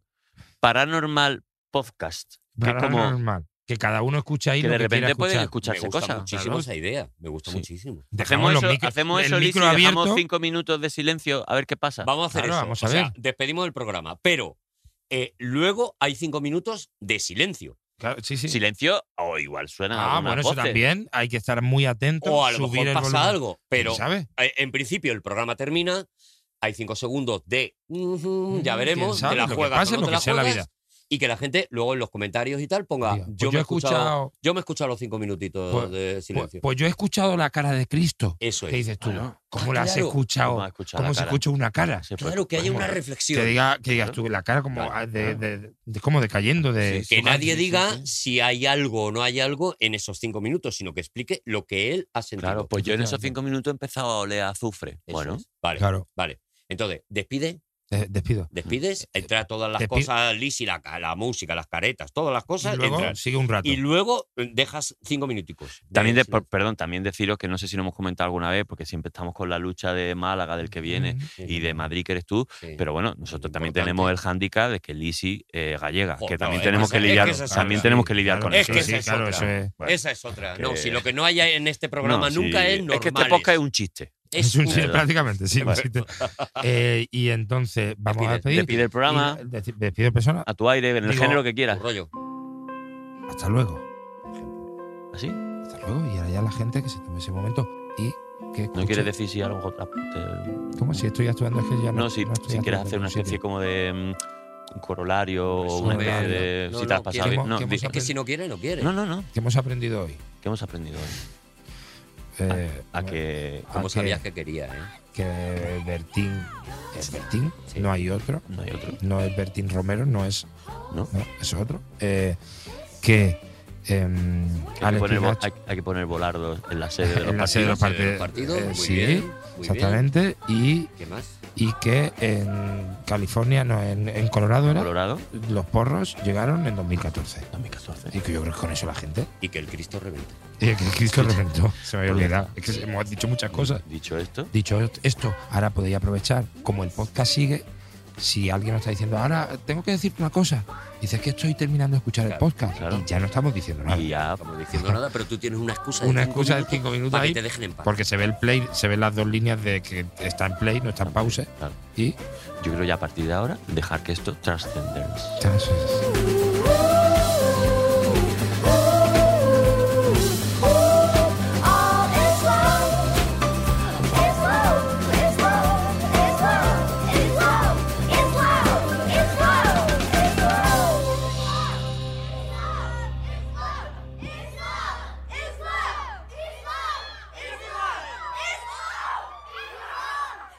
Paranormal Podcast. que es como
normal. que cada uno escucha ahí
Que
lo
de
que quiera
repente pueden
escuchar.
escucharse
me gusta
cosas.
muchísimo
claro.
esa idea. Me gusta
Sí.
muchísimo.
Dejamos
Hacemos eso,
los micro-
hacemos
el
eso Lisi,
micro abierto.
dejamos cinco minutos de silencio a ver qué pasa.
Vamos a hacer
Claro,
eso.
vamos
O
a
sea,
ver.
despedimos el programa. Pero eh, luego hay cinco minutos de silencio.
Claro, sí, sí.
Silencio, o igual suena.
Ah, bueno, eso también. Hay que estar muy atento.
O a lo
subir
mejor
el
pasa
volumen.
algo. Pero
¿Sabes?
eh, en principio el programa termina. Hay cinco segundos de. "Ujú", ya
Mm,
veremos.
quién sabe,
te la
lo que
juegas
pase,
o no
lo
te
que
la
sea la
juegas,
vida.
Y que la gente luego en los comentarios y tal ponga.
Diga, pues
yo, me he escuchado,
escuchado-
yo me he escuchado los cinco minutitos
Pues-
de
pues,
silencio.
pues yo he escuchado la cara de Cristo.
eso
¿Qué
es.
dices tú?
Ah,
¿Cómo la has
claro.
escuchado? ¿Cómo se escucha una cara?
Claro, que haya
Pues,
una
bueno,
reflexión.
Que, diga, que digas tú la cara como, ah,
Claro,
de, de- de- como decayendo. De,
que nadie
Sí, sí,
diga
sí.
si hay algo o no hay algo en esos cinco minutos, sino que explique lo que él ha sentido.
Claro, pues yo en esos
Efectivamente.
cinco minutos he empezado a oler a azufre.
Eso
bueno, Mm,
es. Vale,
Claro,
vale. Entonces, despide,
de- despido.
despides,
eh,
entra todas las
Despi-
cosas, Lisi, la, ca- la música, las caretas, todas las cosas,
Y luego
entras.
sigue un rato.
Y luego eh, dejas cinco minuticos. de
También de- por-
silencio.
perdón, también deciros que no sé si lo hemos comentado alguna vez, porque siempre estamos con la lucha de Málaga, del que viene,
Sí,
y de Madrid, que eres tú.
sí.
Pero bueno, nosotros también
Importante.
tenemos el hándicap de que Lisi eh, gallega, que
Joder,
también
es
tenemos
que
que
es
lidiar,
que esa es
también
otra.
tenemos que lidiar
Claro,
con
es
eso.
que
sí,
esa es
claro,
otra.
eso es.
bueno,
Esa es otra.
que-
No, si lo que no haya en este programa
No, sí,
nunca es normal.
Es que este podcast es un chiste.
Es un chiste,
¿verdad?
prácticamente, sí. un
Vale.
chiste. Eh, y entonces vamos a
Despide,
despedir.
despide el programa.
Y deci- Despide el persona.
A tu aire, en el
Digo-
género que quieras.
Tu rollo.
Hasta luego.
¿Así?
Hasta luego. Y ahora ya la gente que se tome ese momento y que
¿No
escuche.
quieres decir si a lo mejor te-
¿Cómo? Si estoy actuando, es que ya no.
No, si,
no estoy
si quieres
actuando
hacer una
en ningún
especie
sitio.
como de mm, un corolario o una
Resumen,
especie de.
no,
si te
no,
has pasado bien.
queremos-
No,
queremos
di-
Es que si no quiere, no quiere.
no, no, no.
¿Qué hemos aprendido hoy?
¿Qué hemos aprendido hoy?
Eh,
Ah, A
bueno,
que
a
Como
que-
sabías que quería, ¿eh?
que Bertín es Bertín,
Sí.
no hay otro.
no hay otro.
No es Bertín Romero, no es.
¿No?
es otro. Eh, que. em,
Hay que,
Alex
poner,
Pikachu-
hay, hay que poner volardos en la
*laughs*
sede de los
en la
partidos.
sede de los
partidos, en los
partidos.
partidos, muy
sí,
bien, muy bien.
exactamente. Y,
¿Qué más?
y que en California, no, en, en Colorado era,
Colorado.
los porros llegaron en 2014.
2014.
Y que yo creo que con eso la gente.
Y que el Cristo reventa.
Y que Cristo reventó. *laughs* Se me había olvidado. Es que hemos dicho muchas cosas.
Dicho esto,
Dicho esto, ahora podéis aprovechar, como el podcast sigue, si alguien nos está diciendo, ahora tengo que decirte una cosa, dices que estoy terminando de escuchar
Claro,
el podcast
claro.
y ya no estamos diciendo nada.
y ya.
Estamos diciendo nada, pero tú tienes una excusa de
Una
cinco
excusa de
minutos
cinco minutos
para
ahí,
que te dejen en paz.
Porque se ve el play, se ven las dos líneas de que está en play, no está en pausa.
claro.
Y.
Yo creo ya a partir de ahora dejar que esto trascenda.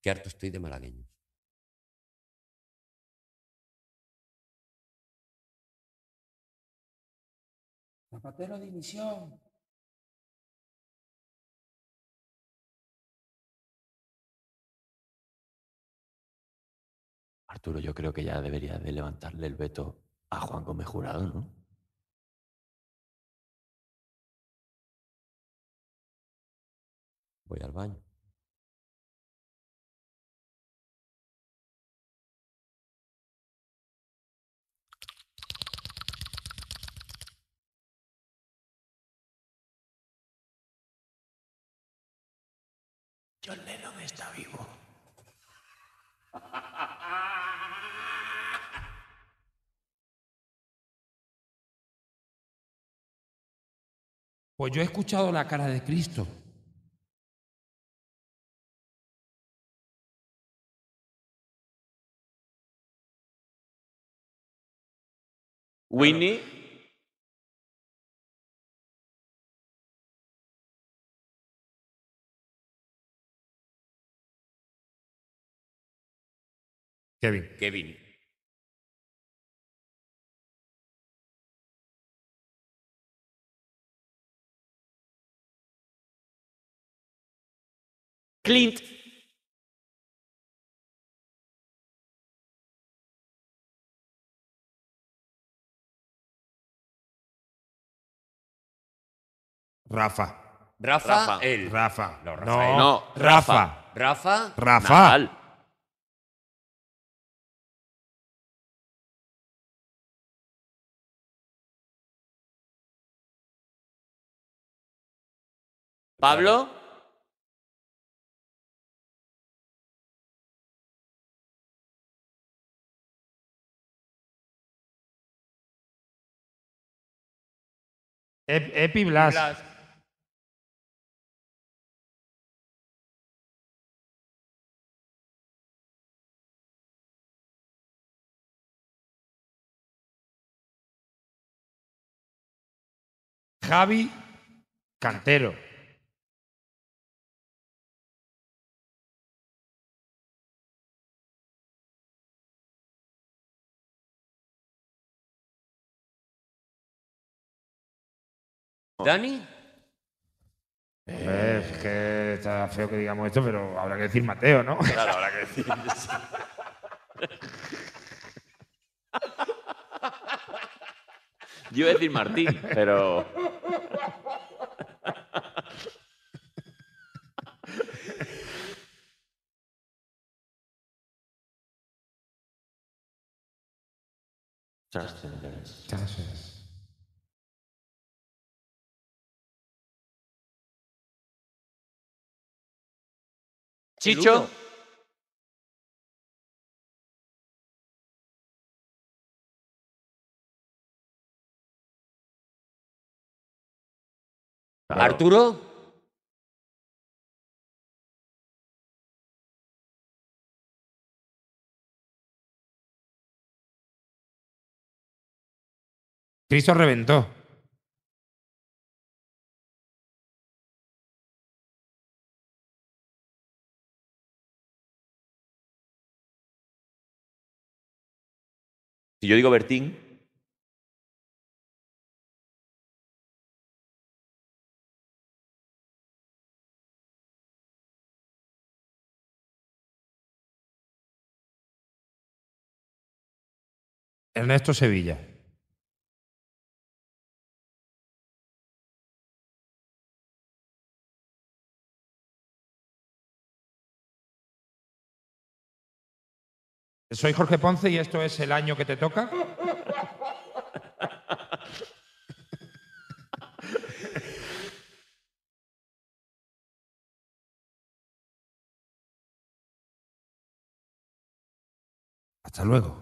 Qué harto estoy de malagueños.
Arturo, yo creo que ya debería de levantarle el veto a Juan Gómez Jurado, ¿no?
Voy al baño.
John Lennon está vivo.
Pues yo he escuchado la cara de Cristo.
Winnie.
Kevin.
Kevin.
Clint.
Rafa.
Rafa,
Rafa.
él.
Rafa.
No,
no,
Rafael.
No,
Rafa.
Rafa.
Rafa.
Nadal. Pablo.
Ep- Epi Blas. Javi Cantero.
Dani.
Eh, es que está feo que digamos esto, pero habrá que decir Mateo, ¿no?
Claro, habrá que decir. Yo iba a decir Martín, pero. Chicho.
Arturo.
Cristo reventó.
Si yo digo Bertín.
Ernesto Sevilla. Soy Jorge Ponce y esto es el año que te toca. Hasta luego.